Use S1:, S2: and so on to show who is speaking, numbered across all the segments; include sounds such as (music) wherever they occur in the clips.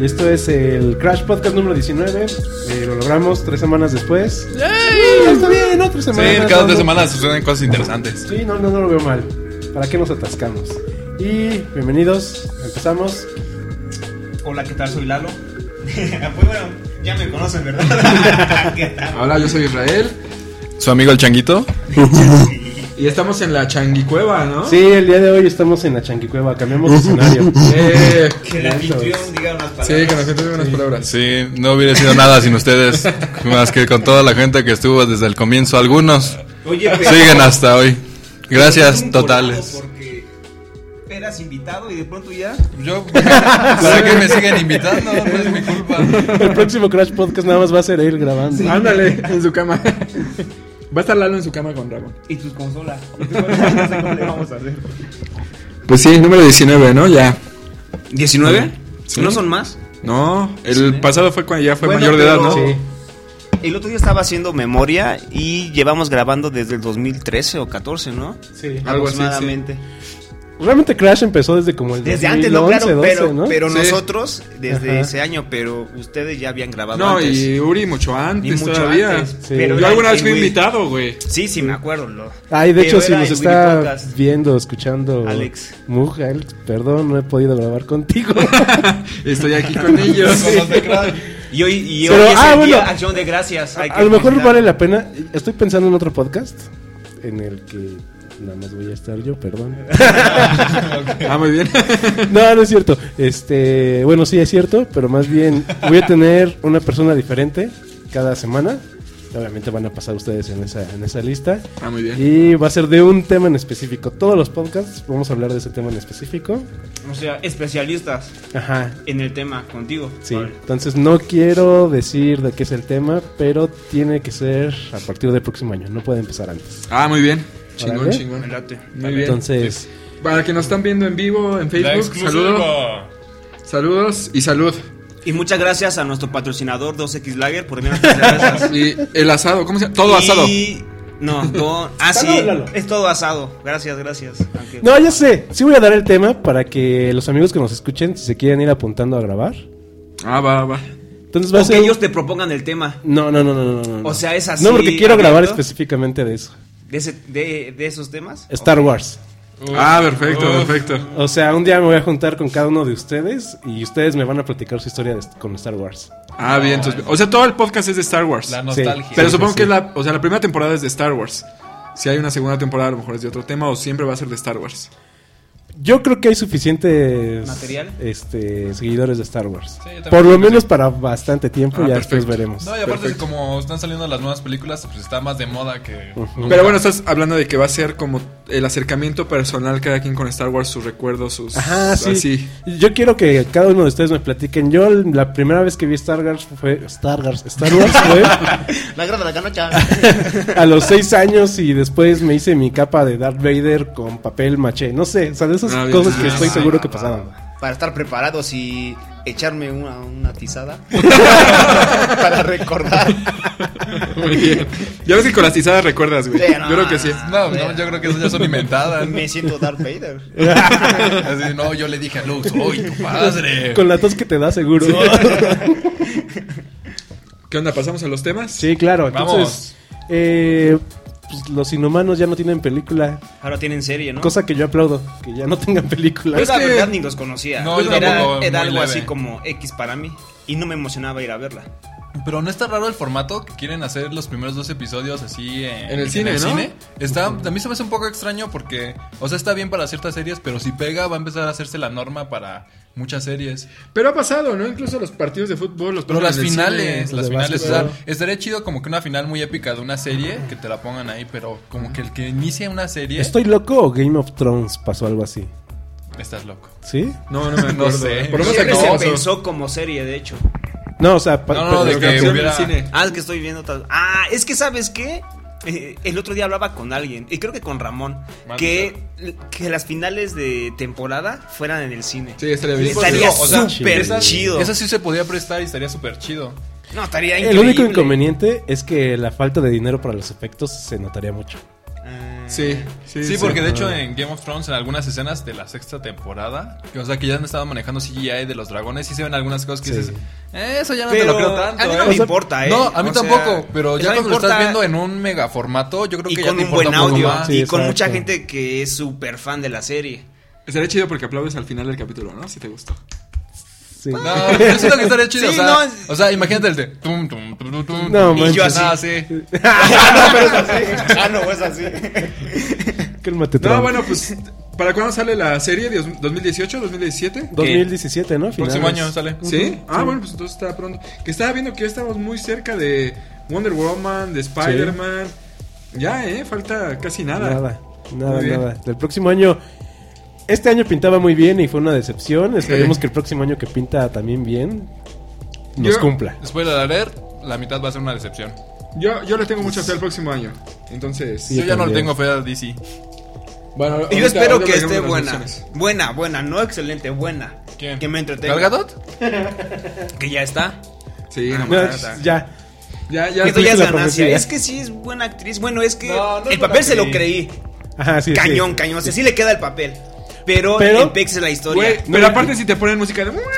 S1: Esto es el Crash Podcast número 19. Eh, lo logramos tres semanas después.
S2: ¡Yay!
S1: Está bien, ¿no? Tres semanas.
S2: Sí, cada
S1: no, no.
S2: tres semanas suceden cosas interesantes.
S1: Sí, no, no, no lo veo mal. ¿Para qué nos atascamos? Y bienvenidos, empezamos.
S3: Hola, ¿qué tal? Soy Lalo. (laughs) pues bueno, ya me conocen, (laughs) ¿verdad? ¿Qué tal?
S4: Hola, yo soy Israel
S2: Su amigo el changuito.
S4: y estamos en la Changuicueva, ¿no?
S1: Sí, el día de hoy estamos en la Chanquicueva, cambiamos de
S2: (laughs)
S1: escenario.
S4: Eh,
S3: Que el anfitrión diga unas palabras.
S4: sí, que la gente diga unas palabras.
S2: Sí, no hubiera sido nada sin (laughs) ustedes. Más que con toda la gente que estuvo desde el comienzo. Algunos
S3: Oye, pero-
S2: siguen hasta hoy. Gracias,
S3: Estoy muy colado
S2: totales.
S3: Porque eras invitado y de pronto ya.
S2: (laughs) Yo, ¿para qué me siguen invitando? No es mi culpa.
S1: El próximo Crash Podcast nada más va a ser él grabando. Ah,
S4: Ándale, en su cama. Va a estar Lalo en su cama con Ramón.
S3: Y tus consolas. No sé cómo le vamos a hacer.
S4: Pues sí, número 19, ¿no? Ya.
S3: ¿19?
S4: Sí.
S3: ¿No son más?
S4: No, el pasado fue cuando ya fue
S3: Bueno,
S4: mayor de edad,
S3: pero-
S4: ¿no?
S1: Sí.
S3: El otro día estaba haciendo memoria y llevamos grabando desde el 2013 o 14, ¿no?
S1: Sí.
S4: Algo así, sí.
S3: Aproximadamente.
S1: Realmente Crash empezó desde como el
S3: Desde antes, no, claro,
S1: 2011,
S3: pero,
S1: ¿no?
S3: pero
S4: Sí.
S3: nosotros desde
S1: Ajá.
S3: ese año, pero ustedes ya habían grabado
S4: No,
S3: antes.
S4: y Uri mucho antes
S3: mucho
S4: todavía.
S3: antes,
S1: Sí.
S3: pero
S4: Yo
S3: era
S4: alguna
S3: el
S4: vez fui
S3: Wii. (laughs)
S4: invitado, güey.
S3: Sí, sí, me acuerdo. lo-
S1: Ay, de
S3: pero
S1: hecho, si
S3: era
S1: nos
S3: el Wii
S1: está
S3: Podcast.
S1: viendo, escuchando.
S3: Alex.
S1: Mug, Alex, perdón, no he podido grabar
S3: (laughs)
S1: contigo.
S4: Estoy aquí con ellos.
S3: Y hoy, y
S1: Pero,
S3: hoy es
S1: ah,
S3: el
S1: bueno.
S3: día acción de gracias. hay que
S1: a lo mejor
S3: felicitar.
S1: vale la pena. Estoy pensando en otro podcast en el que nada más voy a estar yo, perdón.
S4: Ah, muy bien.
S1: No, no es cierto. Este, bueno, sí es cierto, pero más bien voy a tener una persona diferente cada semana. Obviamente van a pasar ustedes en esa, en esa lista.
S4: Ah, muy bien.
S1: Y va a ser de un tema en específico. Todos los podcasts vamos a hablar de ese tema en específico.
S3: O sea, especialistas
S1: Ajá.
S3: en el tema contigo.
S1: Sí,
S3: Vale.
S1: entonces no quiero decir de qué es el tema, pero tiene que ser a partir del próximo año, no puede empezar antes.
S4: Ah, muy bien. Chingón,
S1: Órale.
S3: Me
S4: chingón.
S3: late.
S4: Muy bien.
S1: Entonces,
S4: Para que nos están viendo en vivo en Facebook, saludos. Saludos y salud.
S3: Y muchas gracias a nuestro patrocinador 2X Lager por enviarnos
S1: (laughs)
S3: estas cervezas.
S4: Y el asado, ¿cómo se llama? Todo
S3: Y-
S4: asado.
S3: No, todo. Ah, sí.
S1: Lalo, Lalo.
S3: Es todo asado. Gracias, gracias. Aunque-
S1: no, ya sé, sí voy a dar el tema para que los amigos que nos escuchen, si se quieren ir apuntando a grabar.
S4: Ah, va, va.
S1: Entonces pues va
S3: O
S1: a
S3: que
S1: ser...
S3: ellos te propongan el tema
S1: No, no, no, no, no, no, no.
S3: O sea, es así,
S1: No, porque quiero grabar
S3: abierto.
S1: específicamente de eso.
S3: de, ese, de, de esos temas.
S1: Star Wars.
S4: Ah, perfecto, perfecto.
S1: O sea, un día me voy a juntar con cada uno de ustedes y ustedes me van a platicar su historia de- con Star Wars.
S4: Ah, bien. entonces- o sea, todo el podcast es de Star Wars.
S5: La
S1: Sí.
S5: nostalgia.
S4: Pero
S1: sí,
S4: supongo
S1: sí.
S4: que es la, o sea, la primera temporada es de Star Wars. Si hay una segunda temporada, a lo mejor es de otro tema o siempre va a ser de Star Wars.
S1: Yo creo que hay suficientes
S3: ¿Material?
S1: este, seguidores de Star Wars.
S5: Sí, yo también
S1: Por lo
S5: creo que
S1: menos para bastante tiempo,
S4: Ah,
S1: ya
S4: perfecto.
S1: después veremos.
S5: No, y aparte
S4: Perfecto.
S5: como están saliendo las nuevas películas, pues está más de moda que...
S4: Pero bueno, estás hablando de que va a ser como el acercamiento personal cada quien con Star Wars, sus recuerdos, sus.
S1: Ajá, sí. (laughs)
S4: así.
S1: Yo quiero que cada uno de ustedes me platiquen. Yo la primera vez que vi Star Wars fue Star Wars, Star Wars fue
S3: La guerra de la canocha.
S1: a los seis años y después me hice mi capa de Darth Vader con papel maché. No sé, o sea, de esas
S4: Ah, bien.
S1: cosas que
S4: Ah,
S1: estoy
S4: sí.
S1: seguro que pasaban.
S3: Para estar preparados y echarme una, una
S4: (laughs)
S3: tizada. para recordar.
S4: Muy bien. Ya ves que con las tizadas recuerdas, güey.
S3: Sí, no.
S4: Yo creo que sí.
S2: No, no, yo creo que esas ya son (laughs) inventadas.
S3: Me siento Darth Vader.
S2: Así, no, yo le dije a Lux, ¡Uy, tu padre!
S1: Con la tos que te da seguro.
S4: ¿Qué onda? ¿Pasamos a los temas?
S1: (laughs) Sí, claro.
S2: Vamos.
S1: Entonces, eh, pues, los inhumanos ya no tienen película.
S3: Ahora tienen serie, ¿no? Pues,
S1: Cosa que yo aplaudo, que ya no tengan película.
S3: Yo la
S4: que-
S3: verdad ni los conocía.
S2: No, yo
S3: era
S2: tampoco,
S3: era
S2: muy
S3: algo
S2: leve.
S3: así como X para mí. Y no me emocionaba ir a verla.
S5: Pero no está raro el formato que quieren hacer los primeros dos episodios así en,
S4: el cine, ¿no?
S5: Está, a mí se me hace un poco extraño porque, o sea, está bien para ciertas series, pero si pega va a empezar a hacerse la norma para muchas series.
S4: Pero ha pasado, ¿no? Incluso los partidos de fútbol, los
S5: Pero
S4: ponen
S2: las
S4: en el
S2: finales,
S4: cine.
S2: las
S1: de
S2: finales, o
S1: básquetbol.
S2: sea, estaría chido como que una final muy épica de una serie, que te la pongan ahí, pero como que el que inicia una serie,
S1: ¿Estoy loco o Game of Thrones pasó algo así?
S2: estás loco.
S1: ¿sí?
S4: No, (laughs) no me acuerdo.
S2: sé.
S4: Por lo menos
S3: Siempre
S4: aquí
S2: no,
S3: se
S2: o
S4: no.
S2: sea-
S3: pensó como serie, de hecho.
S1: No, o sea, pa-
S2: No,
S1: pa-
S2: no, de que
S4: Pero-
S2: hubiera...
S4: cine.
S3: Ah, es que estoy viendo otra- Ah, es que sabes qué? Eh, el otro día hablaba con alguien, y creo que con Ramón,
S2: Mande,
S3: que, que las finales de temporada fueran en el cine.
S4: Sí, estaría bien.
S3: estaría
S2: o sea,
S3: súper
S1: esas-
S3: chido.
S2: Eso sí se podía prestar y estaría súper chido.
S3: No, estaría
S1: el único
S3: increíble.
S1: inconveniente es que la falta de dinero para los efectos se notaría mucho.
S3: Ah,
S4: Sí, sí.
S2: Sí, porque de hecho en Game of Thrones, en algunas escenas de la sexta temporada, que, o sea, que ya han estado manejando CGI de los dragones, sí se ven algunas cosas que
S1: Sí.
S2: dices, "Eh, eso ya no
S3: Pero
S2: te lo creo tanto.
S3: a mí no
S2: ¿eh?".
S3: me importa, ¿eh?
S2: No, a mí
S3: O sea,
S2: tampoco, pero
S3: eso
S2: ya
S3: no me
S2: cuando lo estás
S3: importa.
S2: viendo en un mega formato, yo creo
S3: Y
S2: que ya
S3: con
S2: te
S3: un
S2: importa
S3: buen
S2: poco
S3: audio.
S2: más.
S1: Sí,
S3: y con
S1: exacto.
S3: mucha gente que es súper fan de la serie.
S4: Estaría chido porque aplaudes al final del capítulo, ¿no? Si te gustó.
S1: Sí.
S2: No, yo siento que estaría chido,
S3: (laughs) Sí,
S2: o, sea,
S3: no, es-
S2: o sea, imagínate el de tum, tum, tum, tum, tum,
S1: No,
S2: y
S1: manches.
S2: yo así. Ah, sí.
S3: ah, no, pero es (laughs) así. Ah, no, es así.
S1: (laughs) Cálmate,
S4: No,
S1: Trump.
S4: bueno, pues. ¿Para cuándo sale la serie? ¿Dios- ¿2018? ¿2017?
S1: 2017, ¿no?
S2: Próximo
S1: Finales.
S2: año sale.
S4: ¿Sí? Ah, bueno, pues entonces está pronto. Que estaba viendo que ya estamos muy cerca de Wonder Woman, de Spider-Man. Ya, ¿eh? Falta casi nada.
S1: Nada, nada,
S4: Muy bien.
S1: nada. El próximo año. Este año pintaba muy bien y fue una decepción. Esperemos que el próximo año que pinta también bien nos
S4: Yo-
S1: cumpla.
S2: Después de la leer, la mitad va a ser una decepción.
S4: Yo, yo le tengo mucha fe al próximo año. Entonces.
S1: Sí,
S2: yo ya no le
S1: también.
S2: tengo fe a DC.
S4: Bueno,
S3: Y
S4: ahorita-
S3: yo espero
S4: ahorita
S3: que
S4: veremos
S3: esté
S4: las
S3: buena.
S4: menciones.
S3: Buena, buena, no excelente, buena.
S2: ¿Quién?
S3: Que me entretenga.
S2: ¿Gal Gadot?
S3: (laughs) Que ya está.
S4: Sí, no
S1: No,
S4: más.
S1: ya.
S4: Ya, ya.
S3: Esto ya
S1: tuviste
S3: es
S1: la
S3: ganancia.
S1: profecía.
S3: Es que sí es buena actriz. Bueno, es que
S2: No, no es
S3: el
S2: buena
S3: papel se lo
S2: actriz.
S3: creí.
S1: Ajá, sí, sí.
S3: cañón, cañón. O sea, sí le queda el papel. Pero,
S1: Pero-
S3: en Pex es la historia.
S4: Güey, pero aparte, si te ponen música de. "Mua, mua",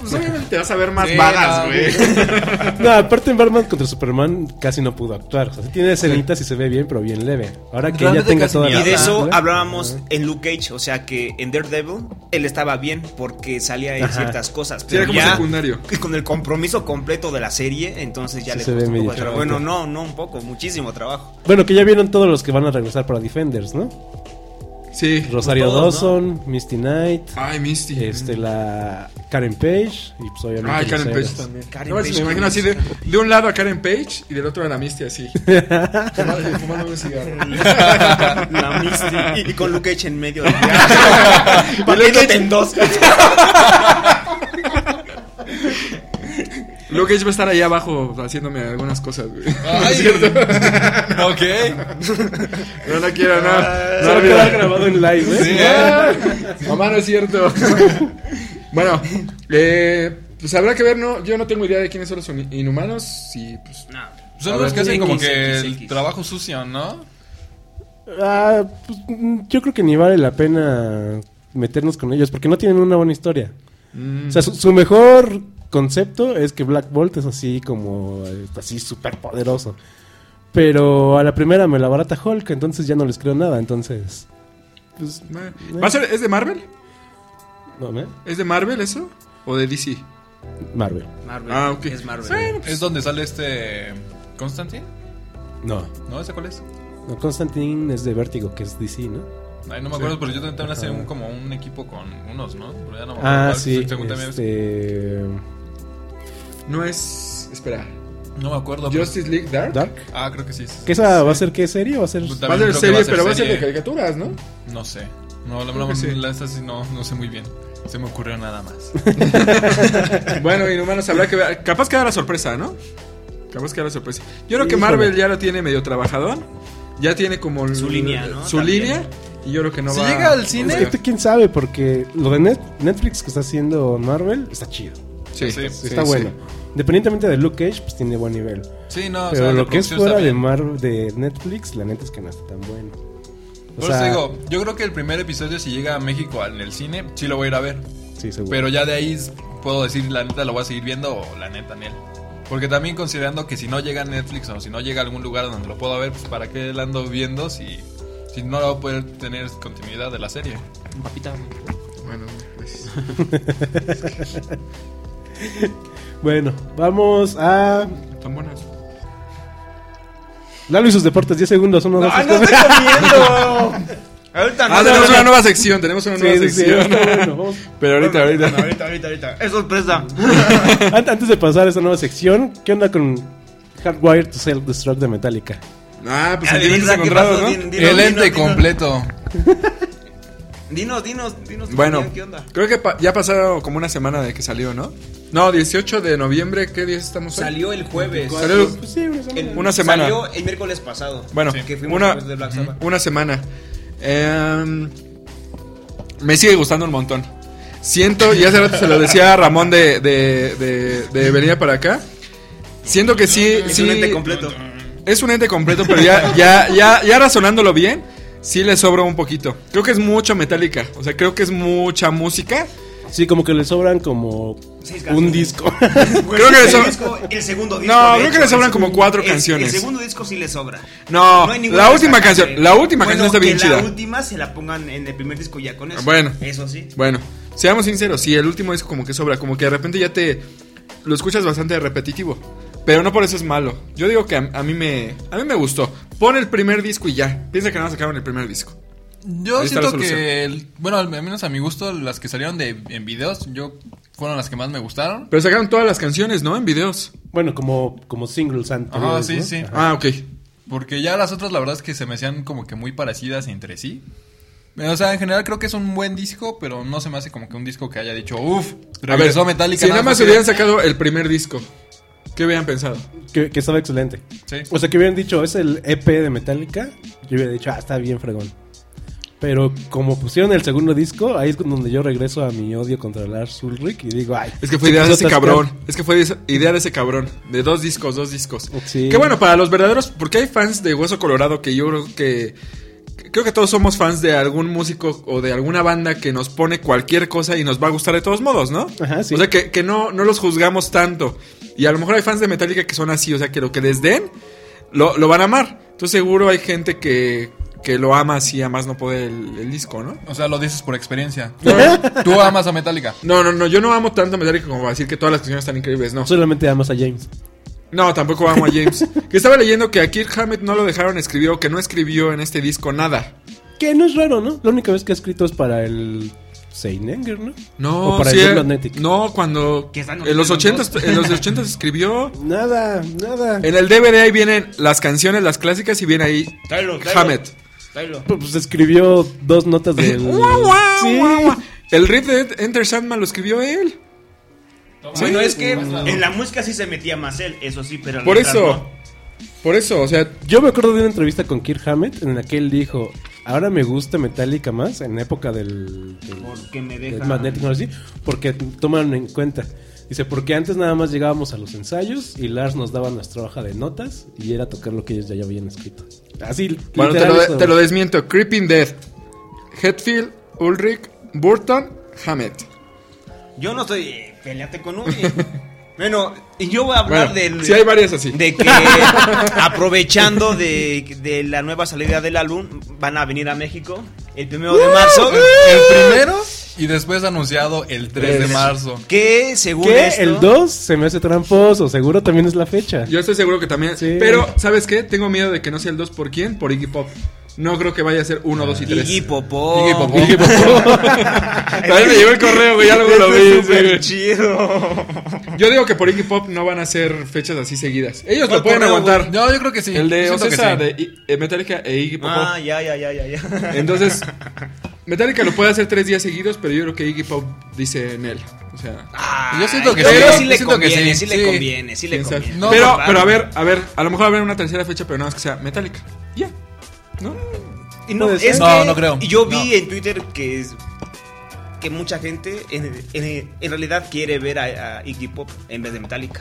S4: Pues obviamente te vas a ver más
S2: Sí,
S4: vagas,
S2: no,
S4: güey.
S1: No, aparte en Batman contra Superman casi no pudo actuar. O sea, sí tiene escenitas y se ve bien, pero bien leve. Ahora que ya
S2: Realmente
S1: tenga
S2: casi
S1: toda
S2: ni
S1: la
S3: Y de eso
S1: película-
S3: hablábamos en Luke Cage, o sea que en Daredevil él estaba bien porque salía en
S1: Ajá.
S3: ciertas cosas,
S4: Sí, era
S3: pero
S4: como
S3: ya
S4: secundario.
S3: y (laughs) con el compromiso completo de la serie, entonces ya
S1: Sí,
S3: le
S1: se ve
S3: costó un
S1: medio
S3: poco de trabajo.
S1: diferente.
S3: Bueno, no, no un poco,
S1: (laughs)
S3: muchísimo trabajo.
S1: Bueno, que ya vieron todos los que van a regresar para Defenders, ¿no?
S4: Sí.
S1: Rosario
S3: todos, ¿no?
S1: Dawson, Misty Knight,
S4: Ay, Misty.
S1: este, la Karen Page y pues obviamente...
S4: Ay,
S1: los
S4: Ah, Karen
S1: héroes.
S4: Page también.
S3: Karen
S4: no,
S3: Page,
S4: me
S3: ¿cómo
S4: imagino así de, de un lado a Karen Page y del otro a la Misty
S1: (laughs)
S4: así. fumando, fumando un cigarro.
S3: La Misty y, y con Luke Cage en medio. Partiéndote en dos.
S4: Luke Cage va a estar ahí abajo haciéndome algunas cosas, güey. (laughs)
S2: Ay, (laughs) ok.
S4: No, no quiero, no.
S1: Se
S4: No,
S1: va a
S4: mira.
S1: quedar grabado en live, ¿eh?
S4: (laughs) Mamá, no es cierto. bueno, eh, pues habrá que ver, ¿no? Yo no tengo idea de quiénes son los in- inhumanos. Y pues.
S3: (laughs) No,
S2: Son los que hacen como que el
S3: XX.
S2: trabajo sucio, ¿no?
S1: Ah, pues, mm, yo creo que ni vale la pena meternos con ellos porque no tienen una buena historia. O sea, su, su mejor concepto es que Black Bolt es así como eh, así súper poderoso. Pero a la primera me la barata Hulk, entonces ya no les creo nada, entonces... Pues,
S4: eh, ¿va a ser- ¿Es de Marvel?
S1: no, ¿eh?
S4: ¿Es de Marvel eso? ¿O de DC?
S1: Marvel.
S3: Marvel,
S4: Ah, ok.
S3: es Marvel.
S4: Bueno, pues,
S2: Es donde sale este. Constantine.
S1: No.
S2: ¿No? ¿Ese cuál es?
S1: no. Constantine es de Vértigo, que es DC, ¿no?
S2: Ay, no me acuerdo, pero yo también hace un, como un equipo con unos, ¿no? Pero ya no me acuerdo
S1: Ah,
S2: cuál.
S1: sí.
S2: Según también-
S1: Este...
S4: no es. Espera.
S2: No pues, me acuerdo. pero-
S4: Justice League Dark.
S1: Dark.
S2: Ah, creo que sí.
S1: ¿Que esa va a ser qué serie? ¿Va a ser...?
S2: Pues
S4: Va a
S2: También creo que
S4: ser serie,
S2: va a ser
S4: pero va a ser de
S2: serie.
S4: caricaturas, ¿no?
S2: No sé. No, la
S4: Creo que
S2: verdad,
S4: sí.
S2: la esta sí no, no sé muy bien. Se me ocurrió
S1: (laughs)
S2: nada más.
S4: (laughs) Bueno, Inhumanos habrá que ver. Capaz que da la sorpresa, ¿no? Capaz que da la sorpresa. Yo creo que
S1: Híjole.
S4: Marvel ya lo tiene medio trabajadón. Ya tiene como
S3: Su línea, ¿no?
S4: Su
S3: También.
S4: línea. Y yo creo que no
S2: Si
S4: va
S2: llega al cine-
S1: Es que tú quién sabe, porque lo de Net- Netflix que está haciendo Marvel está chido.
S4: Sí,
S2: Sí,
S4: sí,
S1: está
S4: sí.
S1: bueno. Independientemente de Luke Cage, pues tiene buen nivel.
S2: Sí, no, o
S1: Pero
S2: sea, la
S1: lo que es
S2: producción
S1: fuera
S2: está
S1: de,
S2: bien.
S1: Marvel, de Netflix, la neta es que no está tan bueno. O
S2: Por eso digo, yo creo que el primer episodio, si llega a México al- en el cine, sí lo voy a ir a ver.
S1: sí, seguro.
S2: Pero ya de ahí puedo decir, la neta, lo voy a seguir viendo o la neta, Niel. Porque también considerando que si no llega a Netflix o si no llega a algún lugar donde lo puedo ver, pues para qué la ando viendo si, si no va a poder tener continuidad de la serie.
S4: Bueno, pues,
S1: Bueno, vamos a.
S4: tan buenas.
S1: Lalo y sus deportes, 10 segundos, uno, dos,
S3: Ah,
S1: tres,
S3: no
S1: (laughs) cuatro.
S3: estoy comiendo. Ahorita no.
S4: Ah, tenemos
S3: no,
S4: una
S3: no.
S4: nueva sección, tenemos una nueva
S1: Sí, sí, sí,
S4: sección.
S1: está bueno, vamos.
S4: (laughs) Pero ahorita, ahorita.
S3: No, ahorita, ahorita, ahorita. Es sorpresa.
S1: (laughs) An- Antes de pasar a esta nueva sección, ¿qué onda con Hardwire to Self-Destruct de Metallica?
S4: Ah, pues
S3: Ya,
S4: sentimientos
S3: ¿qué
S4: encontrados,
S3: pasó?
S4: ¿no?
S3: Dino, dino,
S2: el ente
S3: dino.
S2: completo.
S3: Dinos, dinos, dinos. tu
S4: Bueno,
S3: opinión, ¿qué onda?
S4: creo que pa- ya pasaron como una semana de que salió, ¿no? No, 18 de noviembre, ¿qué día estamos hoy?
S3: Salió el jueves.
S4: Salió-
S1: Pues sí, una semana.
S3: El-
S4: Una semana.
S3: Salió el miércoles pasado.
S4: Bueno,
S3: que fuimos
S4: una,
S3: después de Black Sabbath.
S4: una semana. Em, me sigue gustando un montón. Siento, y hace rato se lo decía a Ramón de, de, de, de venir para acá. Siento que sí,
S3: Es
S4: sí
S3: un ente completo.
S4: es un ente completo, pero ya, ya, ya, ya razonándolo bien, sí le sobra un poquito. Creo que es mucho Metallica. O sea, creo que es mucha música.
S1: Sí, como que le sobran como
S3: Seis
S1: un
S3: canciones.
S1: disco. (laughs)
S4: Creo que le
S3: el,
S4: sobra-
S3: disco- el segundo disco.
S4: No,
S3: de
S4: creo que
S3: hecho,
S4: le sobran
S3: es-
S4: como cuatro
S3: el-
S4: canciones.
S3: El segundo disco sí le sobra.
S4: No,
S3: hay ninguna
S4: la última
S3: destacable.
S4: canción, la última
S3: Bueno,
S4: canción está bien
S3: que
S4: chida.
S3: La última se la pongan en el primer disco ya con eso.
S4: Bueno.
S3: Eso sí.
S4: Bueno, seamos sinceros, sí, el último disco como que sobra, como que de repente ya te lo escuchas bastante repetitivo, pero no por eso es malo. Yo digo que a, a mí me a mí me gustó. Pon el primer disco y ya. Piensa que nada más acaban el primer disco.
S2: Yo
S4: Ahí está la
S2: siento
S4: solución.
S2: que, el- bueno, al menos a mi gusto, las que salieron de, en videos, yo fueron las que más me gustaron.
S4: Pero sacaron todas las canciones, ¿no? En videos.
S1: bueno, como, como singles anteriores,
S2: Ajá, sí,
S1: ¿no?
S2: sí.
S4: Ah, ok.
S2: Porque ya las otras, la verdad es que se me hacían como que muy parecidas entre sí. O sea, en general creo que es un buen disco, pero no se me hace como que un disco que haya dicho, uff,
S4: A ver,
S2: regresó Metallica.
S4: si nada más
S2: sería-
S4: hubieran sacado el primer disco, ¿qué hubieran pensado?
S1: Que, que estaba excelente.
S2: Sí.
S1: O sea, que hubieran dicho, es el EP de Metallica. Yo hubiera dicho, ah, está bien fregón. Pero como pusieron el segundo disco, ahí es donde yo regreso a mi odio contra Lars Ulrich y digo, ay.
S4: Es que fue
S1: se
S4: idea de
S1: quiso
S4: ese
S1: atascar.
S4: cabrón. Es que fue esa- idea de ese cabrón. De dos discos, dos discos.
S1: Sí.
S4: Que bueno, para los verdaderos. Porque hay fans de Hueso Colorado que yo creo que. Creo que todos somos fans de algún músico o de alguna banda que nos pone cualquier cosa y nos va a gustar de todos modos, ¿no?
S1: Ajá, sí.
S4: O sea, que, que no, no los juzgamos tanto. Y a lo mejor hay fans de Metallica que son así, o sea, que lo que les den lo, lo van a amar. Entonces, seguro hay gente que, que lo ama así, a más no poder el, el disco,
S1: (laughs)
S4: ¿no?
S2: O sea, lo dices por experiencia. Tú amas a Metallica.
S4: No, no, no, yo no amo tanto a Metallica como para decir que todas las canciones están increíbles, no.
S1: Solamente amas a James.
S4: No, tampoco amo a James. que estaba leyendo que a Kirk Hammett no lo dejaron escribir o que no escribió en este disco nada.
S1: Que no es raro, ¿no? La única vez que ha escrito es para el Seinenger, ¿no?
S4: No,
S1: O para
S4: sí,
S1: el
S4: eh,
S1: Blue Atlantic.
S4: No, cuando.
S3: Que están
S4: En los
S3: olvidando
S4: 80 en los 80 escribió.
S1: Nada, nada.
S4: En el DVD ahí vienen las canciones, las clásicas y viene ahí
S3: Tráelo, tráelo.
S4: Hammett.
S3: Tráelo.
S1: Pues pues, escribió dos notas del.
S4: (laughs) Guau, guau,
S1: Sí.
S4: guau, guau. El riff de Enter Sandman lo escribió él.
S3: Bueno, es que
S1: Mm.
S3: en la música sí se metía más él, eso sí, pero. en
S4: Por
S3: letras
S4: eso.
S3: no.
S4: Por eso, o sea,
S1: Yo me acuerdo de una entrevista con Kirk Hammett en la que él dijo: Ahora me gusta Metallica más en época del. del-
S3: Porque me
S1: del
S3: deja.
S1: Magnetic North, sí, porque toman en cuenta. Dice, porque antes nada más llegábamos a los ensayos y Lars nos daba nuestra hoja de notas y era tocar lo que ellos ya habían escrito. Así,
S4: Bueno, te
S1: literal
S4: lo,
S1: eso.
S4: te lo desmiento. Creeping Death. Hetfield, Ulrich, Burton, Hammett.
S3: Yo no estoy. eh, Peleate con Uri. (laughs) bueno, y yo voy a hablar
S4: Bueno,
S3: del.
S4: sí hay varias así.
S3: De que aprovechando de, de la nueva salida del álbum, van a venir a México el primero de marzo.
S2: El primero y después anunciado el 3 de
S4: Es-
S2: marzo.
S3: Que según
S1: ¿Qué?
S3: esto-
S1: El 2 se me hace tramposo, seguro también es la fecha.
S4: Yo estoy seguro que también.
S1: Sí.
S4: Pero, ¿sabes qué? Tengo miedo de que no sea el 2 por quién, por Iggy Pop. No creo que vaya a ser 1, 2 y 3.
S3: Iggy Popó.
S2: Iggy
S3: (laughs)
S2: Popó. (laughs)
S4: Iggy Pop. también me llegó el correo, güey. Ya luego lo vi. sí,
S3: Súper
S4: güey.
S3: chido.
S4: Yo digo que por Iggy Pop no van a ser fechas así seguidas. Ellos lo pueden
S2: correo,
S4: aguantar.
S2: güey? No, yo creo que sí.
S4: El de
S2: Yo siento que
S4: Ocesa,
S2: sí.
S4: de I- eh, Metallica e Iggy Pop.
S3: Ah, ya, ya, ya, ya, ya.
S2: (laughs)
S4: Entonces, Metallica lo puede hacer tres días seguidos, pero yo creo que Iggy Pop dice en él. O sea.
S3: Ay,
S2: Yo siento que
S3: yo
S2: sí,
S3: creo
S2: yo
S3: sí le
S2: siento que
S3: conviene,
S2: sí,
S3: sí le
S2: sí.
S3: conviene, sí le
S4: quién sabe.
S3: conviene.
S2: No,
S4: pero,
S3: papá.
S4: pero a ver, a ver, a lo mejor habrá una tercera fecha, pero nada más que sea Metallica. Ya. ¿No?
S3: Y no,
S1: Puede
S3: es
S1: ser.
S3: que
S2: No, no creo.
S3: Yo vi
S2: No.
S3: en Twitter que es- que mucha gente en, en- en realidad quiere ver a, a Iggy Pop en vez de Metallica.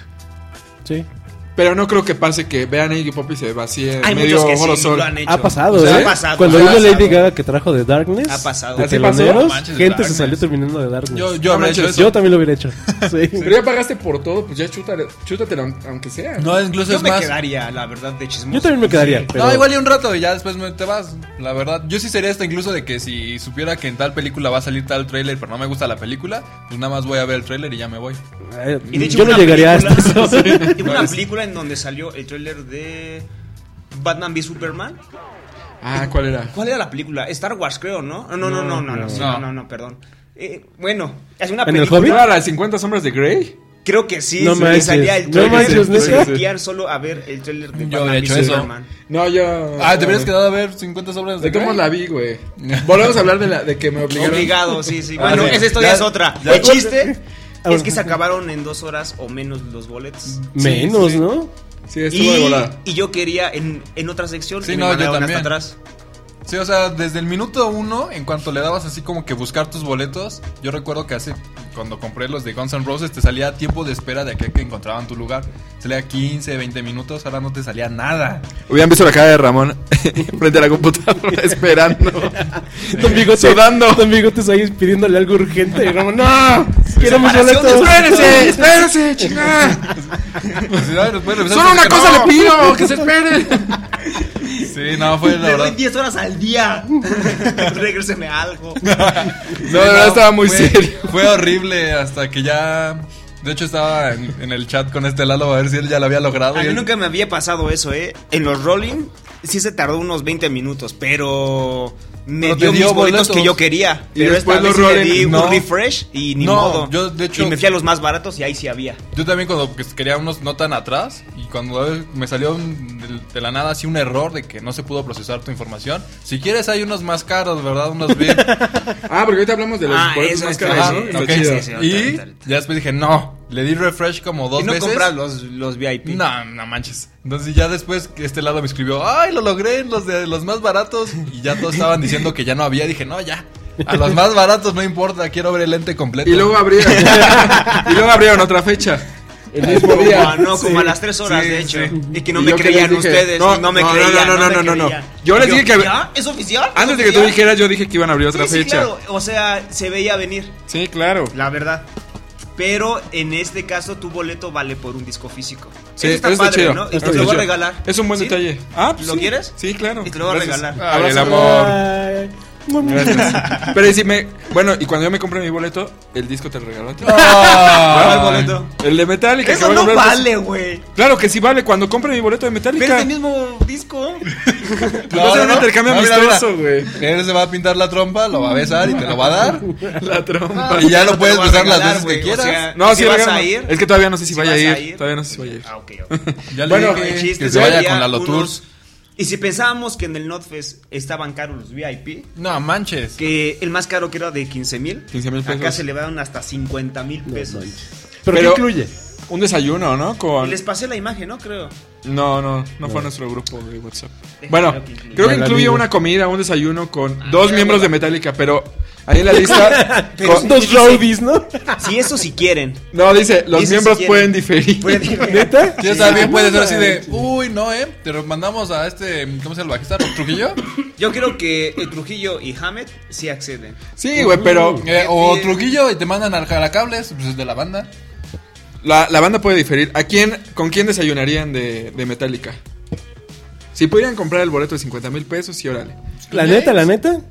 S1: Sí.
S4: Pero no creo que pase que vean a Iggy Pop y se vacíe
S3: Hay
S4: Eh, medio
S3: muchos que
S4: Foro
S3: sí
S4: Sol.
S3: lo han hecho.
S1: Ha pasado,
S3: O sea,
S1: ¿eh?
S3: Ha pasado.
S1: Cuando
S3: ha
S1: vino
S3: pasado.
S1: Lady Gaga que trajo de Darkness,
S3: Ha pasado.
S1: de
S4: ¿Así pasó?
S1: teloneros,
S2: No manches,
S1: gente
S2: Darkness.
S1: se salió terminando de Darkness. yo,
S2: Yo, yo
S4: No
S2: habría hecho
S4: manches,
S2: eso.
S1: también lo hubiera hecho. Sí.
S4: Pero ya pagaste por todo, pues ya chútale- chútatelo, aunque sea.
S2: No, incluso
S3: Yo
S2: es
S3: me
S2: más.
S3: quedaría, la verdad, de chismoso.
S1: Yo también me quedaría. pero-
S2: No, igual y un rato y ya después me- te vas. La verdad, yo sí sería esto incluso de que si supiera que en tal película va a salir tal tráiler, pero no me gusta la película, pues nada más voy a ver el tráiler y ya me voy.
S1: Eh,
S3: Y de hecho,
S1: yo
S3: hubo
S1: no
S3: una
S1: llegaría
S3: película-
S1: hasta
S3: (laughs)
S1: eso. sí.
S3: hubo una película en donde salió el tráiler de Batman v Superman.
S4: Ah, ¿cuál era?
S3: ¿Cuál era la película? Star Wars, creo, ¿no? No, no, no, no, no, no, sí, no,
S2: No.
S3: no, no, perdón. Eh, bueno, es una
S1: ¿En el
S4: ¿No
S1: Hobbit?
S3: película.
S4: era la de 50 sombras de Grey?
S3: Creo que sí,
S1: No
S3: sí,
S1: manches,
S3: salía el
S1: no
S3: tráiler.
S1: manches,
S3: se
S1: ¿neta?
S3: metían solo a ver el tráiler de
S2: Yo
S3: Batman
S2: habría
S3: v
S2: hecho eso.
S3: Superman.
S4: No, yo.
S2: Ah, te hubieras quedado a ver 50 obras de
S4: De cómo
S2: Grey?
S4: la vi, güey. Volvemos a hablar de, la, de que me obligaron.
S3: Obligado, sí, sí.
S4: Ah,
S3: Bueno,
S4: sí.
S3: esa historia
S2: Ya-
S3: es otra.
S2: ya-
S3: el chiste
S1: Ah,
S3: es
S1: bueno.
S3: que se acabaron en dos horas o menos los boletos.
S1: Menos, ¿no?
S4: Sí, estuvo de
S3: Y,
S4: volada.
S3: y yo quería en, en otra sección
S2: Sí,
S3: y
S2: no,
S3: me
S2: yo
S3: mandaron hasta
S2: también.
S3: atrás.
S2: (laughs) Sí, o sea, desde el minuto uno, en cuanto le dabas así como que buscar tus boletos, yo recuerdo que hace cuando compré los de Guns N' Roses, te salía tiempo de espera de aquel que encontraban tu lugar. Salía 15, 20 minutos, ahora no te salía nada.
S4: (laughs) Hubieran visto la cara de Ramón (laughs) frente a la computadora (laughs)
S2: (laughs)
S4: esperando.
S1: Don Bigotes,
S4: Sudando.
S1: Don Bigotes ahí pidiéndole algo urgente. Y Ramón,
S4: (laughs)
S1: ¡no! ¡Queremos
S4: ¡Separación!
S1: boletos!
S4: ¡Espérense! ¡Espérense! ¡Chingada!
S2: Pues, ay, después revisas,
S4: ¡Solo una
S2: que
S4: cosa
S2: no.
S4: le pido! ¡Que se espere!
S2: Sí, no,
S4: (laughs)
S2: fue la
S3: Le doy
S2: verdad.
S3: 10 horas
S2: (laughs)
S3: al día. Regréseme algo.
S4: No, de verdad estaba muy
S2: fue-
S4: serio.
S2: Fue horrible hasta que ya. De hecho, estaba en, en el chat con este Lalo a ver si él ya lo había logrado.
S3: A
S2: y
S3: mí
S2: él-
S3: nunca me había pasado eso, ¿eh? En los Rolling sí se tardó unos 20 minutos, pero me
S2: Pero te
S3: dio
S2: dio
S3: mis boletos
S2: boletos.
S3: que yo quería.
S4: Y
S3: pero
S4: después
S3: esta vez
S4: los
S3: sí le
S4: Rolling,
S3: di
S2: no.
S3: un refresh y ni
S2: No,
S3: modo.
S2: yo, de hecho-
S3: y me fui a los más baratos y ahí sí había.
S2: Yo también cuando pues, quería unos no tan atrás y cuando eh, me salió un- del- de la nada así un error de que no se pudo procesar tu información. Si quieres hay unos más caros, ¿verdad? Unos bien.
S4: Ah, porque ahorita hablamos de los
S3: Ah,
S4: boletos
S3: eso
S4: más
S3: está
S4: caros,
S2: Ajá,
S4: ¿no?
S3: (laughs) sí,
S4: Está
S2: ok.
S3: sí,
S4: chido.
S3: sí, sí.
S2: y ya después dije, no, le di refresh como dos
S3: y no
S2: veces.
S3: comprar los, los VIP.
S2: No, no manches. Entonces ya después que este lado me escribió, ay, lo logré, los de los más baratos. Y ya todos estaban diciendo que ya no había. Dije, no, ya. A los más baratos no importa, quiero ver el lente completo.
S4: Y
S1: (laughs)
S4: luego abrieron. y luego abrieron otra fecha.
S1: El mismo
S3: Como
S1: día.
S3: a- no, como a
S1: Sí.
S3: las 3 horas,
S2: sí,
S3: de hecho.
S2: sí.
S3: Y que no
S4: Y
S3: me
S4: yo que
S3: creían
S4: les dije,
S3: ustedes.
S4: no,
S3: No, me
S4: no, no,
S3: creían.
S4: no, no,
S3: me
S4: no, no, no.
S3: creían.
S4: Yo les dije que-
S3: ¿Ya? ¿Es oficial?
S4: Antes de que tú
S3: ¿Ya?
S4: dijeras, yo dije que iban a abrir otra
S3: Sí, sí,
S4: fecha.
S3: claro. O sea, se veía venir.
S4: Sí, claro.
S3: La verdad. Pero en este caso tu boleto vale por un disco físico.
S4: Sí,
S3: Eso está
S4: eso está
S3: padre,
S4: chido.
S3: ¿no? Y
S4: Eso
S3: te
S4: está
S3: lo voy a
S4: chido.
S3: regalar.
S4: Es un buen
S3: ¿Sí?
S4: detalle. Ah, pues
S3: ¿Lo
S4: sí.
S3: quieres?
S4: Sí, claro.
S3: Y te lo voy a
S4: Gracias.
S3: regalar.
S4: Abrazo.
S2: el amor.
S1: (laughs) Ay.
S3: (laughs)
S4: Gracias. Pero y si me. Bueno, y cuando yo me compré mi boleto, el disco te lo regaló a ti.
S3: ¿Cuál
S2: Ah.
S3: boleto?
S4: El de Metallica. que
S3: Eso
S4: voy a
S3: no
S4: comprar, pues-
S3: vale, güey.
S4: Claro que sí vale. Cuando compre mi boleto de
S3: Pero este
S4: Metallica.
S3: es el mismo disco.
S4: Pues va a ser un intercambio
S2: No, mira,
S4: amistoso,
S2: mira.
S4: güey.
S2: Él se va a pintar la trompa, lo va a besar y te lo va a
S4: (laughs)
S2: dar.
S4: La trompa.
S2: Y ya
S3: Eso
S2: lo
S3: te
S2: puedes
S3: voy a
S2: besar las
S3: regalar,
S2: veces
S3: güey,
S2: que
S3: o
S2: quieras.
S3: sea-
S4: No,
S3: Ah. ¿Y
S4: sí,
S3: si vas
S4: regálame.
S3: a ir?
S4: Es que todavía no sé si
S3: ¿Sí
S4: vaya a
S3: vas
S4: ir.
S3: a ir?
S4: Todavía no sé si vaya a ir.
S3: Ah, ok,
S4: (laughs)
S3: ok.
S2: Ya le
S4: Bueno,
S2: dije
S3: El chiste
S2: que se
S3: es
S2: vaya
S3: había
S2: con la Lotours.
S3: unos- Y si pensábamos que en el Notfest estaban caros los VIP,
S2: No manches.
S3: que el más caro que era de 15 mil,
S4: 15,000
S3: acá
S4: pesos.
S3: se le van hasta 50 mil pesos.
S1: ¿Pero, qué
S4: Pero-
S1: incluye?
S4: Un desayuno, ¿no?
S3: Y
S4: Con.
S3: les pasé la imagen, ¿no? Creo.
S4: No, no, no fue a nuestro grupo de WhatsApp. Bueno,
S3: creo que Ah, incluye.
S4: creo que
S1: Mal
S4: incluye
S1: amigo.
S4: una comida, un desayuno con dos miembros de Metallica, pero ahí en la lista.
S3: Pero
S4: con-
S3: sí.
S1: Dos roadies, ¿no?
S3: Si eso si quieren.
S4: no, dice, los
S3: Dice si
S4: miembros
S3: quieren.
S4: pueden diferir.
S3: Pues,
S1: ¿Neta?
S2: Ya también puede ser así de, uy, no, eh. Te lo mandamos a este, ¿cómo se llama el bajista? ¿Trujillo?
S3: Yo creo que eh, Trujillo y Hamed sí acceden.
S4: (laughs) Sí, güey, pero
S2: Eh, o Trujillo y te mandan al jalacables, pues es de la banda.
S4: la, la banda puede diferir. ¿A quién, ¿Con quién desayunarían de, de Metallica? Si pudieran comprar el boleto de 50 mil pesos, sí, órale.
S1: La neta, la neta,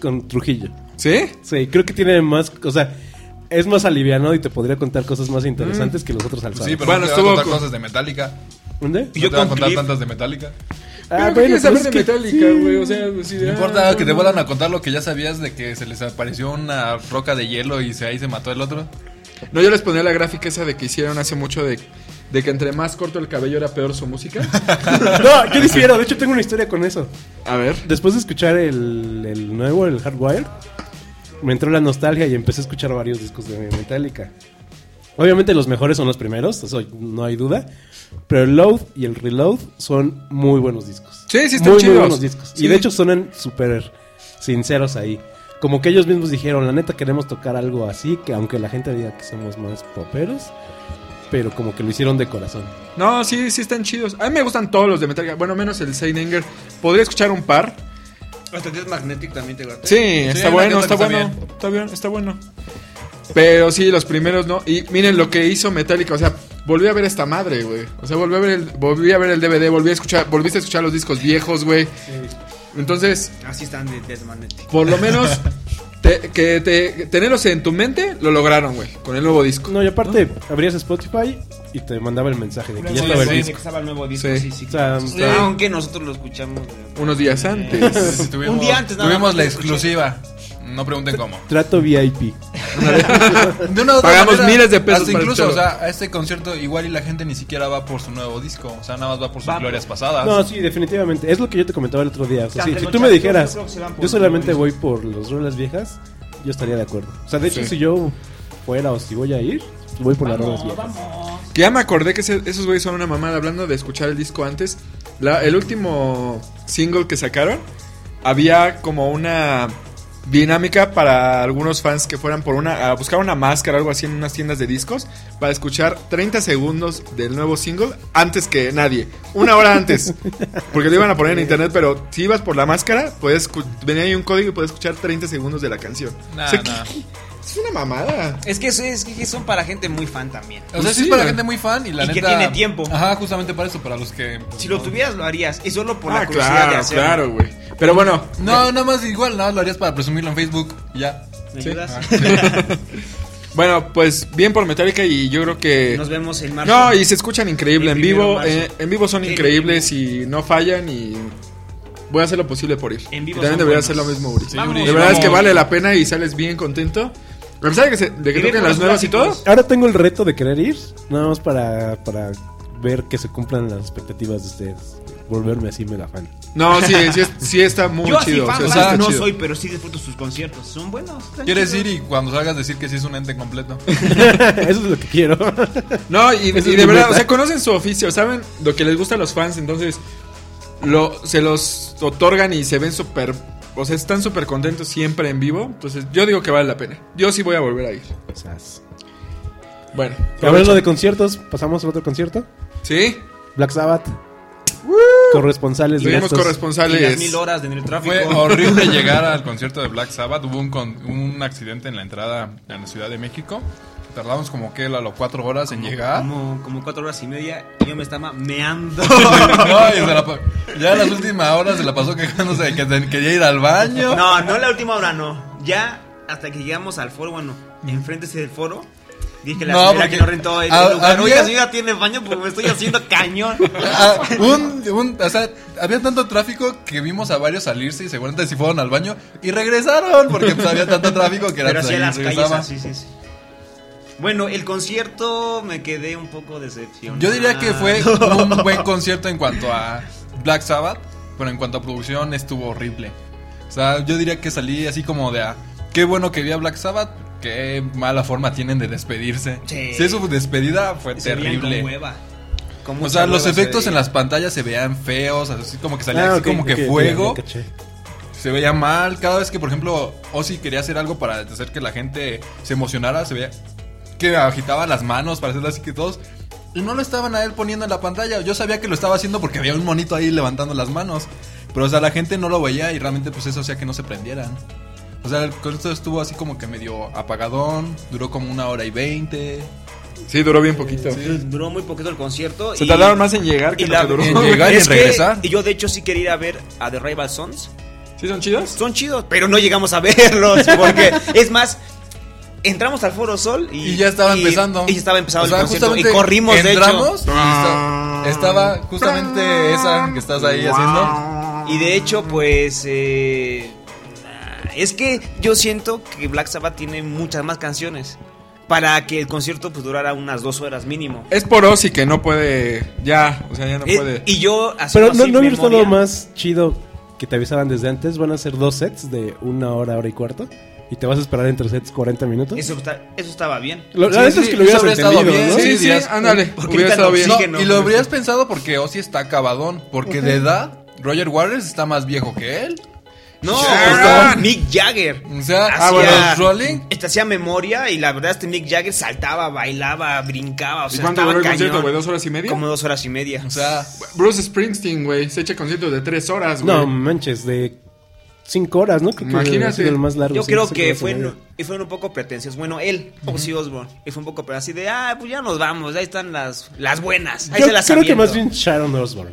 S1: con Trujillo.
S4: ¿Sí?
S1: Sí, creo que tiene más, o sea, es más aliviano y te podría contar cosas más
S4: Mm.
S1: interesantes que los otros al
S2: Pues sí, pero
S4: Bueno,
S2: no te van a
S4: estuvo
S2: contar
S4: con-
S2: cosas de Metallica.
S1: ¿Dónde?
S2: No
S3: yo
S2: te van a
S3: con
S2: contar
S3: Cliff.
S2: tantas de Metallica.
S4: Pero ¿qué quieres
S1: pues
S4: saber
S1: es
S4: de
S1: que-
S4: Metallica, güey? O sea, pues, sí,
S2: No
S4: ah,
S2: importa que te
S4: no,
S2: vuelvan a contar lo que ya sabías de que se les apareció una roca de hielo y se, ahí se mató el otro.
S4: No, yo les ponía la gráfica esa de que hicieron hace mucho de, de que entre más corto el cabello era peor su música.
S1: (laughs) No, yo difiero, de hecho tengo una historia con eso.
S4: A ver.
S1: Después de escuchar el, el nuevo, el Hardwire, me entró la nostalgia y empecé a escuchar varios discos de Metallica. Obviamente los mejores son los primeros, eso no hay duda. Pero el Load y el Reload son muy buenos discos.
S4: Sí, sí, están
S1: muy,
S4: chidos.
S1: Muy buenos discos.
S4: Sí.
S1: Y de hecho suenan súper sinceros ahí. Como que ellos mismos dijeron, la neta queremos tocar algo así, que aunque la gente diga que somos más poperos, pero como que lo hicieron de corazón.
S4: No, sí, sí están chidos. A mí me gustan todos los de Metallica. Bueno, menos el Seidenger. Podría escuchar un par.
S3: Hasta que es Magnetic también te
S4: Sí,
S2: Sí,
S4: está
S2: la
S4: bueno,
S2: neta
S4: está
S2: que está
S4: bueno.
S2: bien.
S4: Está bien, está bueno. Pero sí, los primeros no. Y miren lo que hizo Metallica. O sea, volví a ver esta madre, güey. O sea, volví a ver el, volví a ver el DVD, volví a escuchar, volviste a escuchar los discos viejos, güey. Entonces,
S3: Así Ah, están de Death Magnetic.
S4: por lo menos,
S2: (laughs)
S4: te- que te- tenerlos en tu mente, lo lograron, güey, con el nuevo disco.
S1: No, y aparte
S4: Ah.
S1: abrías Spotify y te mandaba el mensaje de que ya estaba el
S2: sí.
S1: disco.
S3: Que estaba el nuevo disco,
S4: Sí.
S3: sí, sí,
S1: O sea,
S3: sí.
S1: está-
S3: Aunque nosotros lo escuchamos. de-
S4: Unos días antes.
S2: (laughs) Tuvimos-
S3: día antes nada
S2: Tuvimos
S3: más
S2: la
S3: lo escuché.
S2: exclusiva. No pregunten cómo.
S1: Trato VIP.
S2: De una u otra
S4: Pagamos miles de pesos
S2: hasta
S4: para
S2: incluso, o
S4: escucharlo.
S2: sea, a este concierto igual y la gente ni siquiera va por su nuevo disco. O sea, nada más va por sus
S3: Va.
S2: glorias pasadas.
S1: No, sí, definitivamente. Es lo que yo te comentaba el otro día. O sea, sí,
S3: Entre
S1: si
S3: los
S1: tú me
S3: chavitos,
S1: dijeras,
S3: yo creo que se van por
S1: yo solamente
S3: los
S1: voy por los rolas viejas, yo estaría de acuerdo. O sea, de hecho, si yo fuera o si voy a ir, voy por las rolas viejas.
S4: Que ya me acordé que ese- esos güeyes son una mamada. Hablando de escuchar el disco antes, la- el último single que sacaron había como una dinámica para algunos fans que fueran por una a buscar una máscara o algo así en unas tiendas de discos para escuchar 30 segundos del nuevo single antes que nadie, una hora antes. Porque lo iban a poner en internet, pero si ibas por la máscara, puedes escu- venía ahí un código y puedes escuchar 30 segundos de la canción.
S2: Nah,
S4: O sea, ¿qué-
S2: nah.
S4: qué- es una mamada.
S3: Es que, eso es que son para gente muy fan también.
S2: O sea, Pues sí,
S4: Sí,
S2: es para
S4: eh.
S2: gente muy fan y la
S3: Y que
S2: neta.
S3: tiene tiempo.
S2: Ajá, justamente para eso, para los que.
S3: Si lo tuvieras, lo harías. Y solo por
S4: Ah,
S3: la curiosidad de
S4: claro,
S3: hacerlo.
S4: claro, güey. Pero bueno,
S2: No, nada más igual, nada más lo harías para presumirlo en Facebook. y Ya.
S3: ¿Me
S4: Sí.
S3: ayudas? (laughs)
S4: bueno, pues bien por Metallica y yo creo que
S3: Nos vemos el martes.
S4: No, y se escuchan increíble
S3: El
S4: en
S3: primero
S4: vivo.
S3: de marzo.
S4: eh, en vivo son
S3: Sí.
S4: increíbles y no fallan y voy a hacer lo posible por ir.
S3: En vivo
S4: y también
S3: son
S4: debería
S3: buenos.
S4: hacer lo mismo, Uri.
S2: Sí,
S4: de
S2: Vamos.
S4: verdad es que vale la pena y sales bien contento. A pesar de que, se, de que
S3: Y ve
S4: toquen
S3: por
S4: las
S3: los
S4: nuevas y todo.
S3: clásicos.
S1: Ahora tengo el reto de querer ir, nada más para, para ver que se cumplan las expectativas de ustedes. Volverme así mega fan. (laughs)
S3: (laughs)
S4: No, sí, sí, es- sí está muy
S3: Yo así
S4: chido.
S3: fan,
S4: o sea, sí
S3: fan
S4: está
S3: no
S4: chido.
S3: soy, pero sí disfruto sus conciertos. Son buenos. están
S2: ¿Quieres ir
S3: chidos.
S2: y cuando salgas decir que sí es un ente completo?
S1: Eso es lo que
S2: (laughs)
S1: quiero.
S4: No,
S1: Esa
S4: y, y
S1: es
S4: de
S1: mi
S4: verdad,
S1: meta.
S4: o sea, conocen su oficio, saben lo que les gusta a los fans, entonces lo, se los otorgan y se ven súper. O sea, están súper contentos siempre en vivo. Entonces, yo digo que vale la pena. Yo sí voy a volver a ir.
S1: Sas.
S4: Bueno,
S1: Hablando de conciertos, pasamos al otro concierto.
S4: ¿sí?
S1: Black Sabbath. Corresponsales de
S4: Tuvimos
S1: gastos.
S3: Y las mil
S4: corresponsales.
S3: horas en el tráfico.
S2: Fue
S3: (laughs)
S2: horrible llegar al concierto de Black Sabbath. Hubo un, con- un accidente en la entrada a la Ciudad de México. Tardamos como que a las cuatro horas en llegar. (laughs)
S3: Como, como cuatro horas y media. y yo me estaba meando.
S2: No, y se la pa- ya las últimas horas se la pasó quejándose de que te- quería ir al baño.
S3: No, no la última hora, no. Ya hasta que llegamos al foro, bueno, enfrente ese del foro. Dije la
S2: No,
S3: señora
S2: porque
S3: que no rentó el
S2: a-
S3: lugar.
S2: había-
S3: Oiga, señora, tiene baño, pues me estoy haciendo
S2: (laughs)
S3: cañón.
S2: Ah, un, un- o sea, había tanto tráfico que vimos a varios salirse y seguramente si fueron al baño y regresaron porque pues, había tanto tráfico que era pues,
S3: Pero sí a las calles,
S2: regresaba.
S3: así, sí, sí. Bueno, el concierto me quedé un poco decepcionado.
S2: Yo diría
S1: (laughs)
S2: que
S3: (laughs)
S2: fue un buen concierto en cuanto a Black Sabbath, pero en cuanto a producción estuvo horrible. O sea, yo diría que salí así como de a, qué bueno que vi a Black Sabbath, qué mala forma tienen de despedirse.
S3: Sí.
S2: Sí, su despedida fue
S3: Se veían
S2: terrible.
S3: Con hueva. Con
S2: O
S3: mucha
S2: sea, los
S3: hueva se
S2: efectos en
S3: veía.
S2: las pantallas se veían feos, así como que salía
S1: Ah,
S2: así
S1: ok,
S2: como que
S1: ok, ya, ya
S2: fuego,
S1: caché.
S2: se veía mal. Cada vez que, por ejemplo, Ozzy quería hacer algo para hacer que la gente se emocionara, se veía que agitaba las manos para hacerlo así que todos. Y no lo estaban a él poniendo en la pantalla. Yo sabía que lo estaba haciendo porque había un monito ahí levantando las manos. Pero, o sea, la gente no lo veía y realmente, pues eso hacía que no se prendieran. O sea, el concierto estuvo así como que medio apagadón. Duró como una hora y veinte.
S4: Sí, duró bien poquito.
S3: Duró muy poquito el concierto.
S4: Se
S3: y-
S4: tardaron más en llegar que
S3: y
S4: lo
S3: la-
S4: que duró.
S2: en llegar. y
S3: Es que-
S2: regresar.
S3: Y yo, de hecho, sí quería ir a ver a The Rival Sons.
S4: (laughs) ¿Sí son chidas?
S3: son chidos, pero no llegamos a (laughs) verlos porque es más entramos al Foro Sol y,
S2: Y ya estaba empezando.
S3: y ya estaba empezando
S2: O sea,
S3: el concierto y
S2: justamente
S3: corrimos
S2: entramos
S3: de
S2: y esta- estaba justamente esa que estás ahí haciendo.
S3: hecho y de hecho pues eh, es que yo siento que Black Sabbath tiene muchas más canciones para que el concierto pues durara unas dos horas mínimo
S4: Es por Ozzy que no puede. Ya, o sea, ya no
S3: Eh,
S4: puede.
S3: y yo
S1: Pero
S3: haciendo
S1: no,
S3: así
S1: no hubiera estado
S3: memoria,
S1: más chido que te avisaran desde antes. Van a ser dos sets de una hora, hora y cuarto. Y te vas a esperar entre sets 40 minutos.
S3: eso, está- eso estaba bien
S1: Lo, la
S2: Sí,
S1: verdad
S2: sí,
S1: es que lo
S2: eso
S1: hubieras
S2: habría estado
S1: entendido,
S2: bien,
S1: ¿no?
S2: sí,
S4: sí, sí,
S2: días.
S4: ándale.
S3: Porque ahorita
S4: Hubiera estado
S3: no,
S4: bien.
S3: sí.
S2: No,
S3: que no,
S2: y lo
S3: no
S2: habrías pensado porque Ozzy está acabadón. Porque de edad, Roger Waters está más viejo que él.
S3: no
S4: Sharon.
S3: Mick Jagger
S2: O sea,
S4: Ah,
S3: Hacía-
S2: bueno, los Rolling.
S3: Este hacía memoria y la verdad este Mick Jagger saltaba, bailaba, brincaba, o
S4: ¿Y
S3: sea,
S4: cuánto
S3: estaba
S4: duró el
S3: cañón.
S4: concierto, güey? ¿Dos horas y media?
S3: Como dos horas y media.
S2: O sea,
S4: Bruce Springsteen, güey. Se echa concierto de tres horas, güey.
S1: No manches, de 5 horas, ¿no? Creo que
S4: Imagínate.
S1: ha sido el más largo.
S3: yo
S1: sí,
S3: creo
S1: cinco
S3: que
S1: horas y
S3: fue,
S1: media.
S3: y fueron un poco pretenciosos. Bueno, él, Ozzy Osbourne, y fue un poco pre- así de, ah, pues ya nos vamos, ahí están las, las buenas, ahí
S1: Yo
S3: se las
S1: creo que
S3: aviento".
S1: más bien Sharon Osbourne.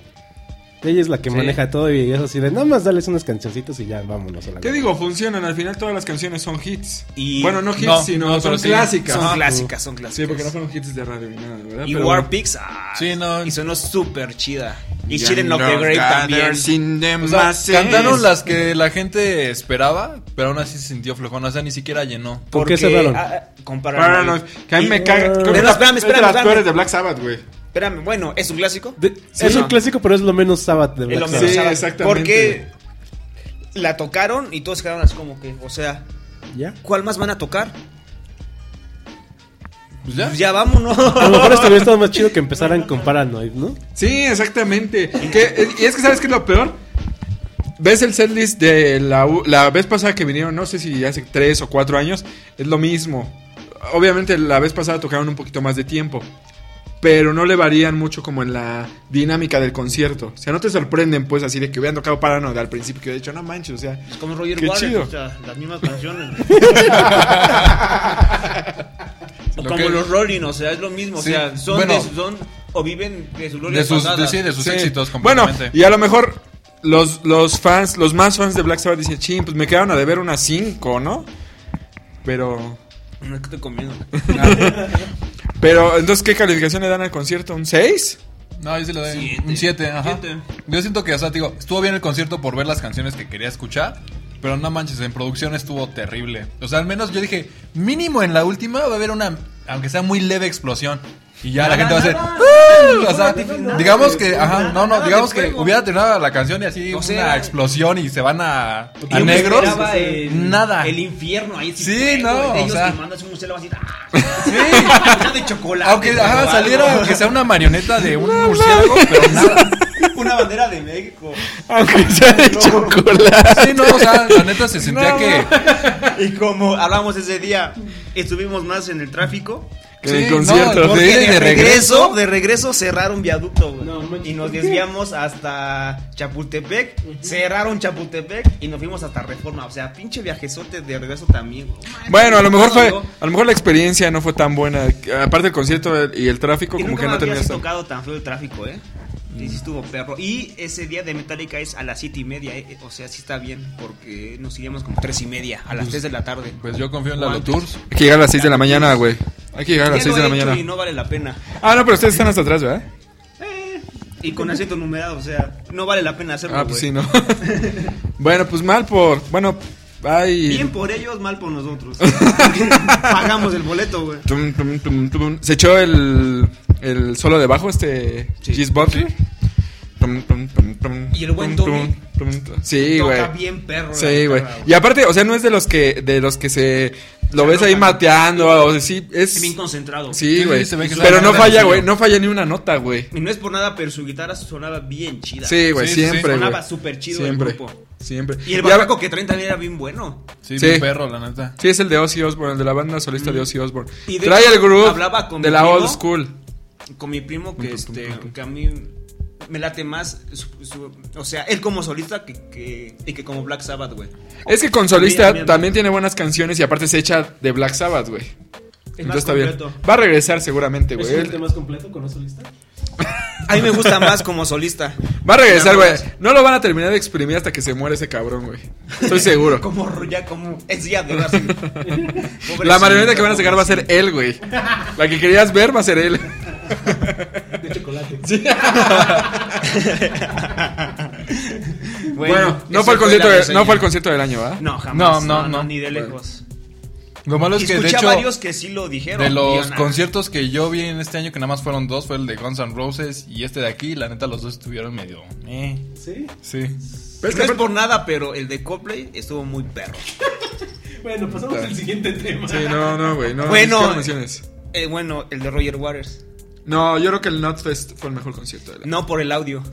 S1: Ella es la que maneja todo y es así de nada más dales unas cancioncitas y ya vámonos a la
S4: ¿Qué
S1: verga".
S4: digo? Funcionan. Al final todas las canciones son hits.
S3: Y-
S4: Bueno, no hits,
S2: No,
S4: sino
S2: no,
S4: son
S2: pero sí,
S4: clásicas.
S3: Son
S4: Ajá.
S3: clásicas, son clásicas.
S4: Sí, porque no fueron hits de radio ni nada, ¿verdad?
S3: Y
S4: Pero
S3: War
S4: bueno.
S3: Pigs, ah,
S2: Sí, no.
S3: y sonó súper chida. Y
S4: Ya
S3: Children of the
S4: no
S3: Grave también.
S4: gathers in the
S2: o sea,
S4: masses.
S2: cantaron las que la gente esperaba, pero aún así se sintió flojón. O sea, ni siquiera llenó.
S1: ¿Por
S3: porque,
S1: qué cerraron?
S3: ah, ah, con Paranoid.
S4: Paranoid, Que a mí
S3: Y-
S4: me caga. Creo que
S3: Pero
S4: la-
S3: espérame,
S4: es de
S3: espérame,
S4: las peores
S3: espérame.
S4: de Blak Sabbath, güey.
S3: Espérame, bueno, es un clásico.
S1: De-
S3: Sí,
S1: es
S3: ¿no?
S1: un clásico, pero es lo menos Sabbath de
S3: El
S1: Black
S3: hombre
S1: Sabbath.
S4: Sí,
S3: sábado.
S4: exactamente.
S3: Porque la tocaron y todos quedaron así como que, o sea,
S1: ¿Ya?
S3: ¿cuál más van a tocar?
S2: Pues ya.
S3: Pues ya vámonos.
S1: A lo mejor esto hubiera estado más chido que empezaran con Paranoid, ¿no?
S4: eh, Sí, exactamente. Que- y es que, ¿sabes qué es lo peor? ves el setlist de la, u- la vez pasada que vinieron, no sé si hace tres o cuatro años, es lo mismo. Obviamente la vez pasada tocaron un poquito más de tiempo, pero no le varían mucho como en la dinámica del concierto. O sea, no te sorprenden pues así de que hubieran tocado Paranoid al principio, que de hecho no manches, o sea,
S3: Es como Roger
S4: Qué
S3: Waters,
S4: chido.
S3: o sea, las mismas canciones. o
S6: Lo
S3: como
S6: que-
S3: los Rolling, o sea, es lo mismo.
S6: Sí,
S3: O sea, son,
S6: bueno.
S3: de su- son o viven de su gloria
S6: De sus,
S3: pasada.
S6: de, sí, de sus
S4: Sí.
S6: éxitos
S4: Bueno,
S6: completamente.
S4: y a lo mejor los, los fans, los más fans de Black Sabbath dicen, ching, pues me quedaron a deber unas 5, ¿no? Pero.
S3: No es que estoy comiendo.
S4: Pero, entonces, ¿qué calificación le dan al concierto? ¿Un 6?
S6: No, yo sí le doy
S3: Siete.
S6: un 7, ajá.
S3: Siete.
S6: Yo siento que, o sea, te digo, estuvo bien el concierto por ver las canciones que quería escuchar, pero no manches, en producción estuvo terrible. O sea, al menos yo dije, mínimo en la última va a haber una, aunque sea muy leve explosión. Y ya la gente va a hacer, "Uh", o sea, digamos que, ajá, no, no, digamos que hubiera terminado la canción y así
S3: O
S6: una
S3: sea,
S6: explosión y se van a,
S3: Y
S6: a
S3: yo me
S6: negros.
S3: esperaba el-
S6: Nada.
S3: El infierno ahí.
S6: Sí,
S3: fuego,
S6: no,
S3: de
S6: o
S3: Ellos
S6: sea.
S3: que mandas un murciélago así. ¡ah!
S6: Sí.
S3: (laughs) Una de chocolate.
S6: Aunque
S3: o
S6: ajá,
S3: algo.
S6: saliera, aunque sea una marioneta de un murciélago, pero nada.
S3: (laughs) Una bandera de México.
S4: Aunque sea de chocolate.
S6: Sí, no, o sea, la neta se sentía
S4: No,
S6: que.
S3: (laughs) Y como hablamos ese día, estuvimos más en el tráfico.
S4: En el
S6: Sí,
S4: concierto.
S6: no,
S4: ¿sí?
S6: porque de
S3: Regreso, de regreso cerraron viaducto, güey.
S1: No, manches,
S3: y nos
S1: ¿por qué?
S3: desviamos hasta Chapultepec, cerraron Chapultepec y nos fuimos hasta Reforma, o sea, pinche viajezote de regreso también. güey.
S4: Bueno, a lo mejor
S3: No,
S4: fue,
S3: yo-
S4: a lo mejor la experiencia no fue tan buena. Aparte el concierto y el tráfico,
S3: Y
S4: como
S3: nunca
S4: que
S3: me
S4: no Mm.
S3: había
S4: terminaste.
S3: tocado tan feo el tráfico, eh. Y sí estuvo perro. Y ese día de Metallica es a las siete y media, eh, o sea, sí está bien, porque nos iríamos como tres y media, a las 3 de la tarde.
S6: Pues yo confío en la
S3: O antes.
S6: Tours.
S4: Hay que llegar a las 6 de la mañana, güey. Hay que llegar a las
S3: Ya lo
S4: 6 de la
S3: he hecho
S4: mañana.
S3: Y no vale la pena.
S4: Ah, no, pero ustedes están hasta atrás, ¿verdad?
S3: Eh, y con asiento numerado, o sea, no vale la pena hacerlo.
S4: Ah, pues
S3: güey.
S4: sí, no. (laughs) bueno, pues mal por... Bueno, ay...
S3: Bien por ellos, mal por
S4: (laughs)
S3: nosotros. Pagamos el boleto, güey.
S4: Tum, tum, tum, tum. Se echó el, el solo de bajo este
S3: Sí.
S4: Gis Butler. Tum, tum, tum, tum,
S3: Y el buen
S4: tum,
S3: Tommy
S4: tum, tum, tum. Sí, güey.
S3: Toca bien perro. la
S4: Sí, güey.
S3: guitarra,
S4: Y aparte, o sea, no es de los que de los que se lo ves ahí mateando, o sea, sí es
S3: Bien concentrado.
S4: Sí,
S6: Sí,
S4: güey.
S6: se ve que
S4: Pero
S6: está
S4: no
S6: bien
S4: falla,
S6: sencillo.
S4: güey, no falla ni una nota, güey.
S3: Y no es por nada, pero su guitarra sonaba bien chida.
S4: Sí, güey,
S6: Sí, sí, sí.
S4: siempre, güey.
S3: Sonaba súper chido el
S4: Siempre.
S3: grupo.
S4: Siempre.
S3: Y el
S4: Ya-
S3: barraco que traen también era bien bueno.
S6: Sí,
S4: Sí.
S6: bien perro, la neta.
S4: Sí, es el de Ozzy Osbourne, el de la banda solista de Ozzy Osbourne.
S3: Mm. Y de
S4: Trae
S3: hecho,
S4: el groove
S3: hablaba con
S4: de
S3: mi
S4: la
S3: primo.
S4: old school.
S3: Con mi primo que,
S4: Pum, pum,
S3: este,
S4: pum, pum.
S3: que a mí me late más. su- su- o sea, él como solista que, que- y que como Black Sabbath, güey.
S4: Es que con solista
S3: Mira, mira.
S4: también tiene buenas canciones y aparte se echa de Black Sabbath, güey.
S3: Es
S4: Entonces
S3: más
S4: está bien.
S3: completo.
S4: Va a regresar seguramente,
S1: ¿Es
S4: güey.
S1: un tema más completo con eso lista?
S3: A mí me gusta más como solista.
S4: Va a
S3: Nada
S4: regresar, güey.
S3: más.
S4: No lo van a terminar de exprimir hasta que se muera ese cabrón, güey.
S3: (laughs)
S4: Estoy seguro.
S3: Como ya, como. Es ya de
S4: (laughs)
S3: verdad, sí.
S4: La
S3: Pobrecito,
S4: marioneta que van a sacar va
S3: (laughs)
S4: a ser él, güey. La que querías ver va a ser él.
S1: De
S4: (laughs)
S1: chocolate.
S4: (laughs) Bueno, no,
S3: esa
S4: fue el concierto
S3: la
S4: de-
S3: reseña.
S4: no fue el concierto del año, ¿verdad?
S3: No, jamás.
S6: No,
S3: No,
S6: no,
S3: no,
S6: no.
S3: ni de lejos.
S6: Lo malo es
S3: Y
S6: que, de
S3: escuché a
S6: hecho,
S3: varios que sí lo dijeron.
S6: de los
S3: Diana.
S6: conciertos que yo vi en este año, que nada más fueron dos, fue el de Guns N' Roses y este de aquí, la neta, los dos estuvieron medio. eh,
S1: Sí.
S6: Sí.
S4: Pero es
S3: No
S4: que
S3: es por nada, pero el de Copley estuvo muy perro.
S1: Bueno, pasamos al siguiente tema.
S4: Sí, no, no, güey. No,
S3: Bueno.
S4: ni siquiera lo menciones.
S3: Eh, bueno, el de Roger Waters.
S4: No, yo creo que el Notfest fue el mejor concierto del año.
S3: No por el audio.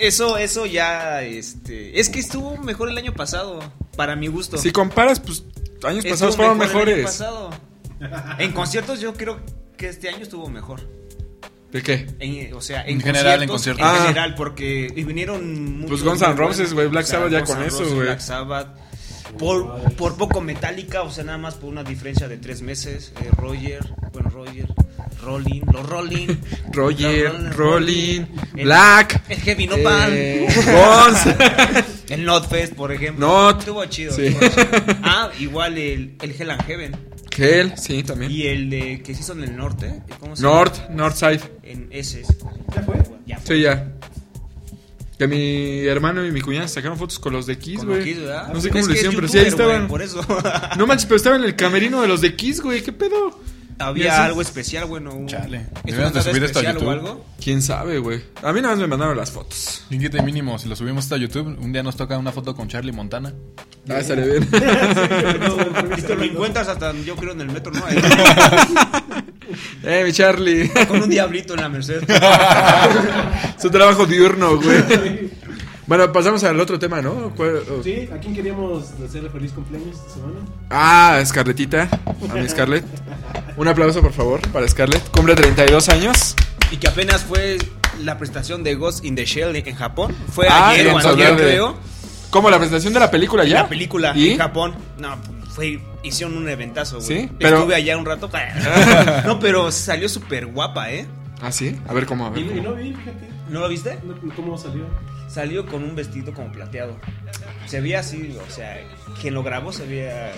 S3: Eso, eso ya, este... Es que estuvo mejor el año pasado, para mi gusto.
S4: Si comparas, pues años
S3: Estuvo
S4: pasados fueron
S3: mejor el año
S4: mejores.
S3: pasado. En conciertos yo creo que este año estuvo mejor.
S4: ¿De qué?
S3: En- o sea,
S6: En
S3: en,
S6: general, en
S3: En
S4: conciertos. Ah.
S3: general, porque y vinieron muchos.
S4: Pues Guns
S3: muy
S4: N' Roses,
S3: buenos.
S4: güey, Black
S3: O sea,
S4: Sabbath ya
S3: Guns
S4: con
S3: N'
S4: eso,
S3: Roses,
S4: güey.
S3: Black Sabbath. Por, por poco Metallica, o sea, nada más por una diferencia de tres meses. eh, Roger, bueno, Roger, Rolling, los Rolling.
S4: (laughs) Roger,
S3: los
S4: Rolling,
S3: el-
S4: Black.
S3: El Heavy
S4: eh,
S3: Nopal.
S4: Guns.
S3: (laughs) El Notfest, por ejemplo.
S4: Not.
S3: Estuvo chido.
S4: Sí.
S3: estuvo
S4: (laughs)
S3: chido. Ah, igual el, el Hell and Heaven.
S4: Kel, sí, también.
S3: Y el de que se hizo en el norte. ¿Cómo se llama?
S4: North, Northside.
S3: En ese.
S1: ¿Ya fue?
S3: Ya.
S4: Sí, ya. Que mi hermano y mi cuñada sacaron fotos con los de Kiss,
S3: Con los
S4: güey.
S3: Kiss, ¿verdad?
S4: No sé
S3: Es
S4: cómo
S3: que
S4: lo
S3: es
S4: hicieron, pero sí ahí
S3: youtuber, güey,
S4: estaban.
S3: Por eso.
S4: (laughs) No manches, pero estaban en el camerino de los de Kiss, güey. ¿Qué pedo?
S3: (laughs) Había
S4: Y así-
S3: algo especial, bueno. un-
S6: Chale. Deberíamos
S3: ¿Es una
S6: de
S3: tarde
S6: subir esto a
S3: especial
S6: YouTube.
S3: o
S4: (laughs)
S3: algo?
S4: ¿Quién sabe, güey? A mí nada más me mandaron las fotos.
S6: Y quita y mínimo, si lo subimos hasta YouTube, un día nos toca una foto con Charlie Montana.
S4: Ah, estaría bien.
S3: (laughs) Y te lo encuentras hasta, yo creo, en el metro,
S4: (laughs)
S3: ¿no?
S4: eh, mi Charlie. (laughs)
S3: Con un diablito en la Merced. (laughs)
S4: Su trabajo diurno, güey. Bueno, pasamos al otro tema, ¿no? ¿Cuál- o-
S1: Sí, ¿a quién queríamos hacerle feliz cumpleaños esta semana?
S4: Ah, Scarletita. A mi Scarlett. Un aplauso, por favor, para Scarlett. Cumple 32 años.
S3: Y que apenas fue la presentación de Ghost in the Shell en Japón. Fue
S4: Ah,
S3: ayer o
S4: vamos a
S3: antier,
S4: hablar de-
S3: creo.
S4: ¿Cómo? ¿La presentación de la película ya?
S3: La película
S4: ¿Y?
S3: en Japón. No, fue, hicieron un eventazo, güey.
S4: Sí, pero-
S3: Estuve allá un
S4: (laughs)
S3: rato. (laughs) no, pero salió súper guapa, ¿eh?
S4: ¿Ah, sí? A ver cómo, a
S1: Y,
S4: ver
S1: y
S4: cómo.
S1: no vi, fíjate.
S3: ¿No lo viste?
S1: no- ¿Cómo salió?
S3: Salió con un vestido como plateado. Se veía así, o sea, quien lo grabó se veía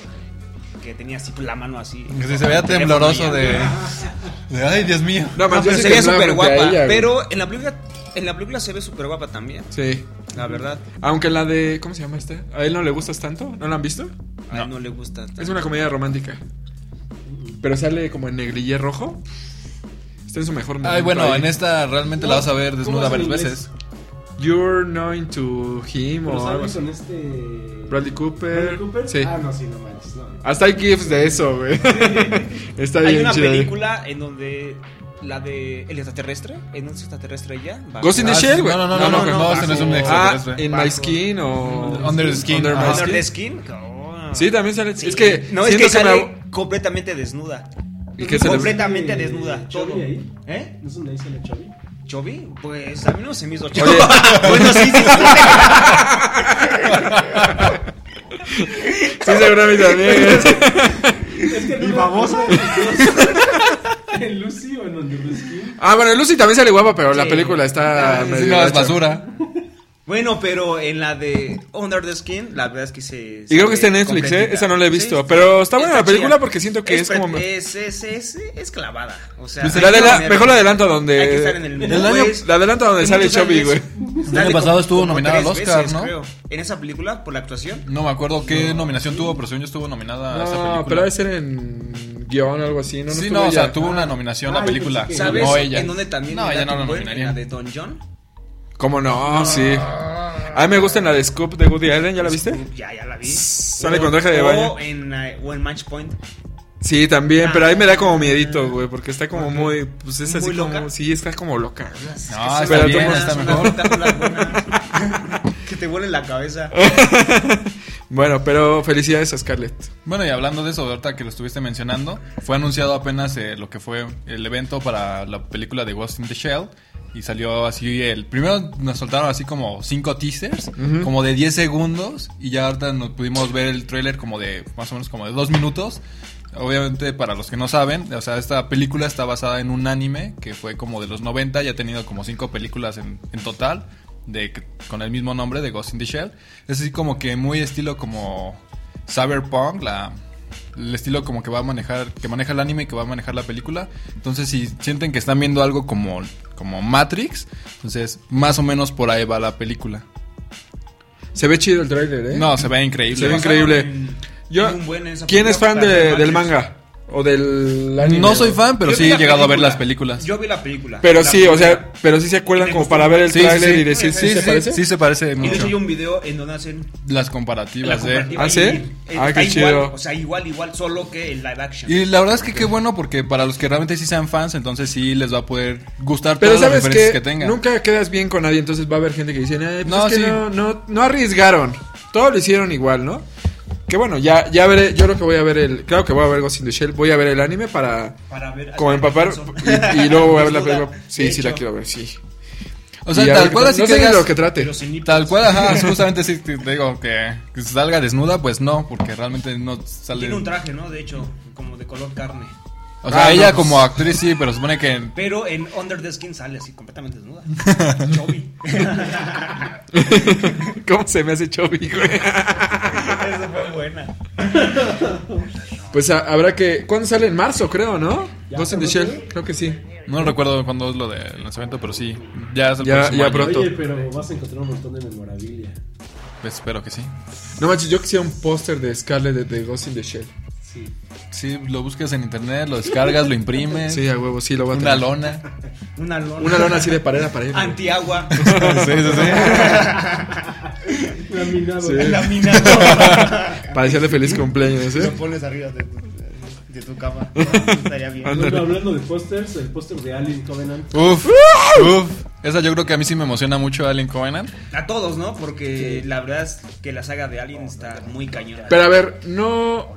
S3: que tenía así la mano así.
S2: Sí, se veía tembloroso de, de, Ay, Dios mío.
S4: No,
S3: No,
S4: más
S3: pero
S4: yo sí
S3: se veía
S4: temblaba
S3: súper
S4: frente a
S3: guapa.
S4: ella, güey.
S3: Pero en la película, en la película se ve súper guapa también,
S4: Sí.
S3: la verdad.
S4: Aunque la de... ¿Cómo se llama esta? ¿A él no le gustas tanto? ¿No la han visto?
S3: A él no le gusta. tanto.
S4: Es una comedia romántica. Pero sale como en negrillé rojo. Está en su mejor momento.
S2: Ay, bueno,
S4: ahí.
S2: en este- esta realmente la vas a ver desnuda
S1: ¿Cómo es
S2: varias
S1: en
S2: veces.
S4: You're not into him
S1: Pero
S4: o algo
S1: sale
S4: así.
S1: con este...
S4: Bradley Cooper.
S1: ¿Bradley Cooper?
S4: Sí.
S1: Ah, no, sí, no manches, no.
S4: Hasta hay gifs de eso,
S3: (laughs)
S4: güey. Está bien
S3: Hay
S4: eh.
S3: una
S4: chido.
S3: película en donde la de el extraterrestre, en un extraterrestre ya. va-
S4: Ghost in the
S2: Ah,
S4: Shell,
S2: sí,
S4: güey.
S2: no, no, no, no, no, no, ese no es un
S4: Ah,
S2: extraterrestre.
S4: in my skin o
S2: Under the skin,
S4: Under my
S2: ajá.
S3: Under the
S4: skin.
S3: skin. no.
S4: Sí, también sale. Es que
S3: no es
S4: siento
S3: que sale
S4: me-
S3: completamente desnuda.
S4: ¿Y qué se le-
S3: completamente desnuda,
S1: ¿Chovy
S3: todo.
S1: ahí?
S3: ¿Eh?
S1: ¿No es donde ahí sale Chovy?
S3: ¿Chobi? Pues a mí no se me hizo chobi.
S4: Oye.
S3: (laughs) bueno, sí, sí.
S4: (laughs) Sí, seguramente
S3: (laughs)
S4: también.
S1: ¿Y babosa? (laughs) ¿En Lucy o en Under the Skin?
S4: Ah, bueno, Lucy también sale guapa, pero la
S3: Sí.
S4: película está
S2: Sí,
S4: medio
S2: no, es
S4: gacha.
S2: basura.
S3: Bueno, pero en la de Under the Skin, la verdad es que se.
S4: Y creo que está en Netflix, ¿eh? Esa no la he visto. Pero está buena la película porque siento que es como.
S3: Es, es, es, es clavada. O sea,
S4: Pues
S3: hay
S4: la de
S3: que
S4: la-
S3: poner-
S4: mejor la adelanto donde-
S3: Hay que estar en el mundo,
S4: El año-
S3: güey.
S4: la adelanto donde
S3: Hay
S4: sale
S3: muchos
S4: Chubby,
S3: años.
S4: güey.
S2: El año
S3: Sale
S2: pasado
S3: como-
S2: estuvo
S3: como
S2: nominada al
S3: tres
S2: Oscar,
S3: veces,
S2: ¿no?
S3: creo. En esa película, por la actuación.
S2: No me acuerdo qué nominación tuvo, pero según yo estuvo nominada a esta película.
S4: No, pero debe ser en guión o algo así. No,
S2: sí,
S4: estuvo
S2: no, o sea,
S4: ella.
S2: tuvo una nominación
S1: Ah, yo
S2: la película,
S1: pensé que-
S3: ¿Sabes?
S2: no ella.
S3: En donde también.
S2: No,
S3: la
S2: ella no la
S3: tuvo, en La
S2: nominaría.
S3: de Don John.
S4: ¿Cómo no?
S2: Ah.
S4: Sí. A mí me gusta en la de Scoop de Woody Allen, ¿ya la viste?
S3: Ya, ya la vi.
S4: Sale
S3: O-
S4: con traje de baño.
S3: O en, eh, o en Match Point.
S4: Sí, también, pero ahí me da como miedito, güey, porque está como muy. Pues es
S3: ¿Muy
S4: así como.
S3: loca?
S4: Sí, está como loca.
S2: No,
S4: Pero
S2: está
S4: tú
S2: bien,
S4: pones
S2: está
S3: una
S2: mejor.
S3: película buena. (laughs) que te vuele la
S4: (laughs)
S3: cabeza.
S4: Bueno, pero felicidades a Scarlett.
S2: Bueno, y hablando de eso, de ahorita que lo estuviste mencionando, fue anunciado apenas eh, lo que fue el evento para la película de Ghost in the Shell. Y salió así el... Primero nos soltaron así como cinco teasers, como de 10 segundos. Y ya ahorita nos pudimos ver el tráiler como de más o menos como de dos minutos. Obviamente, para los que no saben, o sea, esta película está basada en un anime que fue como de los 90 y ha tenido como cinco películas en, en total de, con el mismo nombre de Ghost in the Shell. Es así como que muy estilo como cyberpunk, la, el estilo como que va a manejar, que maneja el anime y que va a manejar la película. Entonces, si sienten que están viendo algo como, como Matrix, entonces más o menos por ahí va la película.
S4: Se ve chido el tráiler, ¿eh?
S2: No, se ve increíble.
S4: Se ve
S2: O sea,
S4: increíble.
S3: en-
S4: Yo,
S3: en un buen en esa
S4: ¿Quién es
S3: película
S4: fan
S3: para
S4: de-
S3: Matrix.
S4: del manga? ¿O del anime?
S2: No soy fan, pero
S3: Yo
S2: sí
S3: vi
S2: he
S3: la
S2: llegado a ver
S3: película.
S2: las películas.
S3: Yo vi la película.
S4: Pero
S3: La
S4: sí, o sea,
S3: película.
S4: pero sí se acuerdan
S3: Me
S4: como
S3: gustó.
S4: para ver el
S2: Sí, sí,
S4: tráiler
S2: sí.
S4: y decir, sí,
S2: Sí,
S4: ¿se
S2: sí,
S4: parece?
S2: sí se parece
S3: Y de hecho hay
S2: mucho.
S3: un video en donde hacen
S2: Las
S3: la
S2: comparativas, eh.
S3: comparativa.
S4: ¿Ah,
S3: y-
S4: sí?
S3: eh,
S4: Ah, qué
S3: está igual,
S4: chido.
S3: O sea, igual, igual, solo que el live action.
S2: Y la verdad es que qué bueno porque para los que realmente sí sean fans, entonces sí les va a poder gustar
S4: Pero
S2: todas las
S4: sabes
S2: referencias
S4: que,
S2: que, tengan.
S4: nunca quedas bien con nadie, entonces va a haber gente que dice, "Eh, pues
S2: No,
S4: es que
S2: sí.
S4: no, no, no arriesgaron. Todo lo hicieron igual, ¿no? Que bueno, ya, ya veré, yo creo que voy a ver el, claro que voy a ver Ghost in the Shell, voy a ver el anime para
S3: para ver.
S4: como empapar y, y luego voy
S3: (laughs)
S4: a ver la película. Sí, sí la quiero ver, sí.
S2: O sea,
S4: Y a
S2: tal
S4: ver qué
S2: cual
S4: tal.
S2: así
S4: no
S2: que
S4: sé de
S2: digas-
S4: lo que trate.
S2: (laughs) Tal cual, ajá, justamente sí te te digo que, que salga desnuda, pues no, porque realmente no sale.
S3: Tiene un traje, ¿no? De hecho, como de color carne.
S2: O sea,
S4: Ah,
S2: ella
S4: no, pues.
S2: como actriz sí, pero supone que.
S3: Pero en Under the Skin sale así
S2: (laughs)
S3: completamente desnuda. Chobi.
S4: (laughs) ¿Cómo se me hace Chubby, güey?
S3: (laughs) Esa fue buena.
S4: Pues a- habrá que. ¿Cuándo sale? En marzo, creo, ¿no? Ghost in the Shell, creo que sí.
S2: No recuerdo cuándo es lo del lanzamiento, pero sí. Ya es el
S4: Ya-
S2: próximo
S4: ya
S2: año.
S4: pronto.
S1: Oye, pero vas a encontrar un montón de memorabilia.
S2: Pues espero que sí.
S4: No manches, yo quisiera un póster de Scarlett de, de Ghost in the Shell.
S1: Sí.
S2: Sí, lo buscas en internet, lo descargas, lo imprimes.
S4: (laughs) Sí, a huevo, sí, lo voy a
S2: Eh. una
S4: tener. (laughs)
S2: lona.
S3: Una lona.
S4: Una lona así de pared
S2: (laughs)
S4: a pared. güey.
S3: Antiagua.
S2: sí, sí,
S1: Laminado.
S3: Laminado.
S2: (laughs)
S4: Para decirle feliz cumpleaños, ¿eh?
S3: pones arriba de, de tu cama. No, estaría bien.
S1: Bueno, hablando de pósters, el póster de Alien Covenant.
S2: Uf, uf. Esa yo creo que a mí sí me emociona mucho Alien Covenant.
S3: A todos, ¿no? Porque la verdad es que la saga de Alien está muy cañona.
S4: Pero a ver, no.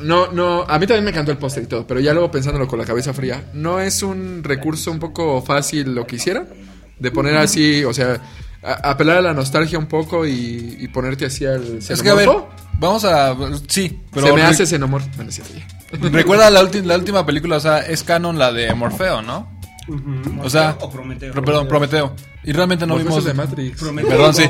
S4: No, no. A mí también me encantó el póster y todo, pero ya luego pensándolo con la cabeza fría, ¿no es un recurso un poco fácil lo que hicieron? De poner así, o sea, a- apelar a la nostalgia un poco y, y ponerte así al.
S2: Es que a ver,
S4: xenomorfo.
S2: vamos a. Sí, pero.
S4: Se me
S2: re-
S4: hace xenomorfo. Bueno, es cierto, ya.
S2: Recuerda la, ulti- la última película, o sea, es canon la de Morfeo, ¿no? O sea,
S3: o Prometeo.
S2: pro- perdón, Prometeo. Y realmente no
S4: Morfeo es
S2: vimos.
S4: el de Matrix.
S3: Prometeo.
S2: (laughs) Perdón, sí.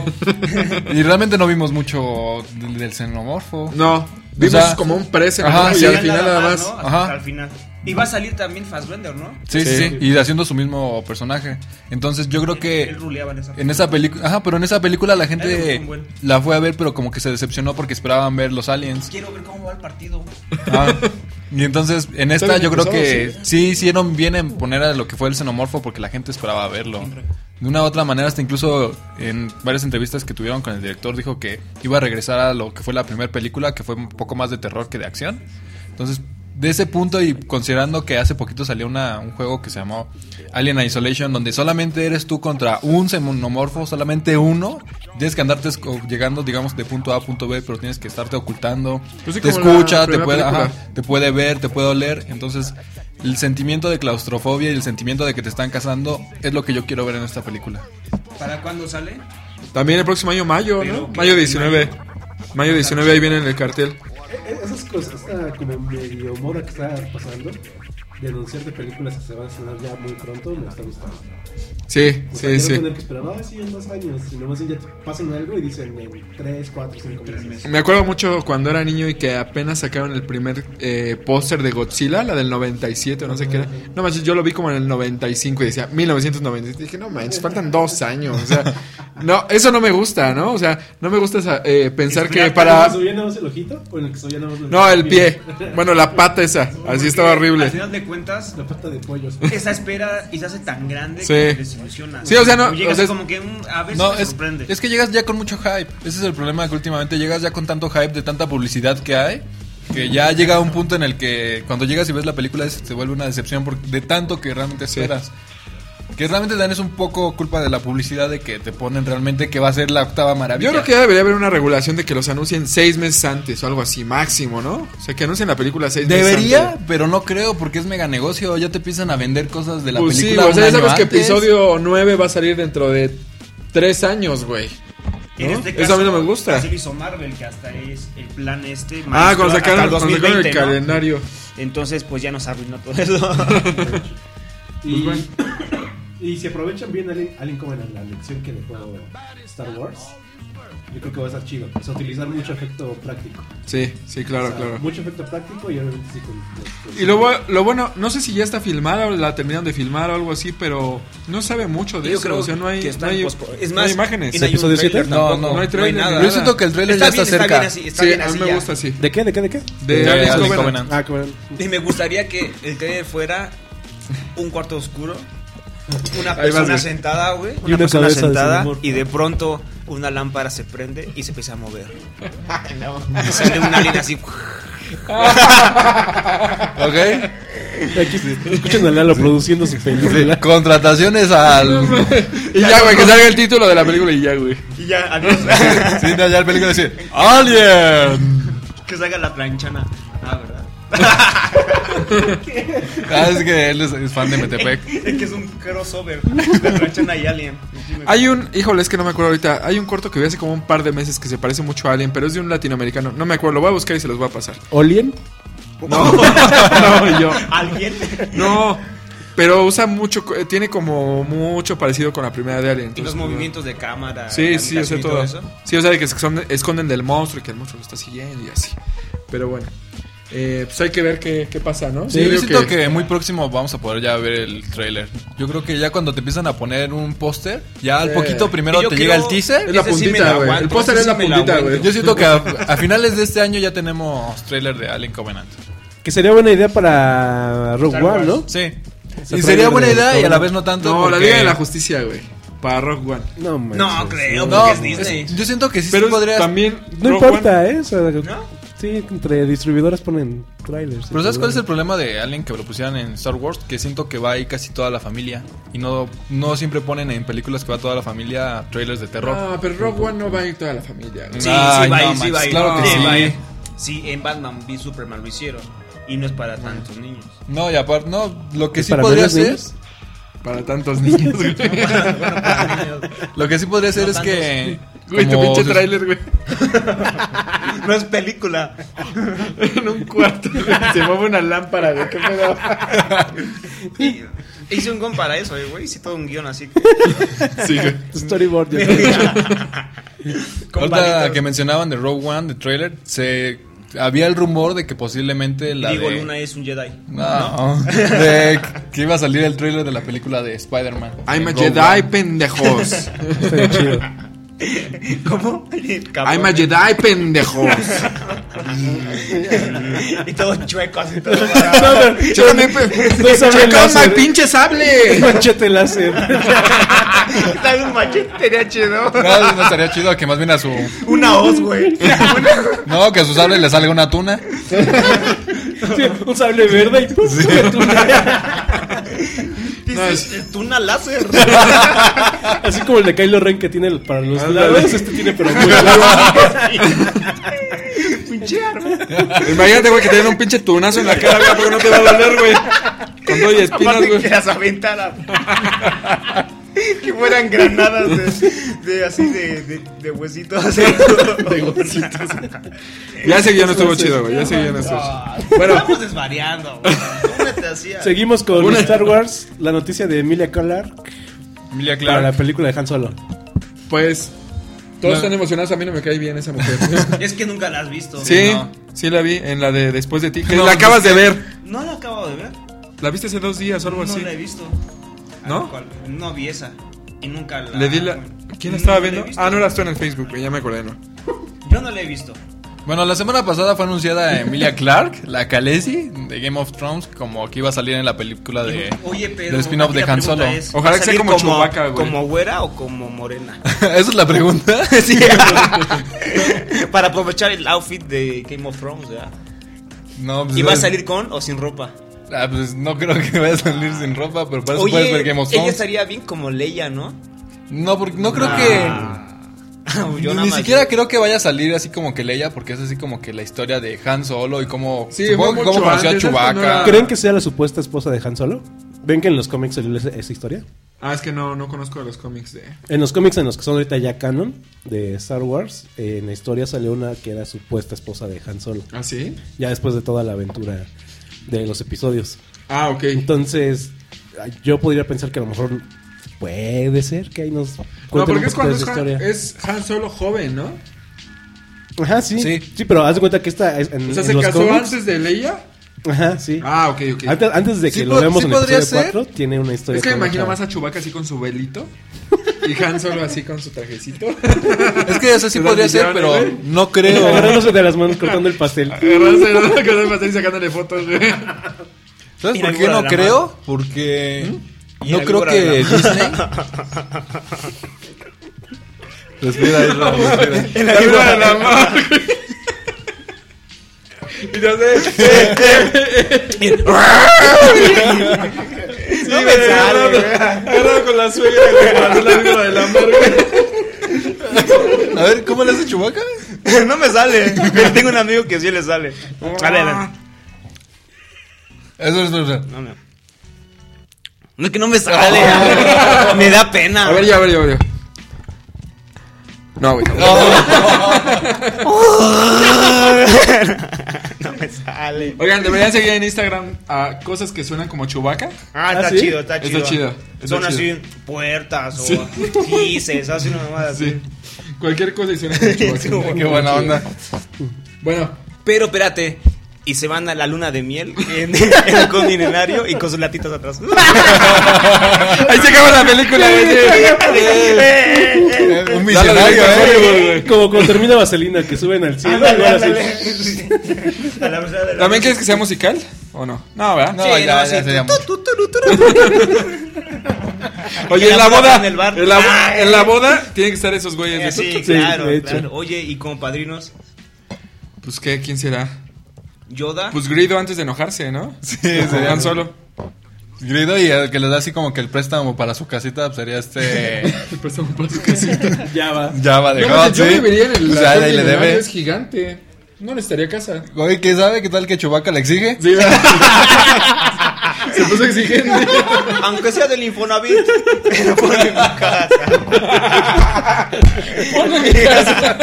S2: Y realmente no vimos mucho del del xenomorfo.
S4: No, vimos
S2: O sea,
S4: como un pre
S2: ajá,
S4: xenomorfo
S2: Ah,
S4: y
S2: sí,
S4: al
S2: ya
S4: final nada más.
S3: ¿no?
S2: Ajá.
S3: Hasta el final. Y va a salir también Fassbender, ¿no?
S2: Sí, sí,
S4: Sí.
S2: sí. Y haciendo su mismo personaje. Entonces yo creo que.
S3: Él ruleaba en esa.
S2: En esa película, ajá, pero en esa película la
S3: Ahí le gustó
S2: gente
S3: un buen.
S2: la fue a ver, pero como que se decepcionó porque esperaban ver los
S3: (laughs)
S2: aliens.
S3: Quiero ver cómo va el partido.
S2: Ah, y entonces, en
S4: Está
S2: esta
S4: bien
S2: yo creo que
S4: impulsado,
S2: sí hicieron bien en poner a lo que fue el xenomorfo porque la gente esperaba verlo. De una u otra manera, hasta incluso en varias entrevistas que tuvieron con el director, dijo que iba a regresar a lo que fue la primera película, que fue un poco más de terror que de acción. Entonces, de ese punto y considerando que hace poquito salió una, un juego que se llamó Alien Isolation, donde solamente eres tú contra un xenomorfo, solamente uno, tienes que andarte esco- llegando, digamos, de punto A a punto B, pero tienes que estarte ocultando,
S4: Pues sí,
S2: te
S4: como la
S2: escucha, te
S4: primera
S2: puede, ajá,
S4: película.
S2: te puede ver, te puede oler. Entonces, el sentimiento de claustrofobia y el sentimiento de que te están cazando es lo que yo quiero ver en esta película.
S3: ¿Para cuándo sale?
S4: También el próximo año, mayo,
S3: Pero,
S4: ¿no? Mayo 19. Mayo 19, ahí viene en el cartel.
S1: Eh, Esas cosas, esa como medio moda que está pasando, de anunciar de películas que se van a estrenar ya muy pronto, me está gustando.
S4: Sí,
S1: O sea,
S4: sí,
S1: ya no
S4: sí.
S1: tener que esperar, ah, sí, en dos años, y nomás ya pasan algo y dicen en tres, cuatro, cinco meses.
S4: Me acuerdo mucho cuando era niño y que apenas sacaron el primer eh, póster de Godzilla, la del 97 o no sé qué era. No manches, yo lo vi como en el 95 y decía 1997. Dije, no manches, faltan dos años. O sea, (laughs) no, eso no me gusta, ¿no? O sea, no me gusta esa, eh, pensar que
S1: ¿En el
S4: para...
S1: que subía nada más el ojito o en el que subía nada más
S4: No,
S1: (laughs)
S4: el pie. Bueno, la pata esa. Así estaba
S3: Al
S4: horrible.
S3: final de cuentas,
S1: La pata de
S4: (laughs)
S1: pollos.
S4: Pues
S3: esa espera y se hace tan grande
S4: Sí.
S3: que te desilusiona.
S4: Sí, o sea, no,
S3: Llegas
S4: o sea, es-
S3: como que un- a veces
S2: No,
S3: me
S2: es,
S3: sorprende.
S2: es que llegas ya con mucho hype. Ese es el problema que últimamente llegas ya con tanto hype de tanta publicidad que hay. Que ya llega a un punto en el que cuando llegas y ves la película es- se vuelve una decepción por- de tanto que realmente esperas. Que realmente dan es un poco culpa de la publicidad de que te ponen realmente que va a ser la octava maravilla.
S4: Yo creo que ya debería haber una regulación de que los anuncien seis meses antes o algo así, máximo, ¿no? O sea, que anuncien la película seis meses antes.
S2: Debería, pero no creo porque es mega negocio. Ya te empiezan a vender cosas de la
S4: Pues sí,
S2: película.
S4: o sea, ya
S2: un año
S4: sabes que
S2: antes.
S4: episodio 9 va a salir dentro de 3 años, güey. ¿no?
S3: En este
S4: Eso a mí no
S3: caso,
S4: me gusta.
S3: Así lo hizo Marvel, que hasta es el plan este.
S4: Ah,
S3: maestro,
S4: cuando sacaron,
S3: hasta el
S4: cuando sacaron
S3: 2020,
S4: el
S3: ¿no?
S4: calendario.
S3: Entonces, pues ya nos arruinó todo
S4: (laughs)
S3: eso.
S1: Y, (coughs) y si aprovechan bien Alien, Alien Covenant, la lección que dejó Star Wars, yo creo que va a estar chido. O sea, utilizar mucho efecto práctico.
S4: Sí, sí, claro,
S1: O sea,
S4: claro.
S1: Mucho efecto práctico y obviamente sí con. con-
S4: Y lo, bu- lo bueno, no sé si ya está filmada o la terminaron de filmar o algo así, pero no sabe mucho de
S3: Yo
S4: eso.
S3: creo
S4: o sea, no hay,
S3: que está
S4: no hay-
S3: en postpro- es
S4: no
S3: más,
S4: hay imágenes.
S3: y no hay
S1: ¿Episodio
S3: un trailer
S1: siete?
S3: tampoco,
S4: No, no, no hay
S3: hay
S4: trailer ni
S3: nada.
S4: nada.
S2: Yo siento que el trailer
S3: Está
S2: ya está
S3: bien, está
S2: cerca.
S3: bien así, está
S4: sí,
S3: bien
S4: a
S3: así
S4: mí me
S3: ya.
S4: gusta así.
S1: ¿De qué? ¿De qué? ¿De qué?
S4: De,
S2: De
S4: Alice
S2: Alice
S4: Covenant.
S2: Covenant.
S1: Ah, Covenant.
S3: Y me gustaría que el trailer fuera un cuarto oscuro, una
S4: Ahí vas,
S3: persona
S4: güey.
S3: sentada, güey,
S1: Y
S3: una,
S1: una
S3: persona
S1: cabeza de
S3: sentada
S1: xenomorfo.
S3: y de pronto una lámpara se prende y se empieza a (laughs) mover. Y sale un alien así. Ah,
S2: Ok.
S1: Aquí (laughs) escuchan a Lalo produciendo su película.
S2: Sí, (laughs) Contrataciones al.
S4: (laughs) Y ya, güey, que salga el título de la película y ya, güey.
S3: Y ya, (laughs) adiós.
S2: (laughs) sí, no, ya el película dice: ¡Alien!
S3: que salga la planchana. Ah, (laughs) verdad.
S2: Ah, es que él es, es fan de Metepec.
S3: Es que es un crossover. La planchana y alien.
S4: Hay un, híjole, es que no me acuerdo ahorita. Hay un corto que vi hace como un par de meses que se parece mucho a Alien, pero es de un latinoamericano. No me acuerdo, lo voy a buscar y se los voy a pasar.
S1: ¿Olien?
S4: No, no, (laughs) yo.
S3: Alguien.
S4: No, pero usa mucho, co- eh, tiene como mucho parecido con la primera de Alien.
S3: (laughs) Y los
S4: entonces,
S3: movimientos de cámara.
S4: Sí,
S3: la
S4: sí, o sea,
S3: animación y
S4: todo. Sí, o sea, de que se esconden, esconden del monstruo y que el monstruo lo está siguiendo y así. Pero bueno, eh, pues hay que ver qué, qué pasa, ¿no?
S2: Sí, yo
S4: digo
S2: siento que muy próximo vamos a poder ya ver el trailer. Yo creo que ya cuando te empiezan a poner un póster, ya al
S4: Sí.
S2: poquito primero
S3: Y yo
S2: te llega el
S3: creo-
S2: teaser.
S4: Es la
S3: Ese sí me
S4: puntita,
S3: la
S4: güey. el
S3: aguanto,
S4: póster
S3: ese
S4: es
S3: sí
S4: la
S3: me la
S4: puntita,
S3: aguanto.
S4: güey.
S2: Yo siento que a, a finales de este año ya tenemos trailer de Alien Covenant.
S1: Que sería buena idea para Rogue
S3: Star
S1: One,
S3: Wars.
S1: ¿no?
S2: Sí.
S1: Ese
S2: Y sería
S1: trailer
S2: buena
S1: de
S2: idea y a la
S1: Covenant.
S2: vez no tanto.
S4: No, la
S2: porque-
S4: Liga de la Justicia, güey. Para Rock One.
S1: No,
S3: No,
S1: manches.
S3: creo,
S2: No,
S3: porque es Disney.
S2: es- yo siento que sí
S4: Pero
S2: podrías.
S4: también.
S1: No
S4: Rogue One-
S1: importa, ¿eh? O sea,
S3: ¿No?
S1: Sí, entre distribuidoras ponen trailers.
S2: Pero ¿sabes cuál es el problema de Alien que lo pusieran en Star Wars? Que siento que va ahí casi toda la familia. Y no, no siempre ponen en películas que va toda la familia trailers de terror.
S4: Ah, pero Rogue One no va a ir toda la familia. güey.
S3: Sí,
S2: Ay,
S3: sí, va a
S2: no,
S3: ir, sí,
S2: Max,
S3: va a ir.
S2: claro que sí.
S3: va a ir. Sí, en Batman v Superman lo hicieron. Y no es para tantos
S2: (laughs)
S3: niños.
S2: No, y aparte, no, lo que
S1: ¿Es
S2: sí
S1: para
S2: podría
S1: menos
S2: ser.
S1: niños?
S2: Para tantos niños, güey. Lo que sí podría ser
S3: No
S2: es que.
S4: Güey, tu
S2: como
S4: pinche
S2: se-
S4: tráiler, güey.
S3: No es película.
S4: (laughs) En un cuarto, güey, Se mueve una lámpara, güey. ¿Qué pedo?
S3: Y- Hice un guión para eso, eh, güey. Hice todo un guión así.
S4: Sí, güey.
S1: Storyboard.
S2: (laughs)
S1: yo creo.
S3: Con
S2: Ahorita
S3: palitos.
S2: que mencionaban de Rogue One, de trailer, se había el rumor de que posiblemente la
S3: Diego
S2: de...
S3: Luna es un Jedi.
S2: No, de que iba a salir el trailer de la película de Spider-Man.
S4: I'm a
S2: De Rogue
S4: Jedi, (laughs) pendejos.
S1: Estaría
S2: (laughs)
S1: chido.
S3: (laughs) ¿Cómo?
S4: I'm a Jedi, pendejos. (laughs)
S3: Y todo chueco
S2: (laughs)
S3: así todo.
S4: Checa mi pe-
S1: no sabe
S4: Checa
S1: láser.
S4: my pinche sable.
S1: Machete láser. (laughs)
S3: Dale un machete, sería chido.
S2: One. No, no estaría chido que más bien a su...
S3: Una
S2: (laughs)
S3: hoz, güey.
S2: No, que a su sable le salga una tuna.
S1: Sí, un sable verde y ¡pum!
S2: (laughs)
S3: Dices, "Es una láser. (laughs)
S1: Así como el de Kylo Ren que tiene el- para los lados, este tiene pero muy largo.
S3: Pinche arma.
S4: Imagínate, güey, que te den un pinche tunazo en la cara, güey, porque no te va a doler, güey. Con dos y espinas,
S3: Aparte que
S4: güey.
S3: las aventara. (laughs) que fueran granadas de, de así de, de, de huesitos. así.
S4: Ya ese guión no estuvo chido, güey. Ya ese guión no estuvo chido.
S3: Bueno. Ah, Estamos desvariando. güey. Únete así a-
S1: Seguimos con Star Wars, la noticia de Emilia Clarke
S2: Emilia
S1: para la
S2: Clarke.
S1: película de Han Solo.
S4: Pues. Todos
S2: No.
S4: están emocionados, a mí no me cae bien esa mujer.
S3: Es que nunca la has visto.
S4: Sí,
S2: no.
S4: sí la vi en la de Después de ti. Que
S2: No,
S4: la
S2: pues
S4: acabas
S2: es
S4: de
S2: que-
S4: ver.
S3: No la acabo de ver.
S4: La viste hace dos días o algo
S3: No
S4: así.
S3: la he visto.
S4: ¿No?
S3: ¿Cuál? No vi esa. Y nunca la.
S4: Le di la. ¿Quién
S3: No,
S4: la estaba
S3: no he
S4: viendo?
S3: visto.
S4: Ah, no, la estoy en el Facebook, güey, ya me acordé, ¿no?
S3: Yo no la he visto.
S2: Bueno, la semana pasada fue anunciada Emilia Clarke, la Khaleesi de Game of Thrones, como que iba a salir en la película de... (laughs)
S3: Oye, pero.
S2: del spin-off de
S3: aquí la
S2: Han
S3: pregunta
S2: Solo.
S3: es,
S4: Eh, Ojalá
S3: ¿va a
S4: que sea
S3: salir
S4: como Chewbacca, güey.
S3: ¿Como güera o como morena?
S2: Esa es la pregunta. (laughs) Sí.
S3: (laughs) Para aprovechar el outfit de Game of Thrones, ¿verdad?
S2: No, pues,
S3: ¿Y va a salir con o sin ropa?
S2: Ah, pues no creo que vaya a salir sin ropa, pero para eso puedes ver Game of
S3: ella
S2: Thrones.
S3: estaría bien como Leia, ¿no? Ah.
S2: No, porque no creo que.
S3: (laughs) Yo nada
S2: ni
S3: más-
S2: siquiera creo que vaya a salir así como que Leia, porque es así como que la historia de Han Solo y cómo,
S4: Sí,
S2: supongo
S4: fue
S2: que cómo
S4: mucho
S2: conoció a
S4: antes, esto no
S2: Chewbacca.
S4: era-
S1: ¿Creen que sea la supuesta esposa de Han Solo? ¿Ven que en los cómics salió esa, esa historia?
S4: Ah, es que no, no conozco los cómics de.
S1: En los cómics en los que son ahorita ya canon de Star Wars, eh, en la historia salió una que era supuesta esposa de Han Solo.
S4: ¿Ah, sí?
S1: Ya después de toda la aventura de los episodios.
S4: Ah, ok.
S1: Entonces, yo podría pensar que a lo mejor puede ser que ahí nos
S4: No,
S1: cuenten
S4: porque
S1: un
S4: es cuando
S1: poquito de esa
S4: es Han,
S1: historia.
S4: es Han Solo joven, ¿no?
S1: Ajá, sí,
S2: Sí.
S1: sí. pero haz de cuenta que esta es en,
S4: O sea,
S1: en
S4: se
S1: los
S4: casó
S1: cómics.
S4: antes de Leia.
S1: Ajá, sí.
S4: Ah, ok, ok.
S1: Antes, antes de que
S2: Sí
S1: lo
S2: po-
S1: veamos
S2: sí
S1: en
S2: podría
S1: el episodio
S2: ser.
S1: 4, tiene una historia.
S4: Es que me
S1: con
S4: imagino
S1: esa-
S4: más a Chewbacca así con
S1: (laughs)
S4: su velito. Y Han Solo así con su trajecito.
S2: Es que eso sí
S4: Se
S2: podría
S4: las
S2: ser, pero
S4: millones,
S2: no
S4: (laughs)
S2: creo.
S1: Agarrándose de las manos cortando el pastel.
S4: (laughs) Agarrándose ¿no? con el pastel y sacándole fotos, güey.
S2: ¿Sabes
S3: Y
S2: por
S3: la
S2: qué
S3: víbora
S2: no
S3: de la
S2: creo? Porque
S3: Y
S2: no
S3: la
S2: creo
S3: víbora
S2: que
S3: de la
S2: Disney. respira, Isra, respira.
S4: La vida de la madre. Y yo sé.
S3: No me sale, güey.
S4: Agarrado con la suegra, güey. para hacer La vida de la madre.
S2: A ver, ¿cómo le hace Chewbacca?
S3: (laughs) no me sale. Pero Tengo un amigo que sí le sale.
S2: Ah.
S3: Dale, dale.
S2: Eso es verdad.
S3: No, no. No es que no me sale. me da pena.
S4: A ver, ya, a ver, ya, a ver. ya. No, güey.
S3: No me sale.
S4: Oigan, deberían seguir en Instagram a cosas que suenan como Chewbacca.
S3: Ah,
S1: ¿Ah,
S3: está
S1: sí?
S3: chido, está chido.
S4: Está chido, está
S3: Son así
S4: chido.
S3: puertas o
S4: Sí.
S3: gises, así una mamada así.
S4: Sí. Cualquier cosa y suena como (laughs) Chewbacca.
S2: Qué buena onda.
S4: Bueno,
S3: Pero espérate. Y se van a la luna de miel en, (laughs) en el conmilenario y con sus latitas atrás. (laughs)
S4: ahí se acaba la película, güey.
S2: Un
S4: Dale,
S2: visionario,
S4: dale,
S2: ¿eh?
S4: dale, güey.
S1: Como cuando termina Vaselina, que suben al cielo.
S3: Ándale,
S1: igual así.
S3: ándale. A la verdad, a la
S4: ¿También quieres que sea musical o no? No, ¿verdad?
S2: No,
S3: Sí,
S2: ya,
S3: no,
S2: ya
S3: sí.
S2: sería mucho.
S4: Oye, en Ah, la
S3: boda,
S4: boda.
S3: en el bar.
S4: En la, bo-
S3: Ay.
S4: en la boda tienen que estar esos güeyes.
S3: verdad.
S4: de-
S3: Sí,
S1: Sí,
S3: claro,
S1: de hecho.
S3: claro. Oye, y como padrinos.
S4: Pues qué, ¿quién será?
S3: Yoda.
S4: Pues Grido antes de enojarse, ¿no? (laughs)
S2: Sí,
S4: Se
S2: sería
S4: dan solo.
S2: Grido y el que le da así como que el préstamo para su casita pues, sería este
S4: (laughs)
S1: Ya va.
S2: Java de God,
S4: yo
S2: ¿sí?
S4: viviría en el
S2: O sea, ahí le debe.
S4: es gigante. No necesitaría casa.
S2: Oye, ¿qué sabe? ¿Qué tal que Chubaca le exige?
S4: Sí. (laughs) Se puso exigente.
S3: Aunque sea del Infonavit. (laughs) Pero ponle mi casa.
S4: Ponle mi casa.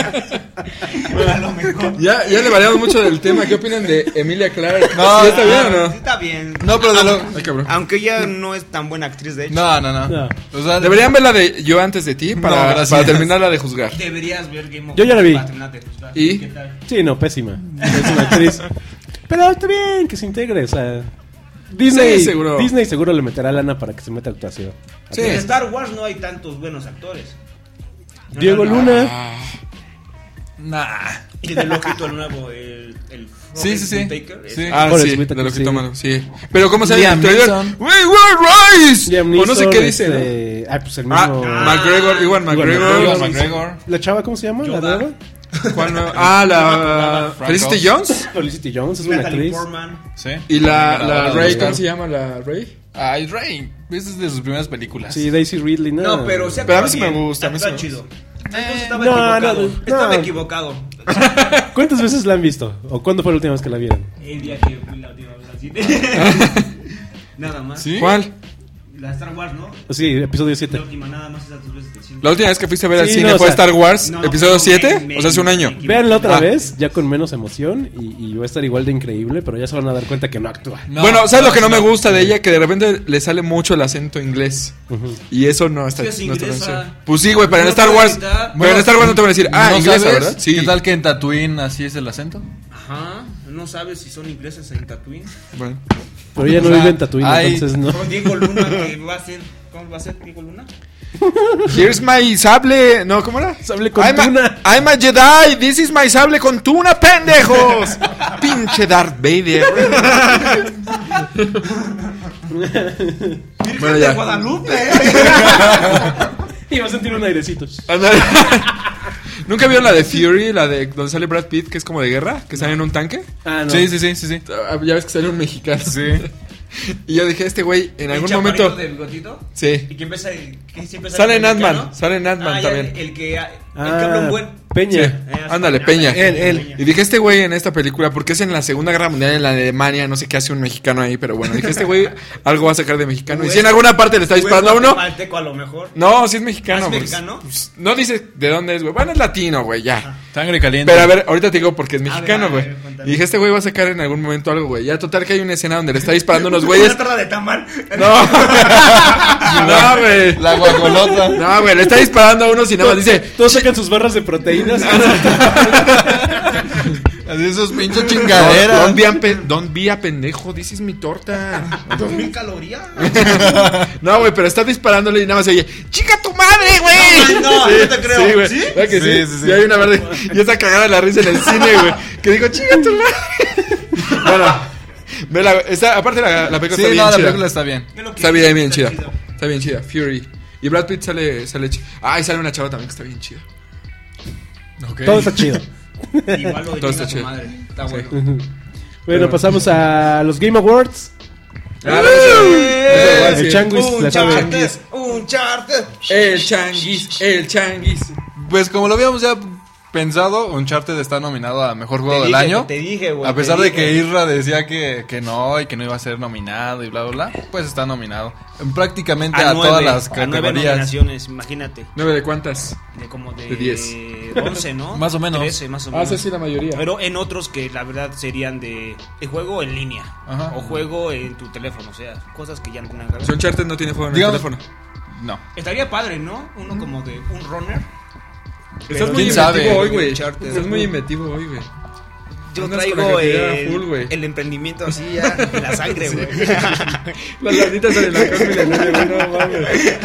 S3: A lo mejor.
S4: Ya, ya le variamos mucho del tema. ¿Qué opinan de Emilia Clarke?
S2: No,
S4: ¿Sí está bien o
S3: Sí
S4: no?
S3: está bien.
S2: No, pero de lo...
S4: Ay, cabrón.
S3: Aunque ella no es tan buena actriz, de hecho.
S2: No, no, no.
S1: No.
S2: O sea,
S4: Deberían ver la de Yo antes de ti
S2: No,
S4: para,
S2: gracias.
S4: para terminar la de juzgar.
S3: Deberías ver Game of
S1: Yo ya la
S3: Thrones
S1: vi.
S3: para terminar de juzgar.
S4: ¿Y?
S3: ¿Qué tal?
S1: Sí, no, pésima. Pésima actriz. Pero está bien que se integre, o sea. Disney,
S4: Sí, seguro.
S1: Disney seguro le meterá lana para que se meta a actuación.
S4: Sí.
S3: En Star Wars no hay tantos buenos actores. No,
S1: Diego
S3: no, no.
S1: Luna,
S4: Ah.
S2: Nah.
S3: Y del ojito el nuevo, el. el
S2: Sí, sí, sí.
S3: Taker, es-
S2: Sí.
S4: Ah,
S1: Por
S4: sí,
S1: el
S4: de
S1: Smith
S4: lo que
S1: sí.
S4: toman, sí. Pero ¿cómo se
S2: Liam
S4: llama?
S2: Neeson.
S4: We will rise.
S1: Liam
S4: o no sé
S1: Neeson,
S4: qué dice. ¿no?
S1: este, Ah, pues el
S4: Ah,
S1: mismo.
S4: McGregor, Iwan McGregor.
S2: Ewan McGregor.
S1: ¿La chava cómo se llama? ¿La
S3: Yoda.
S1: nueva?
S4: ¿Cuál no? Ah, la
S2: Franco.
S4: Felicity Jones
S1: Felicity Jones es una
S3: Natalie
S1: actriz.
S3: Portman.
S2: Sí.
S4: y la,
S2: Ganadora
S4: la
S2: del
S4: Rey,
S2: Oscar.
S4: ¿cómo se llama la Rey?
S2: Ay, Rey. Esa es de sus primeras películas.
S1: Sí, Daisy Ridley, no.
S3: No, pero se
S4: Pero a mí
S3: actúa
S4: sí me
S3: bien,
S4: gusta, a mí sí
S3: actúa
S4: me
S3: chido. Entonces
S1: Eh, no,
S3: estaba equivocado.
S1: no, no. (laughs)
S3: Estaba equivocado.
S1: ¿Cuántas veces la han visto? ¿O cuándo fue la última vez que la vieron?
S3: El día que fui la última vez al
S4: (laughs)
S3: cine. Nada más.
S2: ¿Sí?
S4: ¿Cuál?
S3: La Star Wars, ¿no?
S1: Sí, episodio
S3: La
S1: 7.
S3: última, nada más esas dos veces del cine.
S4: La última vez que fuiste a ver al
S1: Sí,
S4: cine
S1: no, o
S4: fue
S1: sea,
S4: Star Wars,
S3: no,
S4: episodio
S3: no,
S4: 7,
S3: me- me-
S4: o sea, hace un
S3: me
S4: año.
S3: equivoqué.
S1: Véanla otra
S4: Ah.
S1: vez, ya con menos emoción y, y va a estar igual de increíble, pero ya se van a dar cuenta que no actúa.
S2: No,
S4: bueno, ¿sabes lo que no me
S2: no.
S4: gusta de ella? Que de repente le sale mucho el acento inglés.
S1: Ujú.
S4: Y eso no está,
S3: Sí, es
S4: no está
S3: inglesa.
S4: bien. Pues sí, güey, pero en
S3: No
S4: Star
S3: puede
S4: Wars.
S3: evitar.
S4: Pero en Star Wars no te van a decir, ah,
S2: ¿no
S4: inglesa,
S2: sabes?
S4: ¿verdad? Sí.
S2: ¿Qué tal que en Tatooine así es el acento?
S3: Ajá. No sabes si son ingleses en Tatooine.
S4: Bueno.
S1: Pero ella no
S2: O sea,
S1: vive en Tatooine,
S2: hay-
S1: entonces
S3: (laughs)
S1: no.
S3: Con Diego Luna, que va a ser. ¿Cómo va a ser Diego Luna?
S4: Here's my sable. No, ¿cómo era?
S1: Sable con
S4: I'm a-
S1: tuna.
S4: I'm a Jedi. This is my sable con tuna, (laughs) pendejos. Pinche Darth Vader. bueno,
S3: De
S4: ya.
S3: (laughs) Guadalupe.
S1: Y va a sentir un airecito.
S4: Ándale. (laughs) ¿Nunca vieron la de Fury, la de donde sale Brad Pitt, que es como de guerra? Que sale en un tanque.
S1: Ah, no.
S2: Sí, sí, sí, sí, sí.
S4: Ah, Ya ves que sale un mexicano.
S2: Sí.
S4: Y yo dije, este güey, en
S3: El
S4: algún
S3: chaparrito
S4: momento.
S3: de bigotito. Y
S4: Sí.
S3: que empieza. Que siempre
S4: Sale en
S3: americano.
S4: Ant-Man, sale en Ant-Man
S3: Ah, ya,
S4: también.
S3: El que. El que habla un
S1: Ah,
S3: buen.
S1: Peña.
S4: Sí. eh, Ándale, Peña.
S1: Él, él.
S4: Y dije, este güey en esta película, porque es en la Segunda Guerra Mundial en la Alemania, no sé qué hace un mexicano ahí, pero bueno, dije, este güey algo va a sacar de mexicano. Y si en alguna parte le está disparando a uno,
S3: Malteco a lo mejor.
S4: no, si es mexicano.
S3: ¿Ah, ¿Es
S4: pues,
S3: mexicano?
S4: pues, no dice de dónde es, güey. Bueno, es latino, güey, ya.
S2: Sangre caliente.
S4: Pero a ver, ahorita te digo porque es
S3: ver,
S4: mexicano,
S3: a ver,
S4: güey.
S3: cuéntame.
S4: Y dije, este güey va a sacar en algún momento algo, güey. Ya, total que hay una escena donde le está
S3: (laughs)
S4: disparando unos
S3: Una
S4: güeyes.
S3: torta de tamal.
S4: No,
S3: (laughs)
S4: (laughs) no, güey.
S2: La guacolota.
S4: No, güey, le está disparando a unos y nada más dice,
S1: Todos sacan sus barras de proteínas.
S2: Así esos pinches
S4: Don't,
S2: chingaderas.
S4: don't, be a pe- don't be a pendejo, this is mi torta.
S3: 2000
S4: (laughs)
S3: calorías.
S4: No, güey, pero está disparándole y nada más se oye, ¡chica tu madre, güey!
S3: No, no te creo.
S4: Sí, güey.
S3: ¿Sí?
S4: ¿Verdad que sí?
S2: Sí, sí, sí.
S4: Y hay una verde. Y esa cagada la risa en el cine, güey. Que dijo, ¡chica tu madre! bueno, vela, güey, está, aparte la, la película
S2: Sí,
S4: está bien
S2: no, la
S4: chida.
S2: película está bien.
S3: Yo lo que-
S4: Está bien, bien chida.
S3: chido.
S4: Está bien chida, Fury. Y Brad Pitt sale, sale ch- Ah, y sale una chava también que está bien chida.
S2: Ok.
S1: Todo está chido.
S3: Igual lo de
S4: Todo
S3: chinga
S4: está
S3: tu
S4: chido.
S3: madre. Está bueno.
S1: Bueno, pasamos a los Game Awards.
S4: Ah,
S1: El
S4: sí. Eh,
S1: changuis,
S3: Un
S1: la sabe.
S3: charter, un charter.
S4: El changuis, el changuis.
S2: Pues como lo habíamos ya pensado, Uncharted está nominado a Mejor Juego
S3: Te
S2: del
S3: dije,
S2: Año.
S3: te dije, güey,
S2: A
S3: te
S2: pesar de
S3: dije.
S2: que Irra decía que, que no y que no iba a ser nominado y bla, bla, bla, pues está nominado. En prácticamente a,
S3: nueve,
S2: todas las
S3: a nueve
S2: categorías.
S3: nominaciones, imagínate.
S4: ¿Nueve de cuántas?
S3: De como de,
S4: De diez.
S3: 11,
S2: (laughs)
S3: ¿no?
S2: Más o menos.
S3: 13, más o
S1: Ah,
S3: menos.
S4: Ah, la mayoría.
S3: Pero en otros que la verdad serían de, de juego en línea.
S2: Ajá.
S3: O juego en tu teléfono. O sea, cosas que ya no tienen que ver.
S4: Son charters no tiene juego en
S2: Digamos-
S4: el teléfono.
S2: No.
S3: Estaría padre, ¿no? Uno como de un runner.
S4: Estás muy
S2: ¿Quién
S4: inventivo
S2: sabe?
S4: hoy, güey.
S3: Uncharted.
S4: Estás muy inventivo hoy, güey.
S3: Yo
S4: Andas con la
S3: traigo
S4: creatividad
S3: el,
S4: full, güey.
S3: el emprendimiento así ya en la
S2: (laughs)
S3: sangre, güey. (laughs)
S4: Las lanitas salen la carne y la leche, güey. No mames.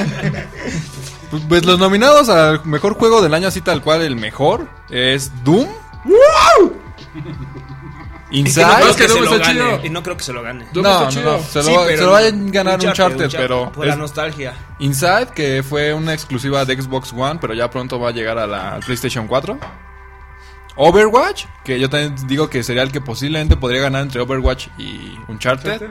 S2: Pues, pues los nominados al Mejor Juego del Año, así tal cual, el mejor, es Doom. Inside.
S4: Ah,
S3: creo
S4: es que
S3: se
S4: no
S3: lo
S4: está
S3: gane.
S4: chido.
S3: Y no creo que se lo gane.
S4: Doom
S2: No,
S4: está
S2: no,
S4: chido.
S2: no, se lo,
S3: Sí,
S2: va-
S3: pero
S2: se lo va a ganar un charter,
S3: Uncharted,
S2: pero
S3: Por la
S2: es
S3: nostalgia.
S2: Inside, que fue una exclusiva de Xbox One, pero ya pronto va a llegar a la al PlayStation 4. Overwatch, que yo también digo que sería el que posiblemente podría ganar entre Overwatch y Uncharted.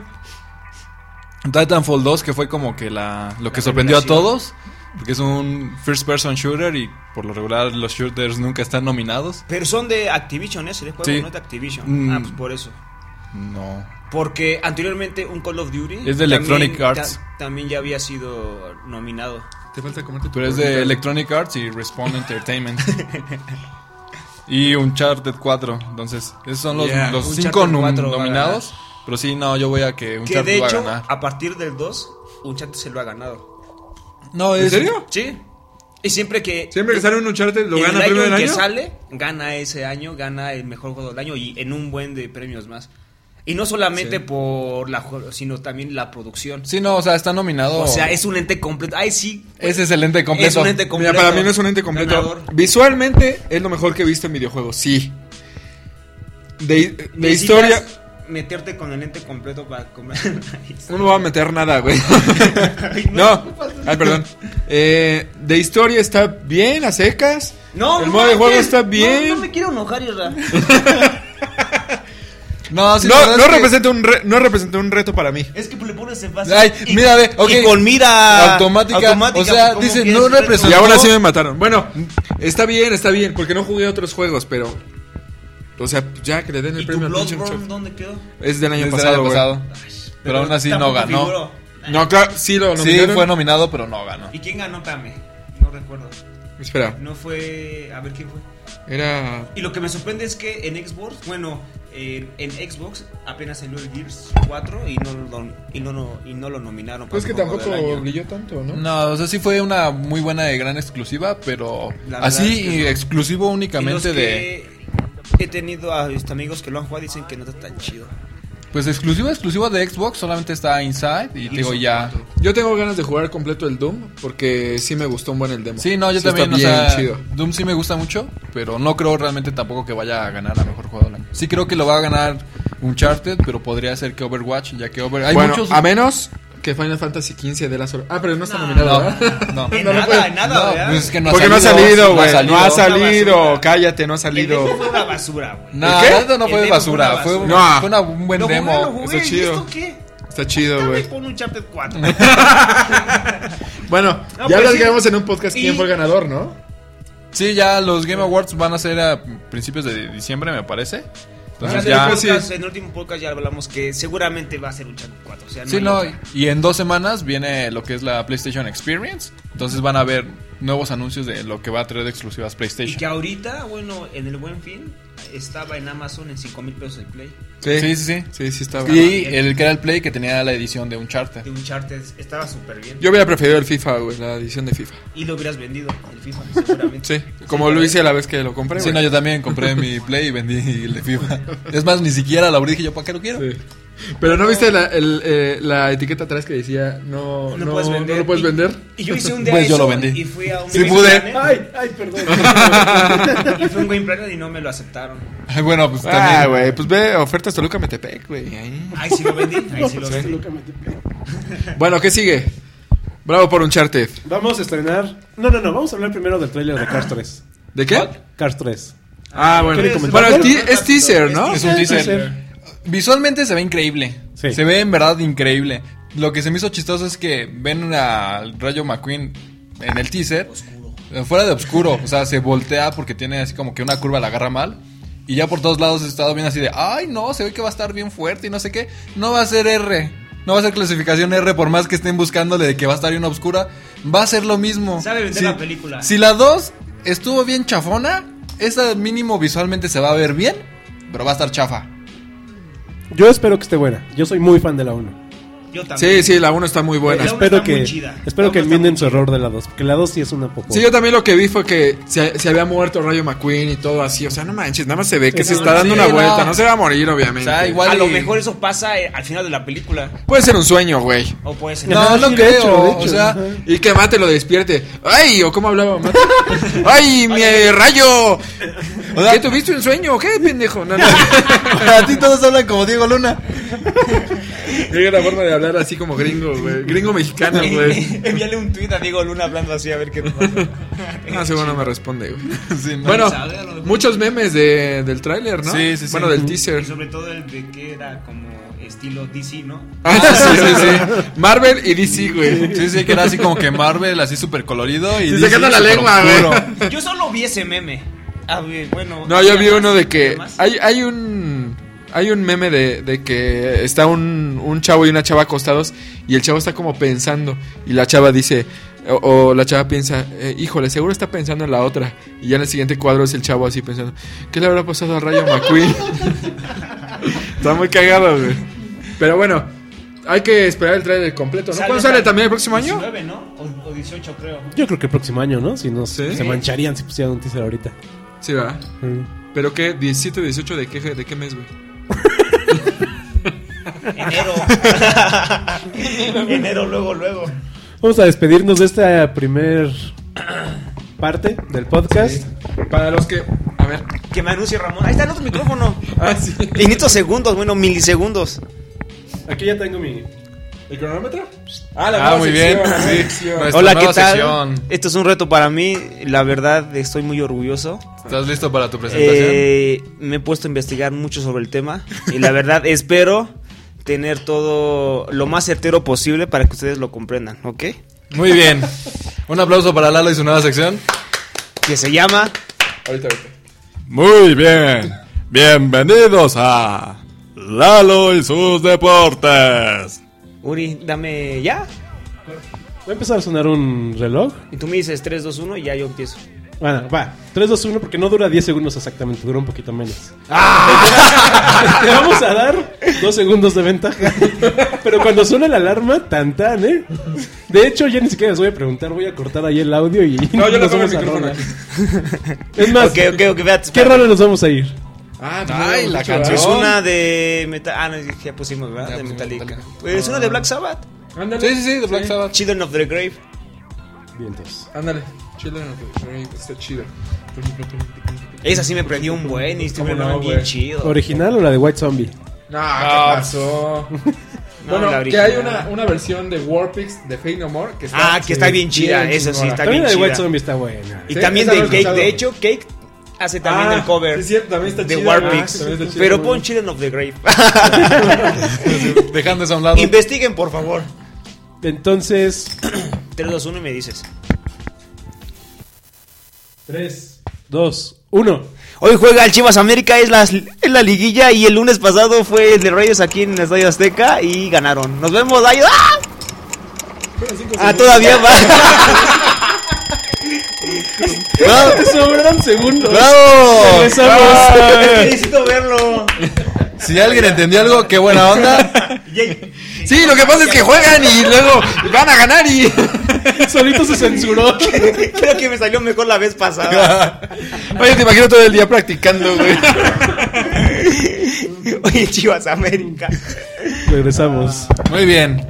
S2: Titanfall 2, que fue como que la, lo que sorprendió a
S3: revelación.
S2: todos, porque es un first person shooter y por lo regular los shooters nunca están nominados.
S3: Pero son de Activision, ¿eh? el juego,
S2: Sí.
S3: no es de Activision.
S2: Mm.
S3: Ah, pues por eso.
S2: No.
S3: Porque anteriormente un Call of Duty.
S2: Es de Electronic
S3: también-
S2: Arts.
S3: ta- también ya había sido nominado.
S4: Te falta comerte tu
S2: Pero es de Electronic Arts y Respawn Entertainment. (laughs) y Uncharted 4. Entonces, esos son los,
S4: Yeah.
S2: los
S3: Uncharted
S2: cinco nom-
S3: 4 va a
S2: nominados. Pero sí, no, yo voy a que
S3: Que
S2: Uncharted
S3: de
S2: va a
S3: hecho,
S2: ganar.
S3: a partir del 2, Uncharted se lo ha ganado.
S2: No,
S4: ¿En
S2: es-
S4: serio?
S3: Sí. Y siempre que.
S4: Siempre que sale un Uncharted lo
S3: en
S4: gana
S3: el
S4: primero del
S3: año en
S4: año.
S3: que sale, gana ese año, gana el mejor juego del año y en un buen de premios más. Y no solamente por la ju- sino también la producción.
S2: Sí, no, o sea, está nominado.
S3: O sea, es un ente completo. Ay, sí.
S2: ese es el ente completo.
S3: Es un ente completo.
S4: Mira, para mí no es un ente completo.
S3: Ganador.
S4: Visualmente es lo mejor que he visto en videojuegos, sí. De, de
S3: Necesitas
S4: historia,
S3: Meterte con el ente completo para
S2: (laughs)
S3: comer.
S4: no me voy a meter nada, güey. no,
S2: Ah,
S4: ay, perdón. Eh, de historia está bien, a secas.
S3: No,
S4: el
S3: no
S4: modo de juego
S3: manches.
S4: está
S3: No,
S4: bien.
S3: No, me quiero
S2: (laughs)
S3: enojar, Isra.
S2: No, sí, la
S4: no,
S2: verdad
S4: no
S2: es que-
S4: representa un re- no representa un reto para mí.
S3: Es que le pones en fácil.
S2: Ay, mira, ve, ok.
S3: y con mira
S2: Automática, o sea,
S3: pues, ¿cómo
S2: dice,
S3: quieres
S2: no
S3: el reto?
S2: representa-
S4: Y
S2: No.
S4: ahora sí me mataron. Bueno, está bien, está bien, porque no jugué otros juegos, pero. O sea, ya que le den el
S3: ¿Y tu
S4: premio al pinche
S3: Bloodborne
S4: Uncharted.
S3: dónde quedó?
S4: Es del año
S2: Desde el
S4: pasado,
S2: año
S4: güey.
S2: pasado. Pero aún así no
S3: tampoco
S2: ganó.
S3: figuró.
S4: No, claro, sí lo
S2: Sí,
S4: nominaron.
S2: fue nominado, pero no ganó.
S3: ¿Y quién ganó, Pame? No recuerdo.
S4: Espera,
S3: No fue. A ver quién fue.
S4: era
S3: Y lo que me sorprende es que en Xbox, bueno, eh, en Xbox apenas salió el Gears 4 y no lo, y no, no- y no lo nominaron. para
S4: Pues que
S3: el juego
S4: tampoco
S3: del año.
S4: brilló tanto, ¿no?
S2: No, o sea, sí fue una muy buena y gran exclusiva, pero
S3: La verdad
S2: así
S3: es que
S2: y
S3: no.
S2: exclusivo
S3: Y los
S2: únicamente de...
S3: que He tenido a mis amigos que lo han jugado dicen que no está tan chido.
S2: Pues exclusivo, exclusivo de Xbox, solamente está Inside y digo ya...
S4: Yo tengo ganas de jugar completo el Doom porque sí me gustó un buen el demo.
S2: Sí, no, yo
S4: Sí
S2: también, o
S4: Está
S2: sea,
S4: bien chido.
S2: Doom sí me gusta mucho, pero no creo realmente tampoco que vaya a ganar a Mejor Juego del Año. Sí creo que lo va a ganar Uncharted, pero podría ser que Overwatch, ya que Overwatch... Hay
S4: bueno,
S2: muchos...
S4: a menos que Final Fantasy XV de la sola. Ah, pero no está nominado, ¿verdad? (laughs)
S2: No,
S3: En
S2: no.
S3: nada, en nada,
S2: No,
S3: ¿verdad?
S2: pues es que
S4: porque no ha salido, güey. No ha
S3: Una
S4: salido.
S3: basura.
S4: Cállate, no ha
S3: El demo fue
S4: salido.
S3: una basura, güey.
S2: No,
S4: ¿El qué?
S2: la neta no
S3: El
S2: fue
S3: demo
S2: basura,
S3: fue
S2: fue,
S3: una
S4: basura.
S2: fue una- un buen
S3: Lo jugué,
S2: demo.
S3: lo jugué,
S4: está
S3: ¿y
S4: chido.
S3: esto qué?
S4: (laughs) Está chido,
S3: Dame
S4: güey.
S3: con Uncharted
S2: (laughs)
S3: 4.
S4: Bueno,
S3: No,
S4: ya
S3: pero sí.
S4: hablaremos en un podcast quién
S3: Y-
S4: fue el ganador, ¿no?
S2: Sí, ya los Game Awards van a ser a principios de diciembre, me parece.
S4: Ah,
S2: Entonces
S3: Ya en
S2: ya...
S3: el podcast-
S4: sí.
S3: En el último podcast ya hablamos que seguramente va a ser Uncharted 4. O sea,
S2: Sí,
S3: hay
S2: no,
S3: otra.
S2: y en dos semanas viene lo que es la PlayStation Experience. Entonces van a ver nuevos anuncios de lo que va a traer de exclusivas
S3: Y que
S2: PlayStation.
S3: ahorita, bueno, en el buen fin estaba en Amazon en 5 mil pesos el play
S2: Sí, sí, sí.
S4: Sí, sí, estaba.
S2: Y el que era el Play que tenía la edición de Uncharted.
S3: de Uncharted. Estaba súper bien.
S4: Yo hubiera preferido el FIFA, güey, la edición de FIFA.
S3: Y lo hubieras vendido, el FIFA, seguramente.
S4: Sí, como lo hice la vez que lo compré.
S2: Sí,
S4: güey.
S2: no, yo también compré mi Play y vendí el de FIFA. Es más, ni siquiera la abrí dije yo, ¿para qué lo quiero?
S4: Sí. Pero no viste la, el, eh, la etiqueta atrás que decía no, no, no lo puedes
S3: Y-
S4: vender.
S3: Y, yo hice un día
S2: Pues yo
S3: eso
S2: lo vendí.
S3: y fui a un
S2: Sí
S3: Game
S2: pude.
S3: Planet,
S1: Ay, ay, (laughs) perdón.
S3: y fui a un Game Planet y no me lo aceptaron.
S2: Ay, (laughs) Bueno, pues
S4: Ah,
S2: también.
S4: güey, pues ve ofertas Toluca Metepec, güey. ahí.
S3: Ahí sí lo vendí, ahí sí lo
S1: Sí.
S3: vendí.
S4: Bueno, ¿qué sigue? Bravo por Uncharted.
S1: Vamos a estrenar. No, no, no. Vamos a hablar primero del tráiler de Cars 3.
S4: ¿De qué?
S1: Cars 3.
S4: Ah, bueno.
S1: ¿Quieren comentar?
S4: Bueno, es, ti- es teaser, ¿no?
S2: Es un teaser. Visualmente se ve increíble.
S1: Sí.
S2: Se ve en verdad increíble. Lo que se me hizo chistoso es que ven al Rayo McQueen en el teaser. eh, Fuera de oscuro. O sea, se voltea porque tiene así como que una curva la agarra mal. Y ya por todos lados he estado bien así de, ay no, se ve que va a estar bien fuerte y no sé qué. No va a ser R. No va a ser clasificación R por más que estén buscándole de que va a estar bien obscura. Va a ser lo mismo.
S3: Sabe vender
S2: Si-
S3: la película.
S2: Si la 2 estuvo bien chafona, esa mínimo visualmente se va a ver bien, pero va a estar chafa.
S1: Yo espero que esté buena. Yo soy muy fan de la 1.
S3: Yo también.
S4: Sí, sí, la 1 está muy buena.
S3: La uno
S1: Espero
S3: está muy
S1: que,
S3: chida.
S1: espero
S3: La
S1: que
S3: uno está
S1: enmienden
S3: muy
S1: su
S3: chida.
S1: error de la 2. Porque la 2 sí es una popó.
S4: Sí, yo también lo que vi fue que se, se había muerto Rayo McQueen y todo así. O sea, no manches, nada más se ve que
S1: Sí,
S4: se
S1: no,
S4: está dando
S2: sí,
S4: una
S2: no.
S4: vuelta. No se va a morir, obviamente.
S2: O sea, igual
S3: A lo
S2: y- (laughs)
S3: mejor eso pasa eh, al final de la película.
S4: Puede ser un sueño, güey.
S3: O puede ser. (laughs)
S2: No, no
S1: sí, de
S2: creo.
S1: hecho, de
S2: o
S1: hecho,
S2: sea,
S1: ajá.
S4: Y que mate lo despierte. ¡Ay! ¿O cómo hablaba mate? ¡Ay, mi eh, rayo! ¿Qué tuviste un sueño? o ¿Qué, pendejo? No, no.
S2: a ti todos hablan como Diego Luna.
S4: Llega la forma de hablar así como gringo, güey. Gringo mexicano,
S2: pues.
S4: güey.
S3: (laughs) Envíale un tweet a Diego Luna hablando así a ver qué nos pasa.
S2: Ah,
S4: No, seguro no me responde, güey.
S2: Sí, no.
S4: Bueno,
S7: sabe, a lo mejor.
S4: muchos memes de, del tráiler, ¿no?
S2: Sí, sí, sí.
S4: Bueno, del
S7: Y
S4: teaser.
S7: sobre todo el de que era como estilo DC, ¿no? (laughs)
S4: Ah, sí, sí, sí. Marvel y DC, güey.
S2: Sí, sí, que era así como que Marvel, así súper colorido. Y
S4: Sí, sacando la
S2: súper
S4: lengua,
S2: oscuro.
S4: güey.
S7: Yo solo vi ese meme. Ah, bien, bueno.
S4: No, yo
S7: ¿qué
S4: vi
S7: más?
S4: uno de
S7: ¿Qué
S4: que
S7: más?
S4: hay, hay un hay un meme de, de que está un, un chavo y una chava acostados y el chavo está como pensando y la chava dice o, o la chava piensa, eh, híjole, seguro está pensando en la otra y ya en el siguiente cuadro es el chavo así pensando, ¿qué le habrá pasado a Rayo (laughs) McQueen? está muy cagado, güey. Pero bueno, hay que esperar el trailer completo, ¿no?
S7: Sale
S4: ¿Cuándo sale
S7: hasta
S4: también el próximo año?
S7: 19, ¿no? O, o 18, creo.
S1: Yo creo que el próximo año, ¿no? Si no,
S4: Sí.
S1: se mancharían si pusieran un teaser ahorita.
S4: Sí, ¿verdad? Pero qué 17, 18 de qué de qué mes, güey? (laughs)
S7: Enero. Enero, luego, luego.
S1: Vamos a despedirnos de esta primer (clears throat) parte del podcast.
S4: Para los que a ver,
S3: Que me anuncie Ramón. Ahí está el otro micrófono.
S4: Ah, sí.
S3: Infinitos segundos, bueno, milisegundos.
S1: Aquí ya tengo mi...
S4: ¿El cronómetro? Ah,
S2: Ah, muy bien. Sí. Nuestra
S3: Hola, ¿qué
S2: nueva
S3: tal?
S2: sección.
S3: Esto es un reto para mí. La verdad, estoy muy orgulloso.
S2: ¿Estás listo para tu presentación?
S3: Eh, me he puesto a investigar mucho sobre el tema. Y la verdad, (laughs) espero tener todo lo más certero posible para que ustedes lo comprendan, ¿ok?
S2: Muy bien. Un aplauso para Lalo y su nueva sección.
S3: Que se llama.
S4: Ahorita, ahorita.
S8: Muy bien. Bienvenidos a Lalo y sus deportes.
S3: Uri, dame ya.
S1: Va a empezar a sonar un reloj.
S3: Y tú me dices 3, 2, 1 y ya yo empiezo.
S1: Bueno, va. 3, 2, 1, porque no dura 10 segundos exactamente, dura un poquito menos.
S4: ¡Ah!
S1: (laughs) Te vamos a dar 2 segundos de ventaja. Pero cuando suene la alarma, tan tan, ¿eh? De hecho, ya ni siquiera les voy a preguntar, voy a cortar ahí el audio y.
S4: No, yo le
S1: nos
S4: pongo el
S1: vamos a
S4: micrófono
S1: rola.
S4: aquí.
S1: (laughs) Es más,
S3: ok, ok, ok, veas.
S1: ¿qué raro nos vamos a ir?
S4: Ah,
S2: Ay, la canción.
S3: Es una de Meta- Ah, no, ya pusimos, ¿verdad?
S2: Ya
S3: de
S2: pusimos
S3: Metallica.
S2: Metallica.
S3: Pues es una de Black Sabbath.
S4: Ándale.
S2: Sí, sí, sí, de Black Sabbath.
S3: Children of the Grave.
S1: Bien, entonces.
S4: Ándale. Chile, no, pues, está chido.
S3: Esa sí me prendió un buen y estuve
S4: ¿Cómo no,
S3: bien
S4: güey?
S3: chido.
S1: ¿Original o la de White Zombie?
S4: No, ¿qué
S2: Ah, pues. (laughs)
S4: pasó?
S3: No, la
S4: bueno, que
S3: original.
S4: hay una, una versión de Warpix de Fake No More que está
S3: Ah, que está bien chida, eso sí, está
S1: También
S3: bien
S1: la de White
S3: chida.
S1: Zombie está buena.
S3: Y
S4: Sí,
S3: también
S4: esa
S3: de
S4: la he
S3: Cake,
S4: escuchado.
S3: de hecho, Cake hace también
S4: Ah,
S3: el cover.
S4: sí, es cierto, también está
S3: de
S4: chida. Ah,
S3: Warpix.
S4: sí, también está chida,
S3: Pero
S4: güey.
S3: pon Children of the Grave.
S2: Dejando eso a un lado.
S3: (laughs) Investiguen, por favor.
S1: Entonces,
S3: 3, 2, 1 y me dices.
S1: 3, 2, 1.
S3: Hoy juega el Chivas América, es la, es la liguilla y el lunes pasado fue el de Reyes aquí en el Estadio Azteca y ganaron. Nos vemos, ay, ¡ah! Ah, todavía
S4: (laughs)
S3: va.
S1: Te (laughs) sobraron segundos.
S2: ¡Bravo!
S3: Necesito verlo.
S2: Si alguien entendió algo, qué buena onda.
S4: Sí, lo que pasa es que juegan y luego van a ganar y.
S1: Solito se censuró.
S3: (laughs) Creo que me salió mejor la vez pasada.
S4: Oye, te imagino todo el día practicando, güey.
S3: Oye, Chivas América.
S1: Regresamos.
S2: Muy bien.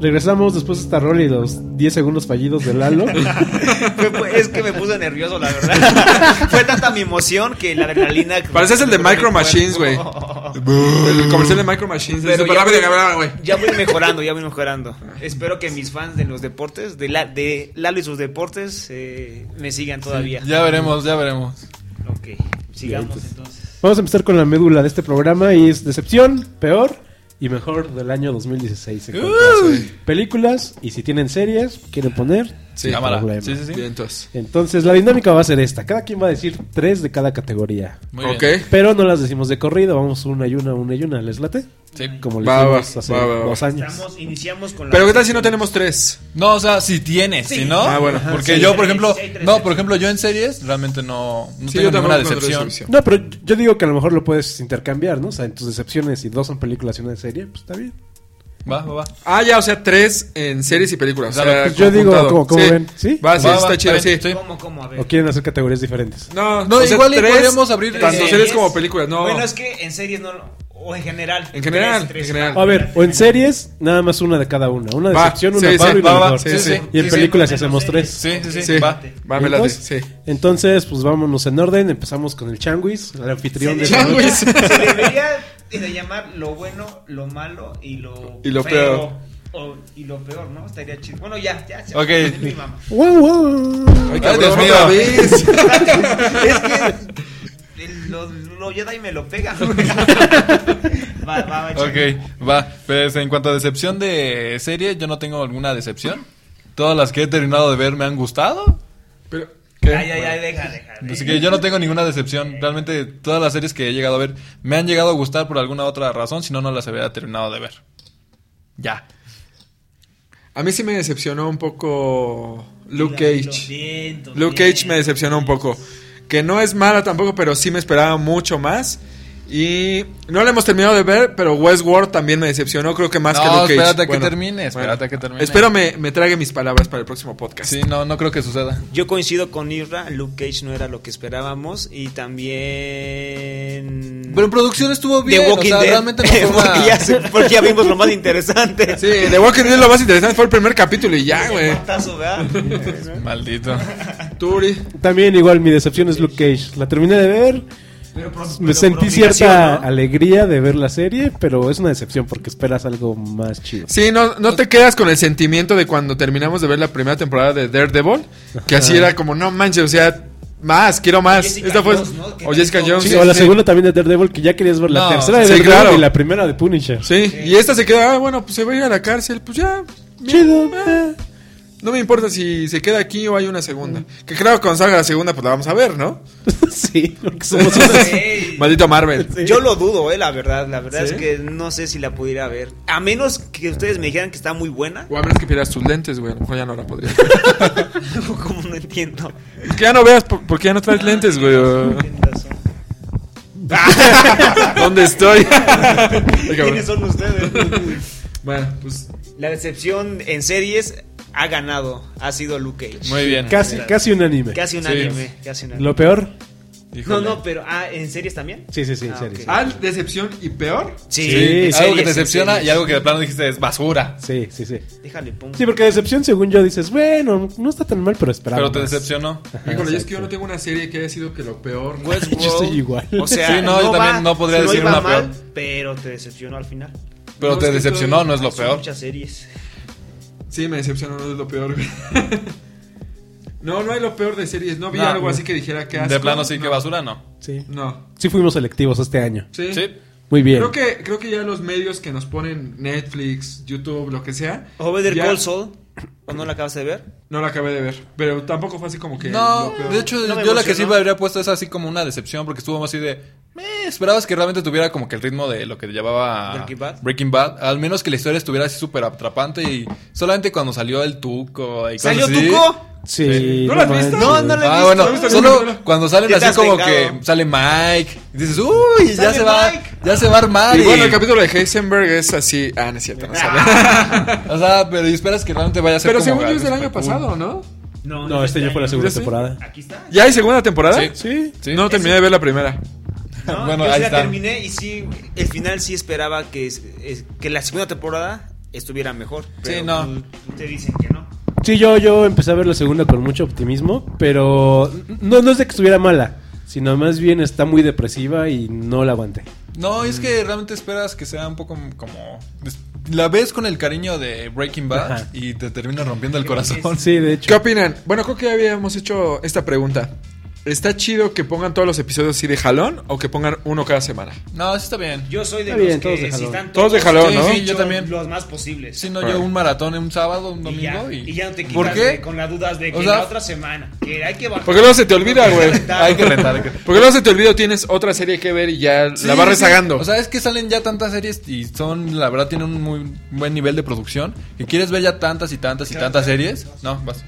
S1: Regresamos después de esta rola y los 10 segundos fallidos de Lalo.
S3: Fue- fue- es que me puse nervioso, la verdad. (laughs) Fue tanta mi emoción que la adrenalina.
S4: Pareces el de Micro Machines, güey. El comercial de Micro Machines. Es
S3: Pero
S4: súper
S3: ya
S4: rápido
S3: voy-
S4: cabrón, güey.
S3: (laughs) Ya voy mejorando, ya voy mejorando. Espero que mis fans de los deportes, de, la, de Lalo y sus deportes, eh, me sigan todavía.
S2: Ya veremos, ya veremos.
S3: Ok, sigamos entonces.
S1: Vamos a empezar con la médula de este programa y es Decepción, Peor y Mejor del año 2016. en cuanto a Películas y si tienen series, quieren poner,
S4: Sí,
S1: sin
S2: cámara.
S1: problema.
S2: Sí, sí, sí.
S4: Vientos.
S1: Entonces la dinámica va a ser esta. Cada quien va a decir tres de cada categoría.
S2: Muy
S4: Ok.
S2: bien.
S1: Pero no las decimos de corrido, vamos una y una, una y una. ¿Les late?
S2: Sí.
S1: Como lo
S4: Va, va,
S1: hicimos hace
S4: va, va, va.
S1: dos años.
S3: Estamos, iniciamos con la.
S4: Pero ¿qué tal si no tenemos tres?
S2: No, o sea, si tienes,
S3: Sí.
S2: si no.
S4: Ah, bueno.
S2: Porque
S3: Sí,
S2: yo,
S3: hay
S2: por
S3: tres,
S2: ejemplo,
S3: hay tres
S2: no, por
S3: decepciones.
S2: ejemplo, yo en series realmente no, no
S4: Sí,
S2: tengo
S4: yo
S2: ninguna
S4: tampoco encontré
S2: decepción.
S4: decepción.
S1: No, pero yo digo que a lo mejor lo puedes intercambiar, ¿no? O sea, en tus decepciones, si dos son películas y una de serie, pues está bien.
S2: Va, va, va.
S4: Ah, ya, o sea, tres en series y películas. O
S2: Claro,
S4: sea,
S1: pues yo digo,
S4: conjuntado.
S1: ¿cómo- cómo
S4: Sí.
S1: ven? ¿Sí?
S4: Va, sí,
S2: Va,
S4: está
S2: va,
S4: chido,
S2: está
S4: sí.
S2: bien, sí.
S3: ¿Cómo, cómo? A ver.
S1: ¿O quieren hacer categorías diferentes?
S4: No,
S2: No,
S4: o sea,
S2: igual y
S4: tres,
S2: podríamos abrir,
S4: Tanto
S2: eh,
S4: series como películas, no.
S3: Bueno, es que en series no. lo- O en general.
S4: En general,
S3: Tres, tres,
S4: en general.
S1: A ver, o en series, nada más una de cada una. Una
S4: Va,
S1: decepción,
S4: sí,
S1: una Pablo
S4: sí,
S1: y
S4: va,
S1: la
S4: va,
S1: mejor.
S4: sí, sí.
S1: Y en
S3: Sí,
S1: películas
S3: sí,
S1: hacemos
S3: menos
S1: tres.
S2: Sí, sí, sí.
S4: Sí, va,
S2: Va.
S4: va, me late, sí.
S1: Entonces- Entonces, pues vámonos en orden. Empezamos con el Changuis, el anfitrión de la noche.
S3: Se debería de llamar lo bueno, lo malo y lo,
S4: Y lo
S3: feo. O- y lo peor, ¿no? Estaría chido. Bueno, ya, ya. ya.
S2: Ok.
S3: Mi mamá.
S1: Wow, wow.
S4: Ay,
S2: Ay,
S4: cabrón,
S2: Dios mío.
S4: otra vez.
S3: Es que el- lo, lo Jedi me lo
S2: (laughs)
S3: pega. va, va, va. échale.
S2: Ok, va. Pues en cuanto a decepción de serie, yo no tengo alguna decepción. Todas las que he terminado de ver me han gustado.
S4: (laughs) Pero,
S3: Ay, ay, ay, deja, deja.
S2: Así pues, que yo no tengo ninguna decepción. Realmente todas las series que he llegado a ver me han llegado a gustar por alguna otra razón, si no, no las habría terminado de ver. Ya.
S4: a mí sí me decepcionó un poco Luke
S3: Lo
S4: Cage.
S3: siento,
S4: Luke
S3: bien.
S4: Cage me decepcionó un poco. Que no es mala tampoco, pero sí me esperaba mucho más. Y no la hemos terminado de ver, pero Westworld también me decepcionó, creo que más
S2: No,
S4: que Luke Cage.
S2: espérate a que
S4: Bueno,
S2: termine, espérate a que termine.
S4: Espero me, me trague mis palabras para el próximo podcast.
S2: Sí, no, no creo que suceda.
S3: Yo coincido con Irra, Luke Cage no era lo que esperábamos y también...
S2: Pero en producción estuvo bien.
S3: The
S2: o sea,
S3: Dead. (laughs)
S2: realmente no fue una-
S3: porque, ya, se- porque ya vimos lo más interesante.
S4: Sí, The Walking Dead lo más interesante fue el primer capítulo y ya, güey.
S3: Patazo, ¿verdad?
S2: Maldito.
S4: Turi.
S1: También igual mi decepción es Luke Cage. La terminé de ver, me
S3: pero
S1: sentí
S3: por
S1: cierta
S3: obligación, ¿no?
S1: alegría de ver la serie, pero es una decepción porque esperas algo más chido.
S4: Sí, no, no te quedas con el sentimiento de cuando terminamos de ver la primera temporada de Daredevil, que así era como, no manches, o sea, más, quiero más.
S3: Jessica
S4: Esta fue,
S3: Jones, ¿no? Que
S4: o Jessica
S3: también-
S4: Jones.
S1: Sí, o la
S4: sí.
S1: segunda también de Daredevil, que ya querías ver la
S2: No,
S1: tercera de
S4: sí,
S1: Daredevil
S4: claro.
S1: y la primera de Punisher.
S4: Sí, y esta se queda, ah, bueno, pues se va a ir a la cárcel, pues ya.
S1: Chido. eh.
S4: No me importa si se queda aquí o hay una
S2: Mm.
S4: segunda. Que claro, cuando salga la segunda, pues la vamos a ver, ¿no?
S1: (laughs) sí, porque somos
S3: Ey,
S4: (laughs) Maldito Marvel.
S3: Yo lo dudo, eh, la verdad. La verdad es que no sé si la pudiera ver. A menos que ustedes me dijeran que está muy buena.
S4: O a menos que pierdas tus lentes, güey, a lo mejor ya no la podrías.
S3: (laughs) Como no entiendo.
S4: Es que ya no veas, por- porque ya no traes lentes, güey.
S3: Tienes razón.
S2: (laughs)
S4: ¿Dónde estoy?
S3: ¿Quiénes son ustedes?
S4: bueno, pues
S3: La decepción en series ha ganado. Ha sido Luke Cage.
S2: Muy bien.
S1: (laughs) casi, casi unánime.
S3: Casi un
S2: Sí.
S3: anime. Casi un anime.
S1: Lo peor.
S3: No,
S2: Híjole.
S3: no, pero ah, ¿en series también?
S1: Sí, sí, sí,
S3: Ah,
S1: en serio.
S3: ok.
S4: Al decepción y peor.
S3: Sí,
S1: Sí,
S3: en
S1: algo
S2: Algo que
S3: series,
S2: te
S3: en
S2: decepciona
S3: series.
S2: y algo que de plano dijiste es basura.
S1: Sí, sí, sí.
S3: Déjale, pongo.
S1: Sí, porque decepción, según yo, dices, bueno, no está tan mal, pero esperaba.
S2: Pero te
S1: más.
S2: (laughs) decepcionó.
S1: Ajá,
S4: Híjole, y es
S1: exacto.
S4: que yo no tengo una serie que haya sido que lo peor. ¿no?
S2: Pues,
S3: Westworld,
S1: Yo estoy igual.
S3: O sea,
S2: Sí, no, yo también no podría decir
S3: iba
S2: una
S3: mal,
S2: peor.
S3: Pero te decepcionó al final.
S2: Pero
S4: No,
S2: te
S4: es que
S2: decepcionó,
S4: estoy-
S2: no es lo
S3: Son
S2: peor.
S3: Muchas series.
S4: Sí, me decepcionó, no es lo peor. güey. (laughs) no, no hay lo peor de series. No vi
S2: No,
S4: algo
S2: no.
S4: así que dijera que asco.
S2: De plano sí
S4: no.
S2: que basura, no.
S1: Sí.
S4: No.
S1: Sí fuimos selectivos este año.
S4: Sí.
S2: Sí.
S1: Muy bien.
S4: Creo que, creo que ya los medios que nos ponen Netflix, YouTube, lo que sea.
S3: O Better
S4: ya-
S3: Call Saul. ¿O no la acabas de ver?
S4: No la acabé de ver. Pero tampoco fue así como que.
S2: No,
S4: lo peor.
S2: de hecho,
S3: No me
S2: yo la que sí
S3: emocionó.
S2: me habría puesto es así como una decepción, porque estuvo así de. "Meh", esperabas que realmente tuviera como que el ritmo de lo que llevaba
S3: Breaking Bad.
S2: Bad. Al menos que la historia estuviera así súper atrapante y solamente cuando salió el tuco. Y cosas
S3: ¿Salió
S2: así.
S3: Tuco?
S1: Sí.
S4: ¿No lo has visto?
S1: manches.
S3: No, no lo he
S2: Ah,
S3: visto.
S2: bueno,
S4: he visto ninguna
S2: solo
S4: película.
S2: cuando salen
S3: ¿Qué te
S2: así
S3: has
S2: como
S3: vengado?
S2: que sale Mike y dices, uy, ya
S3: Sale
S2: se va,
S3: Mike.
S2: ya se va a armar.
S4: Y
S2: y-
S4: bueno, el capítulo de Heisenberg es así. Ah, no es cierto. no sale.
S2: o sea, pero y esperas que realmente vaya a ser
S4: pero
S2: como
S4: según yo
S2: algo
S4: es del
S2: súper
S4: año
S2: cool.
S4: pasado, ¿no?
S3: No,
S1: No, este ya fue la segunda
S4: ¿Ya sí?
S1: temporada.
S3: Aquí está.
S4: ¿Ya hay segunda temporada?
S2: Sí.
S1: Sí.
S2: Sí.
S4: No terminé de ver la primera.
S3: No,
S2: Bueno,
S3: yo sí
S2: ahí
S3: la
S2: está.
S3: terminé y sí, el final sí esperaba que, es- es- que la segunda temporada
S9: estuviera mejor.
S2: Sí,
S9: pero
S2: no.
S3: mm, Te dicen que no.
S1: Sí, yo, yo empecé a ver la segunda con mucho optimismo, pero no, no es de que estuviera mala, sino más bien está muy depresiva y no la aguanté.
S2: No, es que realmente esperas que sea un poco como... La ves con el cariño de Breaking Bad
S1: Ajá.
S2: y te termina rompiendo el corazón.
S1: Sí, de
S4: ¿Qué
S1: hecho.
S4: opinan? Bueno, creo que ya habíamos hecho esta pregunta. ¿Está chido que pongan todos los episodios así de jalón o que pongan uno cada semana?
S2: (laughs) No, sí está bien.
S3: Yo soy de
S1: Está
S3: los
S1: bien,
S3: que
S1: todos de
S3: si
S1: jalón.
S3: están
S4: Todos de jalón,
S3: sí,
S4: ¿no?
S3: sí, yo
S2: Yo
S3: también.
S2: también.
S3: Los más posibles.
S2: Si no, yo un maratón en un sábado, un
S3: y,
S2: domingo
S3: ya,
S2: y...
S3: y ya no te quitas
S2: ¿Por
S3: de-
S2: qué?
S3: con la dudas de que
S2: O sea-
S3: la otra semana. Que hay que bajar.
S4: Porque luego se te olvida, güey.
S2: Hay
S3: (laughs)
S2: que rentar. hay que-
S4: Porque luego se te olvida, tienes otra serie que ver y ya
S2: Sí,
S4: la vas
S2: sí,
S4: rezagando.
S2: sí. O sea, es que salen ya tantas series y son, la verdad, tienen un muy buen nivel de producción. Que quieres ver ya tantas y tantas y tantas series. No, vas.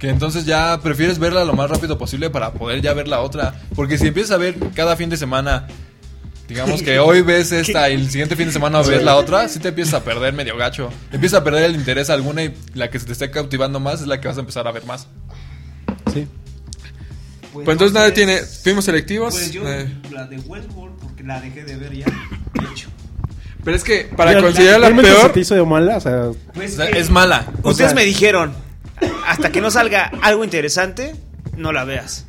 S2: Que entonces ya prefieres verla lo más rápido posible para poder ya ver la otra. Porque si empiezas a ver cada fin de semana, digamos que hoy ves esta y el siguiente fin de semana ves la otra, sí te empiezas a perder medio gacho. Empiezas a perder el interés a alguna y la que se te esté cautivando más es la que vas a empezar a ver más.
S1: Sí.
S4: pues entonces nada tiene. Fuimos selectivos.
S3: Pues yo
S4: eh,
S3: la de Westworld porque la dejé de ver ya. De hecho.
S4: pero es que para
S1: Ya,
S4: considerarla
S1: ¿realmente se
S4: peor.
S1: te hizo de mala? O sea,
S3: Pues
S2: O sea,
S3: que-
S2: es mala.
S9: Ustedes
S1: sea-
S9: me dijeron, hasta que no salga algo interesante, no la veas.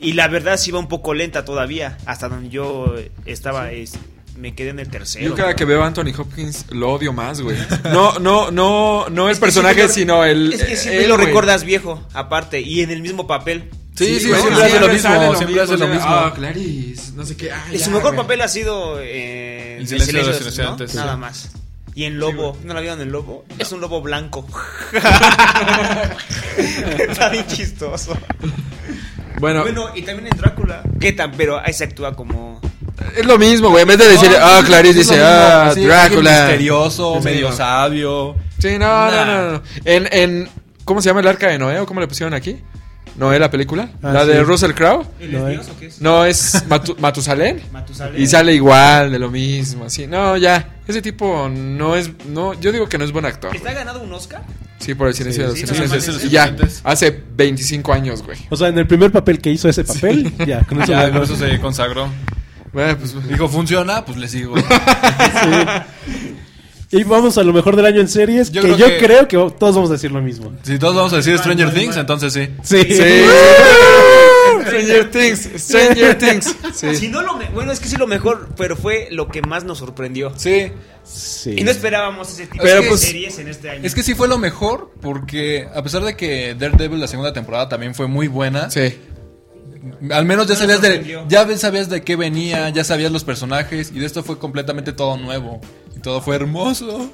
S9: Y la verdad sí va un poco lenta todavía, hasta donde yo estaba, es- me quedé en el tercero.
S4: Yo cada que veo a Anthony Hopkins lo odio más, güey. No, no, no, no el
S9: Es que
S4: personaje,
S9: siempre lo-
S4: sino el.
S9: Es
S2: eh,
S9: que siempre
S4: él,
S9: lo
S4: güey.
S9: recuerdas viejo, aparte, y en el mismo papel.
S2: Sí, sí,
S4: güey,
S2: siempre hace lo mismo,
S4: sale
S2: siempre hace lo mismo.
S4: Ah, Clarice, no sé qué. ah,
S9: Y
S4: ya,
S9: su mejor
S4: güey.
S9: papel ha sido eh,
S2: El silencio de los
S9: ¿no?
S2: inocentes, sí.
S9: Nada más. Y en Lobo, ¿no la vieron en Lobo? Es un lobo (laughs) blanco. Está bien chistoso.
S1: ah,
S4: Bueno,
S9: Bueno, y también en Drácula. ¿Qué tan? Pero ahí se actúa como.
S4: es lo mismo, güey. En vez de decir,
S2: No,
S4: ah,
S2: sí,
S4: Clarice
S2: es lo
S4: dice,
S2: mismo,
S4: ah,
S2: sí, alguien
S4: Drácula.
S2: Misterioso,
S4: Sí,
S2: medio
S4: no.
S2: sabio.
S4: Sí, no,
S2: Nah.
S4: no, no, no. En, en. ¿Cómo se llama el arca de Noé o cómo le pusieron aquí? ¿Noé la película?
S1: Ah,
S4: ¿La
S1: sí.
S4: de Russell Crowe?
S3: ¿El
S1: No,
S3: es
S1: eh.
S3: Dios o qué es?
S4: No,
S1: (laughs)
S4: es Matu- Matusalén.
S3: Matusalén.
S4: Y sale igual, de lo mismo, así. No, ya. Ese tipo no es. no Yo digo que no es buen actor.
S3: ¿Está ganado un Oscar?
S4: Sí, por el silencio
S3: sí,
S4: de los
S3: sí,
S4: inocentes.
S3: sí, sí, sí,
S4: y
S3: sí,
S4: ya,
S2: inocentes.
S4: hace 25 años, güey.
S1: o sea, en el primer papel que hizo ese papel, ya, con eso
S2: Ya,
S1: la-
S2: con eso se consagró.
S4: Bueno, pues,
S2: Dijo, funciona, pues le (laughs) sigo.
S1: Y vamos a lo mejor del año en series,
S2: Yo
S1: que
S2: creo
S1: yo
S2: que-
S1: creo que todos vamos a decir lo mismo.
S2: Si todos vamos a decir Stranger Things, entonces sí.
S1: Sí.
S4: sí. Stranger Things, Stranger Things.
S9: Ah, Si
S4: Sí.
S9: no lo me- Bueno, es que sí lo mejor, pero fue lo que más nos sorprendió.
S2: Sí.
S1: Sí.
S9: Y no esperábamos ese tipo
S2: Pero
S9: de
S2: pues-
S9: series en este año.
S2: Es que sí fue lo mejor, porque a pesar de que Daredevil la segunda temporada también fue muy buena,
S4: Sí.
S2: al menos ya sabías de
S3: sorprendió.
S2: ya ves- sabías de qué venía, ya sabías los personajes y de esto fue completamente todo nuevo y todo fue hermoso.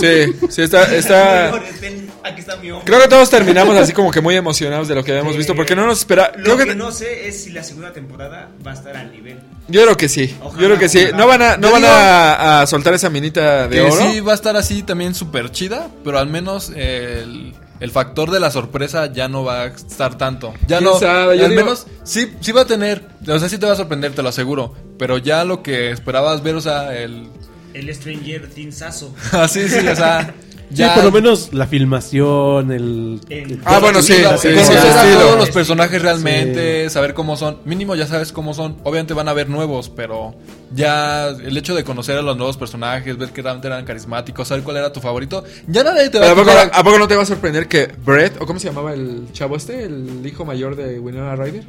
S4: Sí, sí, está,
S9: (laughs)
S4: está.
S3: Señores, ven, Aquí está mi hombre.
S4: Creo que todos terminamos así como que muy emocionados de lo que habíamos visto, porque no nos espera.
S3: Lo
S4: Creo
S3: que,
S4: que,
S3: no sé es si la segunda temporada va a estar al nivel.
S4: yo creo que sí,
S3: Ojalá,
S4: yo creo que sí.
S3: ojalá.
S4: No van a, no
S2: Yo
S4: van
S2: digo-
S4: a, a soltar esa minita de
S2: Que
S4: oro.
S2: sí va a estar así también súper chida, pero al menos el, el factor de la sorpresa ya no va a estar tanto. Ya
S4: ¿Quién
S2: no,
S4: sabe? Yo
S2: al
S4: digo-
S2: menos sí, sí va a tener, o sea, sí te va a sorprender, te lo aseguro, pero ya lo que esperabas ver, o sea, el... (laughs)
S3: El Stranger Things Azo.
S2: Así, sí, o sea,
S1: Sí,
S2: ya...
S1: por lo menos la filmación, el...
S3: El-
S1: el-
S4: Ah, bueno, sí,
S2: Sí,
S4: sí,
S2: conocer
S4: sí,
S2: a
S4: sí,
S2: todos
S4: sí.
S2: los personajes realmente, saber cómo son. Mínimo ya sabes cómo son. Obviamente van a haber nuevos, pero ya el hecho de conocer a los nuevos personajes, ver que realmente eran carismáticos, saber cuál era tu favorito, ya nadie te va
S4: (laughs) Pero ¿A poco,
S2: quitar-
S4: a poco no te va a sorprender que Brett, o cómo se llamaba el chavo este, el hijo mayor de Winona Ryder?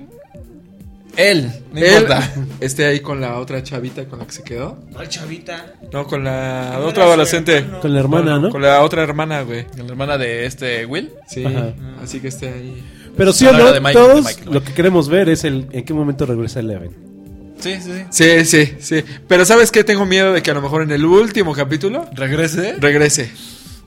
S2: Él, no
S4: Él
S2: importa.
S4: (laughs) esté ahí con la otra chavita con la que se quedó.
S3: ¿Cuál chavita?
S4: No, con la
S3: Era
S4: otra
S3: su
S4: adolescente.
S3: hermano.
S1: Con la hermana, ¿no?
S4: Con la otra hermana, güey.
S2: (laughs) La hermana de este Will.
S4: Sí,
S1: Ajá.
S4: así que esté ahí.
S1: Pero sí
S2: A
S1: o
S2: la
S1: no,
S2: hora de Mike,
S1: todos
S2: de Mike, de
S1: lo que queremos ver es el en qué momento regresa Eleven.
S2: Sí, sí, sí.
S4: Sí, sí, sí. Pero ¿sabes qué? Tengo miedo de que a lo mejor en el último capítulo
S2: Regrese.
S4: regrese.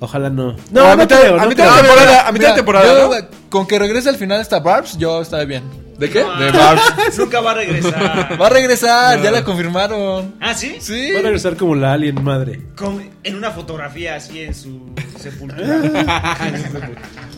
S1: Ojalá no. No,
S4: a
S1: no
S4: mitad-
S1: creo,
S4: a
S1: no
S4: mitad
S1: creo.
S4: de temporada,
S2: mira,
S4: a mitad de temporada,
S2: yo,
S4: ¿no?
S2: eh, Con que regrese al final esta Barbs, yo estaré bien.
S4: ¿De qué?
S3: No.
S2: De Barbs.
S3: (laughs) Nunca va
S2: (laughs) Va
S3: a
S2: a
S3: regresar.
S2: regresar, ya la confirmaron.
S3: ¿Ah, sí?
S2: Sí.
S1: Va a regresar como la alien madre.
S3: Con- en una fotografía así en su sepultura.
S1: Ah.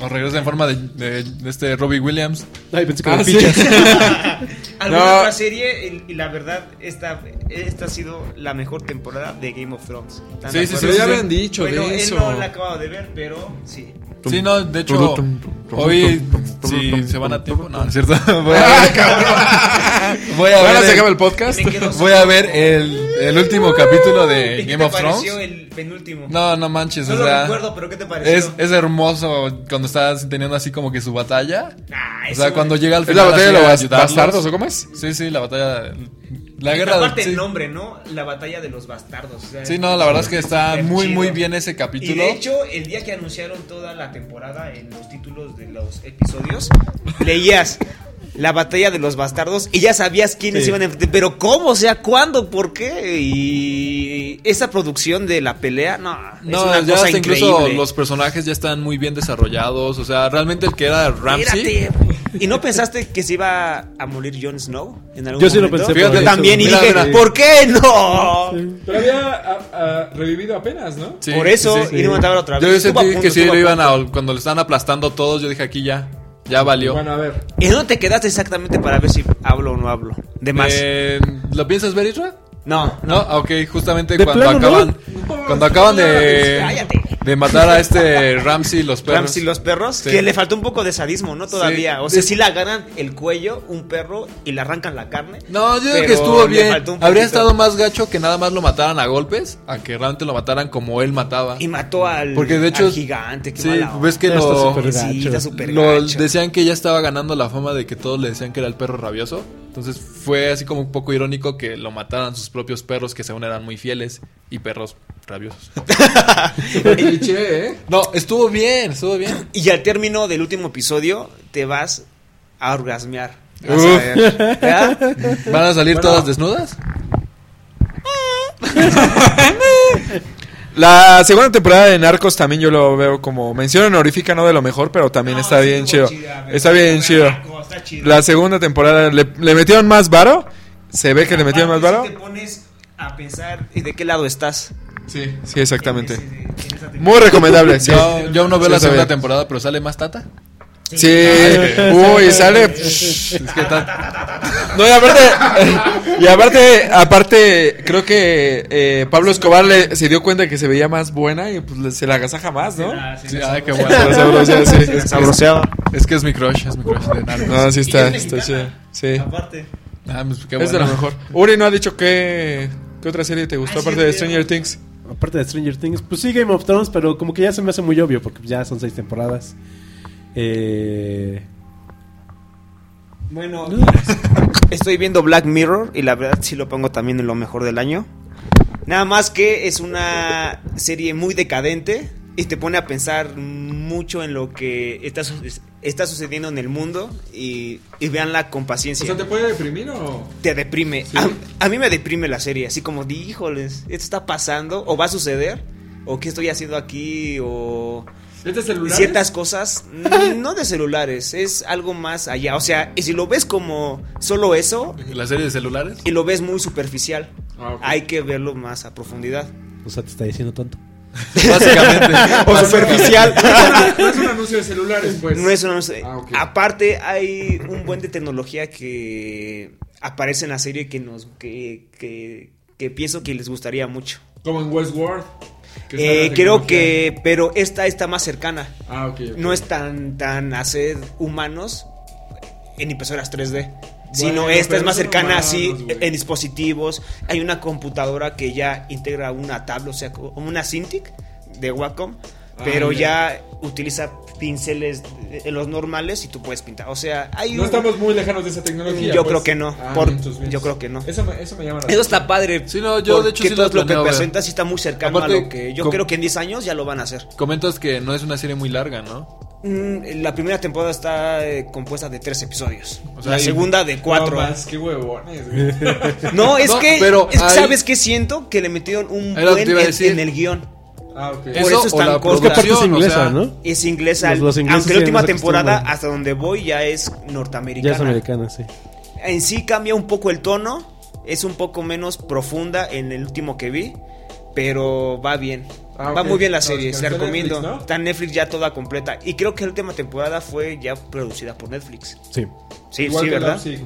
S2: O regresa en forma de, de- de este Robbie Williams.
S1: Ay, pensé que
S4: Ah,
S1: me
S4: sí.
S1: pichas. (laughs)
S3: Alguna
S4: No.
S3: otra serie, y- y la verdad, esta, esta ha sido la mejor temporada de Game of Thrones. ¿Están
S2: Sí,
S3: de
S2: sí,
S3: acuerdo?
S4: Pero ya habían dicho
S3: Bueno,
S4: de
S3: él
S4: eso.
S3: no la acabo de ver, pero sí.
S2: Sí, no, de hecho, hoy si se van a tiempo, no, Ah, no es cierto. (laughs) Voy a ver, (laughs) voy a
S4: Ahora
S2: ver,
S4: se acaba
S2: el,
S4: el podcast.
S3: Me quedo
S2: voy a ver el, el último capítulo (laughs)
S3: ¿Y
S2: de
S3: qué
S2: Game
S3: te
S2: of Thrones.
S3: pareció el penúltimo?
S2: No, no manches,
S3: No
S2: o
S3: lo
S2: sea,
S3: recuerdo, pero ¿qué te pareció?
S2: es, es hermoso cuando estás teniendo así como que su batalla.
S3: Ah,
S2: O
S3: eso-
S2: sea, cuando llega al
S4: (laughs) ¿Es
S2: final.
S4: la batalla
S2: así
S4: de los
S2: a
S4: bas-
S2: ayudarlos.
S4: bastardos o cómo es?
S2: Sí, sí, la batalla. La
S3: Y
S2: guerra
S3: aparte
S2: sí.
S3: el nombre, ¿no? La batalla de los bastardos. o sea,
S2: Sí, no, la verdad es que está
S3: súper
S2: muy,
S3: chido.
S2: muy bien ese
S3: Y
S2: capítulo.
S3: de hecho, el día que anunciaron toda la temporada en los títulos de los episodios, (laughs) leías la batalla de los bastardos y ya sabías quiénes
S2: Sí.
S3: iban a enfrentar. Pero cómo, o sea, cuándo, por qué. Y esa producción de la pelea, no,
S2: No,
S3: es una
S2: ya
S3: cosa
S2: hasta incluso
S3: increíble.
S2: los personajes ya están muy bien desarrollados. O sea, realmente el que era Ramsey.
S3: Espérate. ¿Y no pensaste que se iba a morir Jon Snow en algún
S1: Yo sí lo
S3: momento?
S1: pensé,
S3: Yo
S2: pero
S3: también, y
S2: mira,
S3: dije,
S2: mira.
S3: ¿por qué no?
S4: Pero había ah, ah, revivido apenas, ¿no?
S2: sí,
S3: Por eso,
S2: sí, sí.
S3: ir a matar otra vez.
S2: Yo
S3: Estuvo a
S2: sentí
S3: punto,
S2: que sí
S3: estuvo
S2: lo
S3: a
S2: iban
S3: punto.
S2: a. Cuando lo estaban aplastando todos, yo dije aquí ya. Ya valió.
S4: Bueno, a ver.
S3: ¿Y dónde te quedaste exactamente para ver si hablo o no hablo? De más.
S2: Eh, ¿Lo piensas ver, Isra?
S3: no,
S2: No, ah, ok, justamente
S1: De
S2: cuando
S1: plano, ¿no?
S2: acaban.
S3: Oh,
S2: Cuando acaban de.
S3: Cállate.
S2: De matar a este Ramsey los perros.
S3: Ramsey los perros,
S2: Sí.
S3: que le faltó un poco de sadismo, ¿no? Todavía.
S2: Sí.
S3: O sea, si la ganan el cuello, un perro, y le arrancan la carne.
S2: No, yo creo
S3: pero
S2: que estuvo
S3: le
S2: bien.
S3: faltó un
S2: Habría
S3: poquito.
S2: estado más gacho que nada más lo mataran a golpes, a que realmente lo mataran como él mataba.
S3: Y mató al,
S2: Porque de hecho-
S3: al gigante. Qué
S2: sí,
S3: mala onda.
S2: ves que
S1: Ya está
S2: lo-
S1: súper
S3: Sí,
S1: gacho.
S3: está súper
S2: Lo
S3: gacho.
S2: decían que ya estaba ganando la fama de que todos le decían que era el perro rabioso. Entonces fue así como un poco irónico que lo mataran sus propios perros que según eran muy fieles y perros rabiosos.
S4: Cliché, ¿eh?
S2: No, estuvo bien, estuvo bien.
S3: Y al término del último episodio, te vas a orgasmear.
S2: Uf.
S3: Vas a ver, ¿verdad?
S2: ¿Van a salir todas desnudas?
S4: La segunda temporada de Narcos también yo lo veo como mención honorífica, no de lo mejor, pero también
S3: No,
S4: está
S3: sí
S4: bien
S3: estuvo
S4: chido.
S3: chida, güey.
S4: está bien
S3: Está
S4: chido.
S3: buena, está chida.
S4: La segunda temporada le, le metieron más varo. Se ve que le metieron más
S3: Aparte,
S4: varo.
S3: si te pones a pensar ¿y de qué lado estás.
S4: Sí, sí, exactamente.
S3: En ese- en esa temporada.
S4: Muy recomendable. Sí,
S2: Yo, yo aún no veo
S4: Sí,
S2: la
S4: está
S2: segunda
S4: bien.
S2: temporada, pero sale más tata.
S4: Sí. Uy, sale.
S2: Es que ta-
S4: No, y aparte, y aparte, aparte, creo que eh, Pablo Escobar le- se dio cuenta que se veía más buena y pues le- se la agasaja más, ¿no?
S3: Ah,
S2: Sí, ay, qué bueno.
S4: Se la sabrosa, sí.
S2: Es que es mi crush, es mi crush de Narcos.
S4: No, Ah, sí está,
S3: Y es
S4: está
S3: mexicana.
S4: chida. Sí.
S3: Aparte.
S2: Ah, pues qué
S4: Es
S2: bueno.
S4: de lo mejor. Uri no ha dicho qué, qué otra serie te gustó,
S3: Ah, sí,
S4: aparte de
S3: sí.
S4: Stranger Things.
S1: Aparte de Stranger Things, pues sí Game of Thrones, pero como que ya se me hace muy obvio porque ya son seis temporadas. Eh,
S3: Bueno, estoy viendo Black Mirror y la verdad sí lo pongo también en lo mejor del año. Nada más que es una serie muy decadente y te pone a pensar mucho en lo que está, su- está sucediendo en el mundo y, y véanla con paciencia. te...
S4: puede deprimir o.?
S3: deprime. A, a mí me deprime la serie, así como, di, híjoles, esto está pasando o va a suceder o qué estoy haciendo aquí o
S4: ¿Este
S3: ciertas cosas, (laughs) n- no de celulares, es algo más allá. O sea, y si lo ves como solo eso
S2: ¿La serie de
S3: (laughs)
S2: celulares?
S3: y lo ves muy superficial,
S4: Ah, ok.
S3: hay que verlo más a
S4: (laughs)
S3: profundidad.
S1: o sea, te está diciendo tonto.
S2: Básicamente.
S3: O superficial.
S4: No es un anuncio de celulares, pues.
S3: No es una- no sé.
S4: Ah, ok.
S3: Aparte, hay un buen de tecnología que aparece en la serie que nos. que, que- que pienso que les gustaría mucho.
S4: Como en Westworld.
S3: Eh, creo que. Pero esta está más cercana.
S4: Ah, ok.
S3: no es tan tan hacer humanos en impresoras 3D. sino
S4: Bueno,
S3: esta
S4: pero
S3: es más
S4: son
S3: cercana
S4: humanos,
S3: así
S4: güey.
S3: en dispositivos. Hay una computadora que ya integra una tabla, o sea, como una Cintiq de Wacom,
S4: Ah,
S3: pero
S4: mira.
S3: ya utiliza pinceles eh, los normales y tú puedes pintar. O sea, hay
S4: No
S3: un-
S4: estamos muy lejanos de esa tecnología.
S3: Yo
S4: pues.
S3: creo que no,
S4: Ah,
S3: por-
S4: bien, entonces, bien.
S3: yo creo que no.
S4: Eso me, eso me llama la
S3: Eso está padre.
S2: Sí, no, yo de hecho
S3: porque
S2: sí
S3: todo
S2: lo
S3: lo que
S2: planeo ver.
S3: presenta sí está muy cercano
S2: Aparte,
S3: a lo que yo
S2: com-
S3: creo que en 10 años ya lo van a hacer.
S2: Comentas que no es una serie muy larga, ¿no?
S3: Mm, La primera temporada está eh, compuesta de tres episodios.
S2: O sea,
S3: la
S2: y-
S3: segunda de cuatro.
S4: No, más, qué huevones,
S3: (laughs)
S4: güey.
S2: (laughs)
S3: No, es
S2: No,
S3: que,
S2: pero
S3: es que
S2: hay-
S3: ¿sabes qué siento? Que le metieron un
S2: Era lo que
S3: buen
S2: te iba a
S3: en,
S2: decir.
S3: en el guión.
S4: Ah, ok.
S3: Por eso es
S2: o
S3: tan
S2: la
S3: corto.
S1: Es que aparte es
S2: producción, o
S1: inglesa,
S2: sea,
S1: ¿no?
S3: Es inglesa,
S1: Los- los ingleses
S3: aunque la
S1: tienen
S3: última
S1: esa
S3: temporada,
S1: costumbre.
S3: hasta donde voy, ya es norteamericana.
S1: Ya es americana, sí.
S3: En sí cambia un poco el tono, es un poco menos profunda en el último que vi, pero va bien.
S4: Ah,
S3: Va
S4: ok.
S3: muy bien la
S4: No,
S3: serie, se
S4: está-
S3: la
S4: está en
S3: recomiendo.
S4: Netflix, ¿no?
S3: Está en Netflix ya toda completa. Y creo que la última temporada fue ya producida por Netflix.
S1: Sí.
S3: Sí,
S4: Igual
S3: sí,
S4: que
S3: ¿verdad?
S4: Love Sick.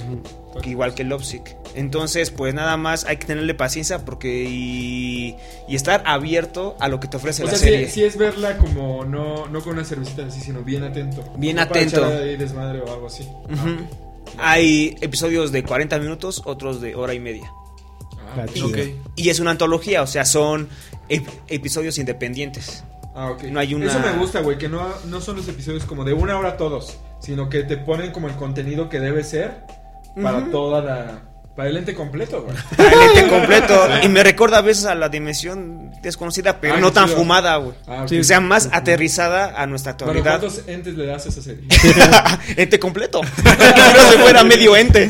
S3: Igual que Lovesick. Entonces, pues nada más hay que tenerle paciencia porque y, y estar abierto a lo que te ofrece
S4: O
S3: la
S4: sea,
S3: serie.
S4: sí, sí es verla como no, no con una cervecita así, sino bien atento.
S3: Bien
S4: No para
S3: atento.
S4: echar ahí desmadre o algo así.
S3: Ujú. Hay episodios de 40 minutos, otros de hora y media.
S4: Ah,
S1: Gacho.
S6: Ok.
S3: Y es una antología, o sea, son ep- episodios independientes.
S4: Ah, ok.
S3: No hay una-
S4: Eso me gusta, güey, que no, no son los episodios como de una hora todos, sino que te ponen como el contenido que debe ser para toda la... Para el ente completo, güey.
S3: Realmente
S4: (laughs)
S3: completo. Y me recuerda a veces a la dimensión desconocida, pero
S4: Ah,
S3: no
S4: qué
S3: tan
S4: chido.
S3: fumada, güey.
S4: Ah, ok.
S3: O sea, más aterrizada a nuestra
S4: Bueno,
S3: actualidad.
S4: ¿cuántos entes le das a esa serie?
S3: (laughs) ente completo. no se fuera medio ente.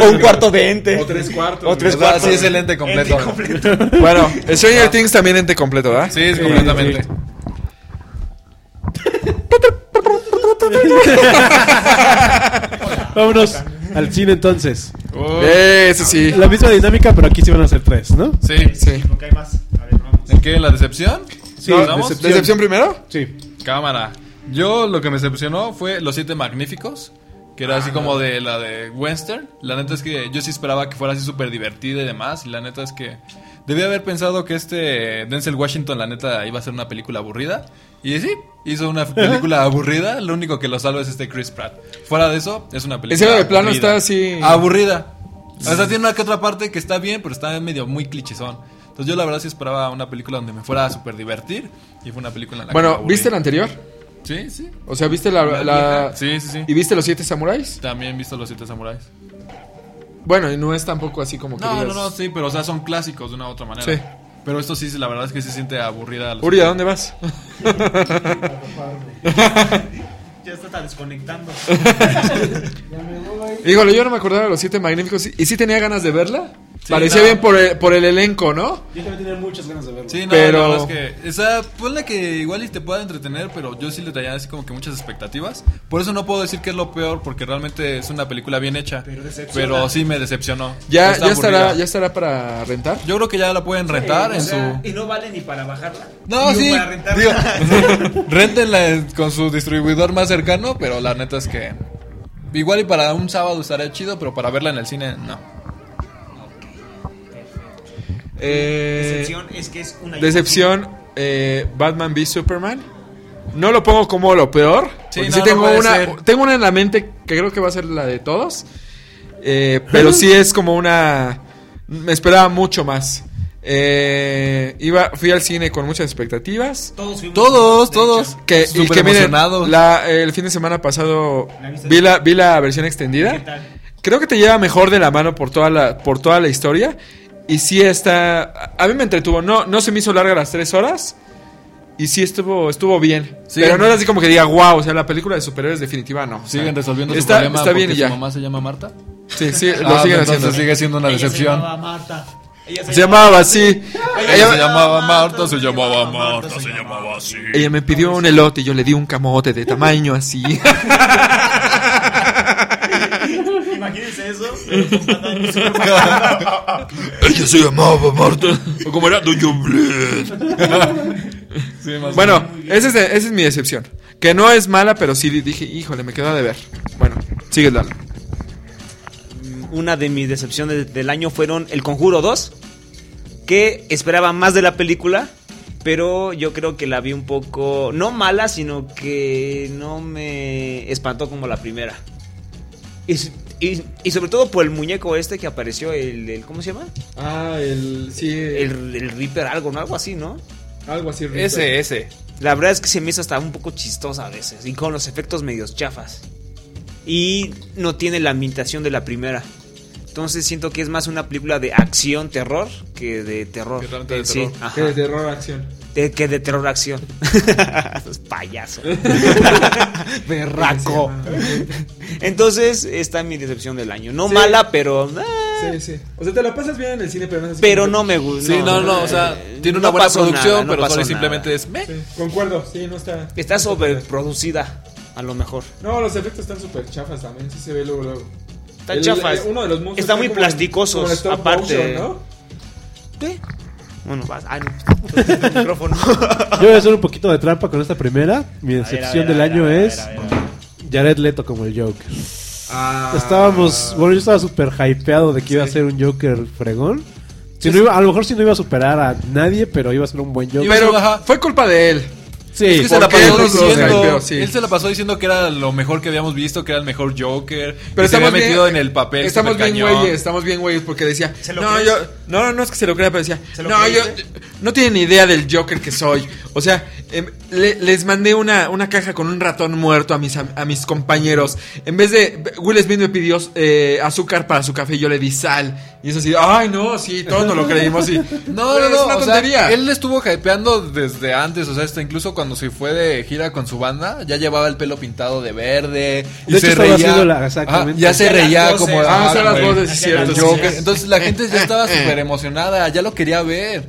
S3: o un cuarto de ente.
S4: O tres cuartos.
S3: O tres
S4: güey.
S3: cuartos.
S2: Así es el ente completo.
S3: Ente completo.
S4: (laughs) Bueno, Stranger Things también ente completo, ¿verdad?
S2: Sí, es completamente.
S1: (laughs) Vámonos al cine entonces.
S2: Uy,
S4: Eh, eso sí.
S1: La misma dinámica, pero aquí sí van a ser tres, ¿no?
S2: sí.
S4: Sí.
S3: Porque hay más. A ver, vamos.
S2: ¿En qué? ¿En la decepción?
S1: Sí,
S2: ¿No?
S1: decepción.
S2: ¿Vamos?
S4: ¿Decepción primero?
S1: Sí.
S2: Cámara. Yo lo que me decepcionó fue Los Siete Magníficos, que era así
S4: Ah,
S2: como de la de Western. La neta es que yo sí esperaba que fuera así súper divertida y demás. Y la neta es que debía haber pensado que este Denzel Washington, la neta, iba a ser una película aburrida. Y sí, hizo
S4: (laughs)
S2: una película aburrida. Lo único que lo salva es este Chris Pratt. Fuera de eso, es una película.
S4: Encima de plano
S2: aburrida.
S4: está así-
S2: Aburrida. O sea, tiene una que otra parte que está bien, pero está medio muy clichésón. Entonces yo la verdad sí esperaba una película donde me fuera a súper divertir. Y fue una película en la que me
S4: Bueno,
S2: aburrí.
S4: ¿viste la anterior?
S2: Sí, sí.
S4: O sea, ¿viste la... la-
S2: Sí, sí,
S4: ¿Y
S2: sí.
S4: viste los siete samuráis?
S2: También he visto los siete samuráis.
S4: Bueno, y no es tampoco así como que
S2: No, no,
S4: digas-
S2: no, sí, pero o sea, son clásicos de una u otra manera.
S4: Sí.
S2: Pero esto sí, la verdad es que se siente aburrida.
S4: Uri, ¿a dónde vas?
S3: Ya está desconectando.
S4: (laughs) Híjole, yo no me acordaba de los siete magníficos. Y sí tenía ganas de verla.
S2: Sí,
S4: Parecía
S2: no.
S4: bien por el, por el elenco, ¿no?
S1: Yo también tenía muchas ganas de verlo.
S2: Sí, no,
S4: pero-
S2: la verdad es que. O sea, ponle que igual y te pueda entretener, pero yo sí le traía así como que muchas expectativas. Por eso no puedo decir que es lo peor, porque realmente es una película bien hecha. Pero, sí me decepcionó.
S4: Ya,
S2: Está
S4: ya, estará,
S2: aburrida.
S4: ya estará para rentar.
S2: Yo creo que ya la pueden rentar en su.
S3: Y no vale ni para bajarla.
S2: No,
S3: Ni
S2: sí.
S3: para rentarla.
S2: digo, rentenla en- con su distribuidor más cercano, pero la neta es que. Igual y para un sábado estaría chido, pero para verla en el cine, no.
S4: Eh,
S3: Decepción es que es una
S4: decepción. eh, Batman v Superman. No lo pongo como lo peor.
S2: Sí,
S4: porque
S2: no,
S4: sí
S2: no
S4: tengo,
S2: puede
S4: una,
S2: ser.
S4: tengo una en la mente que creo que va a ser la de todos. Eh, pero sí es como una... Me esperaba mucho más. Eh, iba, fui al cine con muchas expectativas.
S3: Todos fuimos-
S2: Todos,
S3: de hecho,
S2: todos.
S4: Que, y
S2: Súper
S4: que miren,
S2: emocionados.
S4: la- el fin de semana pasado
S3: ¿La viste?
S4: vi la, vi la versión extendida.
S3: ¿Qué tal?
S4: Creo que te lleva mejor de la mano por toda la, por toda la historia. Y sí está. a- A mí me entretuvo. No, no se me hizo larga las tres horas. Y sí estuvo, estuvo bien.
S2: Sí.
S4: Pero no es así como que diga, wow, o sea, la película de superhéroes definitiva no. O sea,
S2: Siguen resolviendo
S4: está,
S2: su problema
S4: Está bien y
S2: porque
S4: ya.
S2: su mamá se llama Marta.
S4: Sí, sí, lo
S2: Ah,
S4: siguen
S2: entonces
S4: haciendo.
S2: sigue siendo una
S3: Ella se
S2: decepción.
S3: llamaba Marta. Ella
S4: Se llamaba así.
S2: Ella
S4: Ella,
S2: se llamaba Marta, se llamaba Marta, se llamaba así.
S4: ella me pidió un elote y yo le di un camote de tamaño así.
S3: Imagínense eso.
S4: ella se llamaba Marta. O como era Doña Bled.
S2: (laughs) Sí, más
S4: Bueno, esa es, esa es mi decepción. Que no es mala, pero sí dije, híjole, me quedó de ver. Bueno, sigue Lalo.
S3: Una de mis decepciones del año fueron El Conjuro 2, que esperaba más de la película, pero yo creo que la vi un poco, no mala, sino que no me espantó como la primera. Y, s- y- y sobre todo por el muñeco este que apareció, el, el- ¿cómo se llama?
S4: Ah, el. Sí,
S3: El, el Reaper algo, ¿no? Algo así, ¿no?
S4: algo así.
S9: Ese, ese.
S3: La verdad es que se me hizo hasta un poco chistosa a veces y con los efectos medios chafas. Y no tiene la ambientación de la primera. Entonces siento que es más una película de acción terror que de terror.
S2: Que realmente de
S3: en sí.
S2: terror.
S3: Ajá.
S4: Que de terror acción.
S3: De- que de terror acción. (laughs) Es payaso.
S4: (laughs)
S3: Berraco. Entonces, esta es mi decepción del año. No
S4: Sí.
S3: mala, pero ah,
S4: Sí, sí. O sea, te la pasas bien en el cine, pero no es así
S3: pero
S4: como
S3: no me gusta.
S2: Sí, no, Eh, no, o sea, tiene una
S3: no
S2: buena
S3: pasó
S2: producción,
S3: nada, no
S2: pero
S3: pasó
S2: solo y
S3: nada.
S2: simplemente es meh.
S4: que- Sí, concuerdo, sí, no está.
S3: está
S4: no padre.
S3: sobreproducida a lo mejor.
S4: No, los efectos están súper chafas también, sí se ve luego, luego.
S3: Están chafas.
S4: eh, Uno de los monstruos
S3: Están muy
S4: como en-
S3: plasticosos,
S4: como en stop
S3: aparte.
S4: motion, ¿no?
S3: ¿Qué? Bueno, vas. Ah, no.
S2: (laughs)
S3: El micrófono.
S1: Yo voy a hacer un poquito de trampa con esta primera. Mi decepción del año es Jared Leto como el Joker.
S4: Ah.
S1: Estábamos, bueno, yo estaba súper hypeado de que iba a ser un Joker fregón. Si no iba- a lo mejor si no iba a superar a nadie, pero iba a ser un buen Joker.
S4: Pero
S2: Ajá.
S4: fue culpa de él.
S1: sí,
S2: Es que se
S4: ¿por
S2: la
S4: qué
S2: pasó
S4: no se
S2: diciendo,
S4: hypeó? Sí.
S2: Él se la pasó diciendo que era lo mejor que habíamos visto, que era el mejor Joker.
S4: Pero
S2: que se había
S4: estamos bien-
S2: metido en el papel.
S4: Estamos bien
S2: supercañón.
S4: güeyes, estamos bien güeyes porque decía,
S3: ¿Se lo
S4: no,
S3: crees?
S4: yo no, no, no es que se lo crea, pero decía,
S3: ¿Se lo
S4: no, yo
S3: creíste?
S4: no tienen ni idea del Joker que soy. O sea, em, le- les mandé una, una caja con un ratón muerto a mis am- a mis compañeros. En vez de Will Smith me pidió eh, azúcar para su café, yo le di sal. Y es así, ay, no, sí, todos nos lo creímos
S3: (laughs)
S4: y
S2: No, no, no,
S4: es una
S2: o sea,
S4: tontería.
S2: él estuvo hypeando desde antes, o sea, hasta incluso cuando se fue de gira con su banda, ya llevaba el pelo pintado de verde. Y
S1: De
S2: se
S1: hecho, estaba
S2: reía.
S1: haciendo la-
S2: Ajá,
S1: exactamente.
S2: ya se
S3: Hacía las
S2: reía
S3: voces,
S2: como.
S4: ah, hacía las
S2: güey,
S4: voces,
S2: el
S4: cierto, sí,
S2: Joker.
S4: sí.
S2: Entonces la gente ya estaba súper emocionada, ya lo quería ver.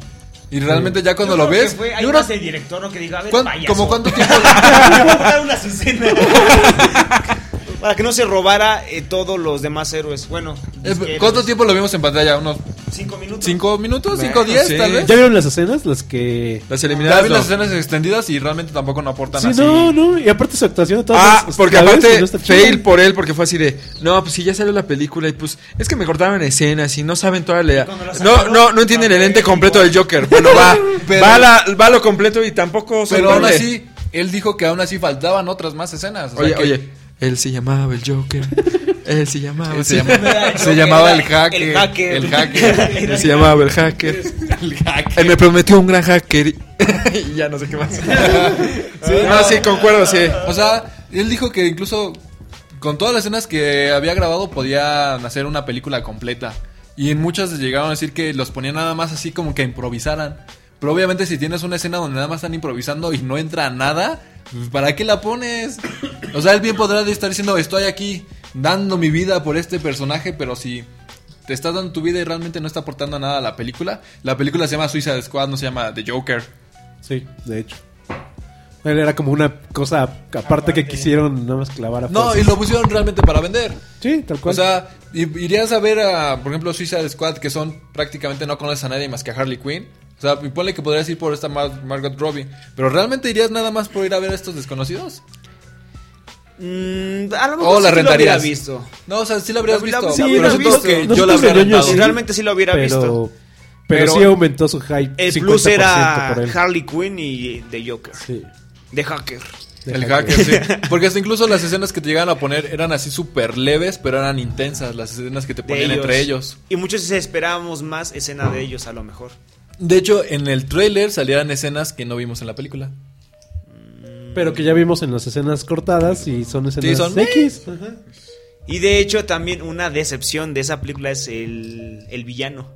S2: Y realmente ya cuando lo ves. yo creo-
S3: el director ¿no? que diga, a ver,
S2: ¿cuán-
S3: payaso.
S2: ¿Como cuánto
S3: (laughs)
S2: tiempo?
S3: Le voy a dar una azucena. (laughs) Para que no se robara eh, todos los demás héroes. Bueno,
S2: Eh,
S3: disqueros.
S2: ¿Cuánto tiempo lo vimos en pantalla? ¿Unos
S3: Cinco minutos.
S2: 5 minutos?
S4: Bueno,
S2: ¿5 10
S4: sí.
S2: tal vez?
S1: ¿Ya vieron las escenas? Las que...
S4: las
S2: Ya
S4: eliminadas
S2: vi
S4: no.
S2: las escenas extendidas y realmente tampoco no aportan
S1: Sí,
S2: así.
S1: no, no. Y aparte su actuación de todas
S4: Ah,
S1: las-
S4: porque
S1: la ves
S4: aparte,
S1: y pues, no está chida.
S4: fail por él, porque fue así de, no, pues si ya salió la película y pues es que me cortaron escenas y no saben toda la...
S3: cuando la
S4: No,
S3: sacaron,
S4: no, no entienden el
S3: no,
S4: ente
S3: eh,
S4: completo
S3: igual.
S4: del Joker. Bueno, (laughs) va,
S2: Pero-
S4: va, la- va lo completo y tampoco...
S2: Pero
S4: sorprende.
S2: aún así, él dijo que aún así faltaban otras más escenas. o sea
S4: Oye,
S2: que-
S4: oye, él se llamaba el Joker. él se llamaba...
S2: Él
S4: sí.
S2: se, llamaba, (laughs) se llamaba el hacker.
S3: El hacker.
S2: El hacker.
S4: Él se llamaba el hacker.
S2: (laughs) Ah,
S4: Él me prometió un gran hacker y, (laughs) y ya no sé qué más. no, sí, concuerdo, sí.
S2: O sea, él dijo que incluso con todas las escenas que había grabado podían hacer una película completa. Y en muchas llegaron a decir que los ponían nada más así como que improvisaran. Pero obviamente si tienes una escena donde nada más están improvisando y no entra nada, pues, ¿para qué la pones? O sea, él bien podrá estar diciendo, estoy aquí dando mi vida por este personaje, pero si te estás dando tu vida y realmente no está aportando nada a la película, la película se llama Suicide Squad, no se llama The Joker.
S1: Sí, de hecho. Él era como una cosa aparte, que quisieron nada más clavar a
S2: No,
S1: fuerzas.
S2: y lo pusieron realmente para vender.
S1: Sí, tal cual.
S2: O sea, i- irías a ver a, por ejemplo, Suicide Squad, que son prácticamente no conoces a nadie más que a Harley Quinn. O sea, y ponle que podrías ir por esta Mar- Margot Robbie. Pero realmente irías nada más por ir a ver a estos desconocidos.
S3: Mm, a lo
S2: O
S3: mejor
S2: Oh, la
S3: sí lo hubiera
S2: rentarías.
S3: visto.
S2: No, o sea, sí la habrías
S3: La- la-
S2: visto.
S3: sí,
S2: pero
S3: la habría
S2: siento
S3: visto.
S2: que yo
S1: Nosotros
S2: la habría
S1: de ñoños,
S2: rentado.
S1: sí.
S3: Realmente sí lo hubiera
S1: pero,
S3: visto.
S1: Pero,
S3: Pero
S1: sí aumentó su hype.
S3: El plus
S1: 50%
S3: era
S1: por él.
S3: Harley Quinn y eh, The Joker.
S1: Sí.
S3: De Hacker.
S2: El hacker, sí. Porque hasta incluso las escenas que te llegaban a poner eran así súper leves, pero eran intensas las escenas que te
S3: De
S2: ponían entre ellos.
S3: Y muchos esperábamos más escena de ellos, a lo mejor.
S2: De hecho, en el trailer salían escenas que no vimos en la película.
S1: Pero que ya vimos en las escenas cortadas y son escenas
S2: Sí, son-
S1: X. Ajá.
S3: Y de hecho, también una decepción de esa película es el, el villano.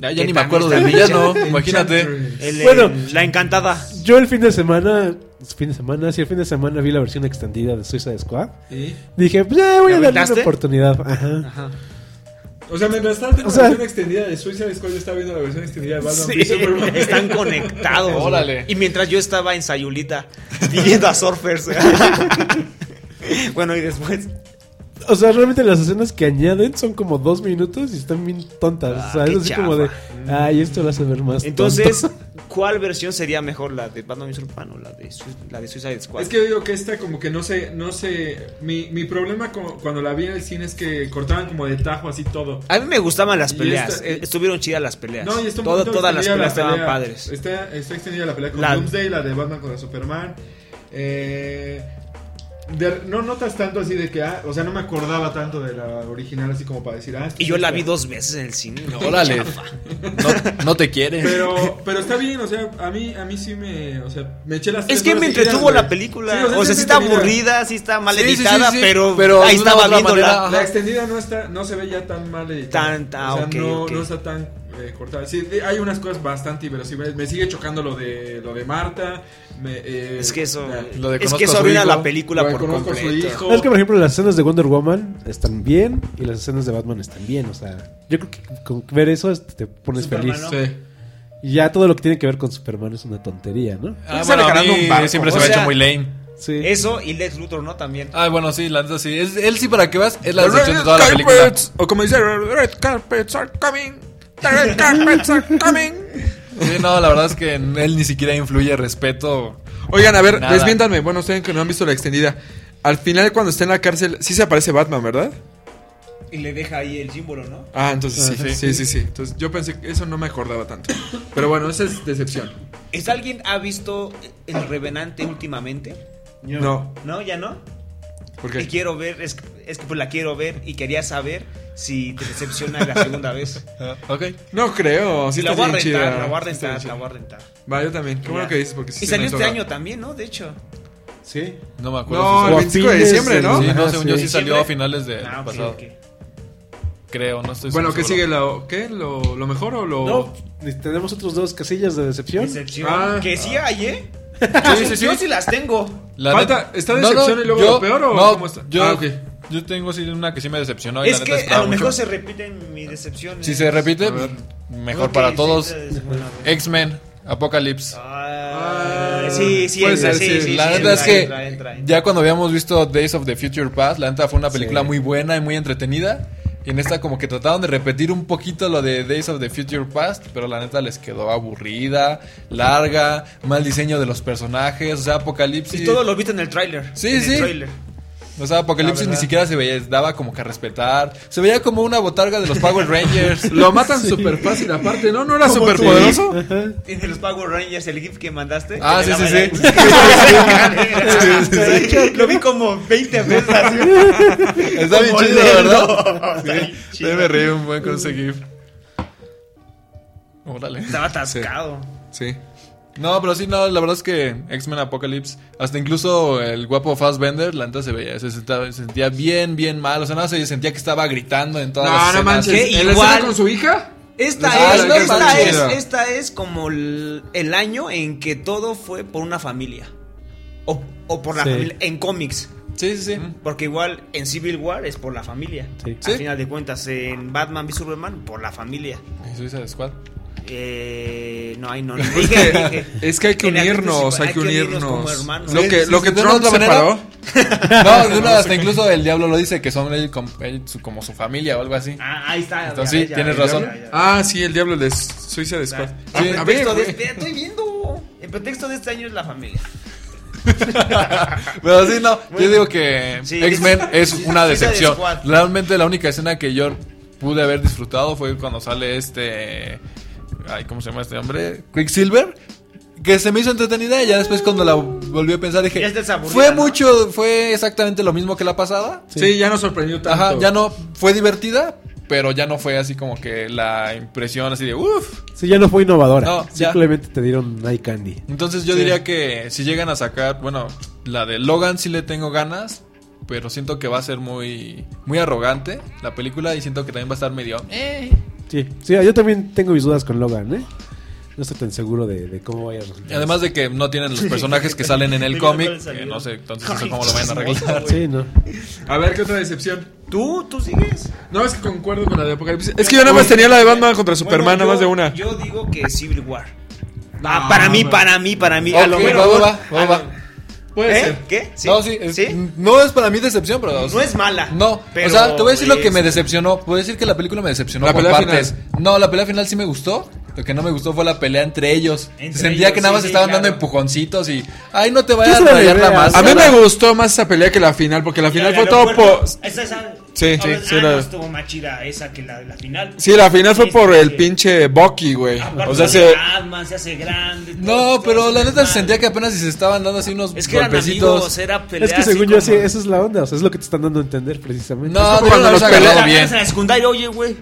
S2: Ya, ya
S3: Que
S2: ni me
S3: también
S2: acuerdo
S3: está
S2: del
S3: bien (laughs)
S2: villano,
S3: chan-
S2: imagínate.
S3: El-
S1: Bueno.
S3: el- la encantada.
S1: Yo el fin de semana, fin de semana, sí, el fin de semana vi la versión extendida de Suicide Squad. Dije, pues ya voy
S3: ¿La
S1: a darle
S3: aventaste?
S1: una oportunidad. Ajá.
S4: O sea, mientras tanto,
S1: O sea-
S4: la versión extendida de Suicide Squad, yo estaba viendo la versión extendida de Batman v Superman.
S3: Están conectados. güey.
S2: Órale.
S3: Y mientras yo estaba en
S4: (laughs)
S3: Sayulita viviendo a surfers. (laughs) bueno, y después.
S1: O sea, realmente las escenas que añaden son como dos minutos y están bien tontas.
S3: Ah,
S1: o sea,
S3: qué
S1: es así como de, ay, esto lo hace ver más.
S3: Entonces,
S1: tonto". (laughs)
S3: ¿cuál versión sería mejor? ¿La de Batman y Superman o la de, Su- la de Suicide Squad?
S4: Es que yo digo que esta como que no sé, no sé, mi, mi problema con- cuando la vi en el cine es que cortaban como de tajo así todo.
S3: A mí me gustaban las
S4: Y
S3: peleas.
S4: esta-
S3: eh, Estuvieron chidas las peleas.
S4: No, y está un
S3: Todo-
S4: poquito
S3: todas las
S4: extendida
S3: peleas
S4: la
S3: estaban
S4: pelea.
S3: padres.
S4: Está, está extendida la pelea con
S3: La-
S4: Doomsday, la de Batman contra Superman. Eh, de- no notas tanto así de que, ah, o sea, no me acordaba tanto de la original así como para decir, ah,
S3: Y yo la vi dos veces en el cine. (laughs)
S2: Órale. No, no te quiere.
S4: Pero, pero está bien, o sea, a mí, a mí sí me, o sea, me eché las
S3: Es
S4: tres
S3: que
S4: horas
S3: me
S4: seguidas,
S3: entretuvo
S4: güey.
S3: la película.
S4: Sí,
S3: o sea,
S4: sí
S3: sí está
S4: entretenida.
S3: aburrida, sí está mal
S2: Sí, sí, sí,
S3: editada,
S2: sí,
S3: pero,
S2: pero
S3: ahí
S2: de una u
S3: estaba
S2: otra
S3: viéndola.
S2: manera, ajá.
S4: La extendida no está, no se ve ya tan mal editada.
S3: Tan- ah,
S4: o sea,
S3: ok,
S4: no,
S3: ok.
S4: no está tan eh, cortada. Sí, de- hay unas cosas bastante inverosímiles. Me sigue chocando lo de lo de Marta. me, eh,
S3: Es que eso,
S4: la-
S2: Lo de
S3: es
S2: conozco
S3: que
S2: a su
S3: eso arruina
S2: hijo,
S3: la película
S4: lo de
S3: por
S4: conozco a su
S3: completo.
S4: hijo.
S1: Es que, por ejemplo, las escenas de Wonder Woman están bien y las escenas de Batman están bien. O sea, yo creo que con ver eso este, te pones
S3: Superman,
S1: feliz.
S3: ¿no?
S4: Sí.
S1: Y ya todo lo que tiene que ver con Superman es una tontería, ¿no?
S2: Ah,
S3: Están
S2: bueno, a
S3: regalando
S2: mí
S3: un barco.
S2: siempre se
S3: O
S2: me ha hecho
S3: sea-
S2: muy lame.
S1: Sí.
S3: Eso y Lex Luthor, ¿no? También.
S2: Ah, bueno, sí, la neta sí. Es, él sí, para que veas, es la
S4: The
S2: decepción de toda la
S4: red
S2: película.
S4: carpets, O como dice, "The red carpets are coming. The red carpets are coming.
S2: Sí, no, la verdad es que en él ni siquiera influye respeto.
S4: Oigan, a ver,
S2: Nada.
S4: desmiéntanme. Bueno, ustedes que no han visto la extendida. Al final, cuando está en la cárcel, sí se aparece Batman, ¿verdad?
S3: Y le deja ahí el símbolo, ¿no?
S4: Ah, entonces sí, sí, sí, sí, Entonces yo pensé que eso no me acordaba tanto. Pero bueno, esa es decepción.
S3: ¿Es alguien ha visto El Revenante últimamente?
S4: No,
S3: ¿No? ¿Ya no?
S4: porque
S3: Y quiero ver, es, es que pues la quiero ver y quería saber si te decepciona la segunda vez.
S2: Ok.
S4: (laughs) no creo. Sí
S3: la
S4: está
S3: voy a
S4: bien chida.
S3: rentar, la voy a
S4: Sí está bien
S3: rentar,
S4: chida.
S3: la voy a rentar.
S4: Va, yo también. Qué bueno
S3: Ya.
S4: que dices porque sí
S3: Y
S4: se me
S3: salió este
S4: hizo
S3: año también, ¿no? De hecho.
S1: Sí.
S2: No me acuerdo.
S4: No,
S2: si
S4: el
S1: O a
S4: 25 de
S1: fines
S4: diciembre, ¿no?
S1: del-
S2: Sí, no,
S1: Ajá,
S2: según
S1: sí.
S2: yo sí salió
S3: ¿Diciembre?
S2: a finales del
S3: Ah, ok,
S2: pasado.
S3: ok.
S2: Creo, no estoy
S4: Bueno, ¿qué
S2: seguro.
S4: sigue? ¿Lo, ¿Qué? ¿Lo, lo mejor o lo.?
S1: No, tenemos otros dos casillas de decepción.
S3: Decepción.
S4: Ah.
S3: que sí hay, ¿eh?
S4: sí, sí, sí.
S3: Yo sí las tengo.
S2: La
S4: Falta-
S2: neta-
S4: ¿está decepción y luego lo peor o cómo está?
S2: Yo,
S4: Ah, ok.
S2: yo tengo sí una que sí me decepcionó. y
S3: es
S2: la
S3: que
S2: neta
S3: a
S2: esperaba
S3: lo mejor
S2: mucho.
S3: se repiten mis decepciones.
S2: Si se repite,
S4: A ver.
S2: mejor para todos.
S3: Ay,
S2: X-Men, Apocalypse.
S3: sí, sí,
S4: Puede
S3: entra,
S4: ser,
S3: sí,
S4: sí.
S3: sí,
S2: la
S3: sí,
S2: neta
S3: entra,
S2: es que
S3: entra, entra, entra.
S2: ya cuando habíamos visto Days of the Future Past, la neta fue una película muy buena y muy entretenida. Y en esta como que trataron de repetir un poquito lo de Days of the Future Past, pero la neta les quedó aburrida, larga, mal diseño de los personajes, o sea, Apocalipsis.
S3: Y todo lo viste en el tráiler.
S2: Sí,
S3: en el
S2: sí. (laughs)
S3: tráiler.
S2: O sea, Apocalipsis
S3: La
S2: ni
S3: verdad.
S2: siquiera se veía, daba como que a respetar. Se veía como una botarga de los Power
S3: (laughs)
S2: Rangers.
S4: Lo matan súper fácil, aparte, ¿no? ¿No era súper
S1: tú.
S4: poderoso?
S3: Y de los Power Rangers, el GIF que mandaste.
S2: Ah,
S3: que
S2: sí,
S3: me
S2: sí,
S3: daba
S2: sí.
S3: la- (laughs) Lo vi como 20 veces. así.
S2: Está bien
S3: Como
S2: chido,
S3: Lelo.
S2: ¿verdad?
S3: Está bien
S2: (laughs) Sí,
S3: chido.
S2: me reí un buen con ese GIF. Órale.
S3: Estaba atascado.
S4: Sí.
S2: No, pero sí, no, la verdad es que X-Men Apocalypse, hasta incluso el guapo Fassbender, la neta se veía, se, sentaba- se sentía bien, bien mal, o sea, no se sentía que estaba gritando en todas las
S4: No, no
S2: escenas.
S4: manches.
S3: ¿Qué?
S4: ¿En la
S3: Igual.
S4: escena con
S3: (laughs)
S4: su hija?
S3: Esta
S2: Ah,
S3: es,
S2: la que
S3: esta
S2: está
S3: es,
S2: chida.
S3: esta es como el, el año en que todo fue por una familia. O, o por la
S1: Sí.
S3: familia, en cómics.
S2: Sí, sí, Mm, sí.
S3: Porque igual en Civil War es por la familia.
S1: Sí.
S3: Al
S2: Sí.
S3: final de cuentas, en Batman v Superman, por la familia.
S2: Y Suicide (laughs) Squad.
S3: Eh, no, ahí no. no
S4: (laughs) Es
S3: dije,
S4: que,
S3: dije.
S4: Eh, es que hay que
S3: En la
S4: unirnos,
S3: participa-
S4: hay que
S3: como
S4: unirnos.
S3: hermanos.
S4: Lo
S3: Sí,
S4: que,
S2: sí,
S4: lo
S2: sí,
S4: que
S2: de
S4: Trump
S2: otra manera.
S4: separó.
S2: No, de una, hasta incluso el diablo lo dice, que son ellos com- ellos su- como su familia o algo así.
S3: Ah, ahí está.
S2: Entonces,
S3: ya,
S2: sí,
S3: ya,
S2: tienes
S3: ya,
S2: razón.
S3: ya, ya, ya.
S4: Ah, sí, el diablo de Suicide Squad.
S3: Ah,
S4: Sí,
S3: el
S4: a ver,
S3: pretexto de
S4: güey.
S3: este- estoy viendo. El pretexto de este año es la familia.
S2: Pero sí, no, yo digo que
S3: Sí.
S2: X-Men es una
S3: Suicide
S2: decepción.
S3: Squad.
S2: Realmente la única escena que yo pude haber disfrutado fue cuando sale este... Ay, ¿cómo se llama este hombre? Quicksilver. Que se me hizo entretenida y ya después cuando la volví a pensar dije...
S3: Ya estás aburrida,
S2: fue
S3: ¿no?
S2: mucho, fue exactamente lo mismo que la pasada.
S4: Sí, ya nos sorprendió tanto.
S2: Ajá, ya no, fue divertida, pero ya no fue así como que la impresión así de... Uff.
S1: Sí, ya no fue innovadora.
S2: No, ya.
S1: Simplemente te dieron Night Candy.
S2: Entonces yo
S4: Sí.
S2: diría que si llegan a sacar, bueno, la de Logan sí le tengo ganas, pero siento que va a ser muy muy arrogante la película y siento que también va a estar medio eh.
S1: Sí, sí, yo también tengo mis dudas con Logan, ¿eh? No estoy tan seguro de, de cómo vaya a resultar.
S2: Además de que no tienen los personajes que salen
S3: (laughs)
S2: en el
S3: Digo, no
S2: cómic,
S3: pueden salir.
S2: que no sé, entonces eso cómo lo van a arreglar.
S1: Sí, no.
S4: A ver, ¿qué otra decepción?
S3: ¿Tú? ¿Tú sigues?
S4: No, es que concuerdo con la de Apocalipsis. Es que yo nada más tenía la de Batman contra Superman,
S3: Bueno,
S4: nada más de
S3: yo-
S4: una.
S3: Yo digo que Civil War. Ah, para mí, para mí, para mí. a lo
S2: Ok,
S3: mejor. Ah,
S2: va, va, va, va, va.
S4: Puede
S3: ¿Eh?
S4: ser.
S3: ¿Qué? ¿Sí?
S2: No, sí, es-
S3: ¿Sí?
S2: no es para mí decepción, pero
S3: No es mala.
S2: No,
S3: pero este,
S2: o sea, te voy a decir lo que
S3: es-
S2: me decepcionó. Puedo decir que la película me decepcionó
S4: La
S2: por
S4: pelea
S2: partes. No, la pelea final sí me gustó. Lo que no me gustó fue la pelea entre ellos.
S3: Entre
S2: Se sentía
S3: ellos,
S2: que nada
S3: sí,
S2: más
S3: sí,
S2: estaban dando
S3: claro.
S2: empujoncitos y. Ay, no te vayas a
S1: Yo se la
S2: rayar la
S1: idea.
S2: más.
S4: A mí me gustó más esa pelea que la final, porque la final
S3: Ya,
S4: fue
S3: el
S4: todo
S3: aeropuerto.
S4: por...
S3: Esa, esa-
S4: Sí,
S3: ah,
S4: sí,
S3: ah,
S4: sí,
S3: no,
S4: la-
S3: estuvo más chida esa que la, la final.
S4: Sí, la final fue
S3: Sí,
S4: por
S3: sí,
S4: el
S3: sí.
S4: pinche Bucky, güey.
S3: Aparte
S4: O sea,
S3: sale
S4: se...
S3: Batman, se hace grande. todo-
S2: No,
S3: todo
S2: pero
S3: ese
S2: la neta se
S3: desmadre.
S2: sentía que apenas si se estaban dando así unos
S3: Es que eran amigos, eh.
S2: golpecitos.
S3: era pelea
S1: Es que según
S3: así
S1: yo,
S3: como-
S1: así, esa es la onda. O sea, es lo que te están dando a entender precisamente.
S2: No,
S4: como
S2: debieron
S4: cuando
S2: haberse
S4: los peleas-
S2: agarrado
S3: Apenas
S2: bien.
S3: en la secundaria, oye, güey.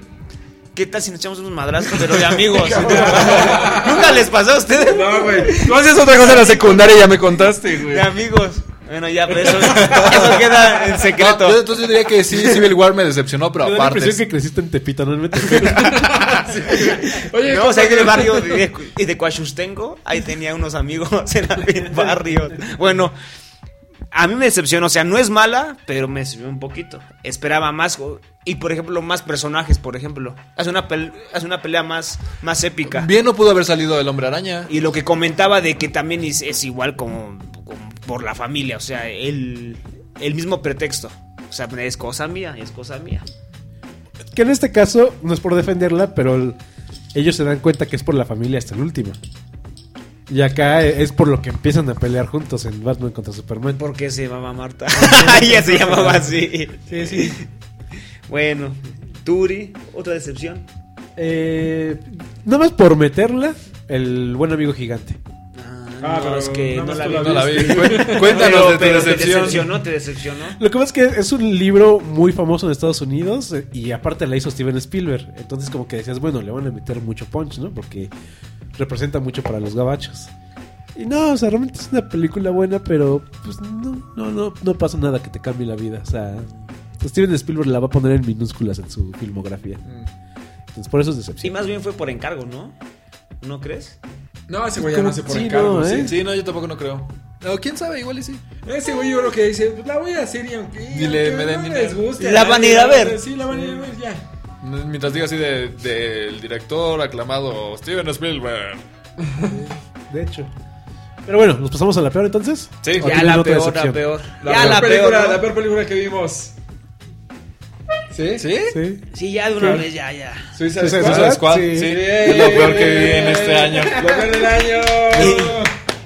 S3: ¿Qué tal si nos echamos unos madrazos, pero de
S4: (laughs)
S3: amigos? ¿Nunca les pasó a ustedes?
S4: No, güey. No haces otra cosa en la secundaria, ya me contaste, güey.
S3: De amigos. Bueno, ya, pero
S4: (laughs)
S3: eso, eso queda en
S2: No,
S3: secreto.
S2: yo entonces diría que
S3: (laughs)
S2: sí, Civil War me decepcionó, pero
S1: Me da la
S2: aparte.
S1: impresión que creciste en Tepito, no en
S2: (laughs)
S1: Metepec.
S4: Oye,
S3: no, o sea, en el barrio de, de Coachustengo, ahí tenía unos amigos en el barrio. Bueno, a mí me decepcionó, o sea, no es mala, pero me decepcionó un poquito. Esperaba más, o- y por ejemplo, más personajes, por ejemplo. Hace una, pel- hace una pelea más, más épica.
S2: Bien no pudo haber salido el hombre araña.
S3: Y lo que comentaba de que también es, es igual como, como por la familia, o sea, el, el mismo pretexto. O sea, es cosa mía, es cosa mía.
S1: que en este caso, no es por defenderla, pero el- ellos se dan cuenta que es por la familia hasta el último. Y acá eh, es por lo que empiezan a pelear juntos en Batman contra Superman.
S3: ¿Por qué se llamaba Marta? (laughs) Ella se llamaba así. Sí, sí. Bueno, Turi, otra decepción.
S1: Eh, nada más por meterla, el buen amigo gigante.
S3: Ah, no, es que no la vi.
S2: No la vi.
S3: (laughs) Pero-
S2: Cuéntanos de tu
S3: pero te
S2: decepción.
S3: decepcionó, te decepcionó.
S1: Lo que pasa es que es un libro muy famoso en Estados Unidos eh, y aparte la hizo Steven Spielberg. Entonces como que decías, bueno, le van a meter mucho punch, ¿no? Porque representa mucho para los gabachos. Y no, o sea, realmente es una película buena, pero pues no, no, no, no pasa nada que te cambie la vida. O sea, Steven Spielberg la va a poner en minúsculas en su filmografía. Entonces por eso es
S3: Mm. Sí,
S1: decepción.
S3: más bien fue por encargo, ¿no? ¿No crees?
S4: No, ese güey ya no
S1: Como-
S4: hace por
S1: sí,
S4: encargo,
S1: no, ¿eh?
S4: sí.
S2: Sí, no, yo tampoco no creo. O quién sabe, igual y sí.
S4: Ese güey yo creo que dice, pues la voy a hacer y aunque,
S2: Y le-
S4: aunque
S2: me den
S4: no
S2: dinero.
S4: les guste.
S3: La
S4: nadie,
S3: van a ir a ver.
S4: Sí, la van a ir a ver, ya.
S2: Mientras diga así de- del director aclamado Steven Spielberg.
S1: De hecho. Pero bueno, nos pasamos a la peor entonces.
S2: Sí.
S1: ¿O
S3: Ya
S1: tienen
S3: la
S1: otra
S3: peor, la
S1: decepción?
S3: peor.
S4: La
S3: ya
S4: peor
S3: la peor.
S4: película,
S3: ¿no?
S4: la peor película que vimos. ¿Sí? ¿Sí?
S1: Sí.
S3: Sí, ya de una vez, ya, ya.
S4: Suiza
S1: Suicide
S4: Squad.
S1: Squad.
S2: Squad,
S1: Sí.
S2: sí.
S1: Sí.
S2: Es lo peor que vi en este año.
S4: Lo peor del año.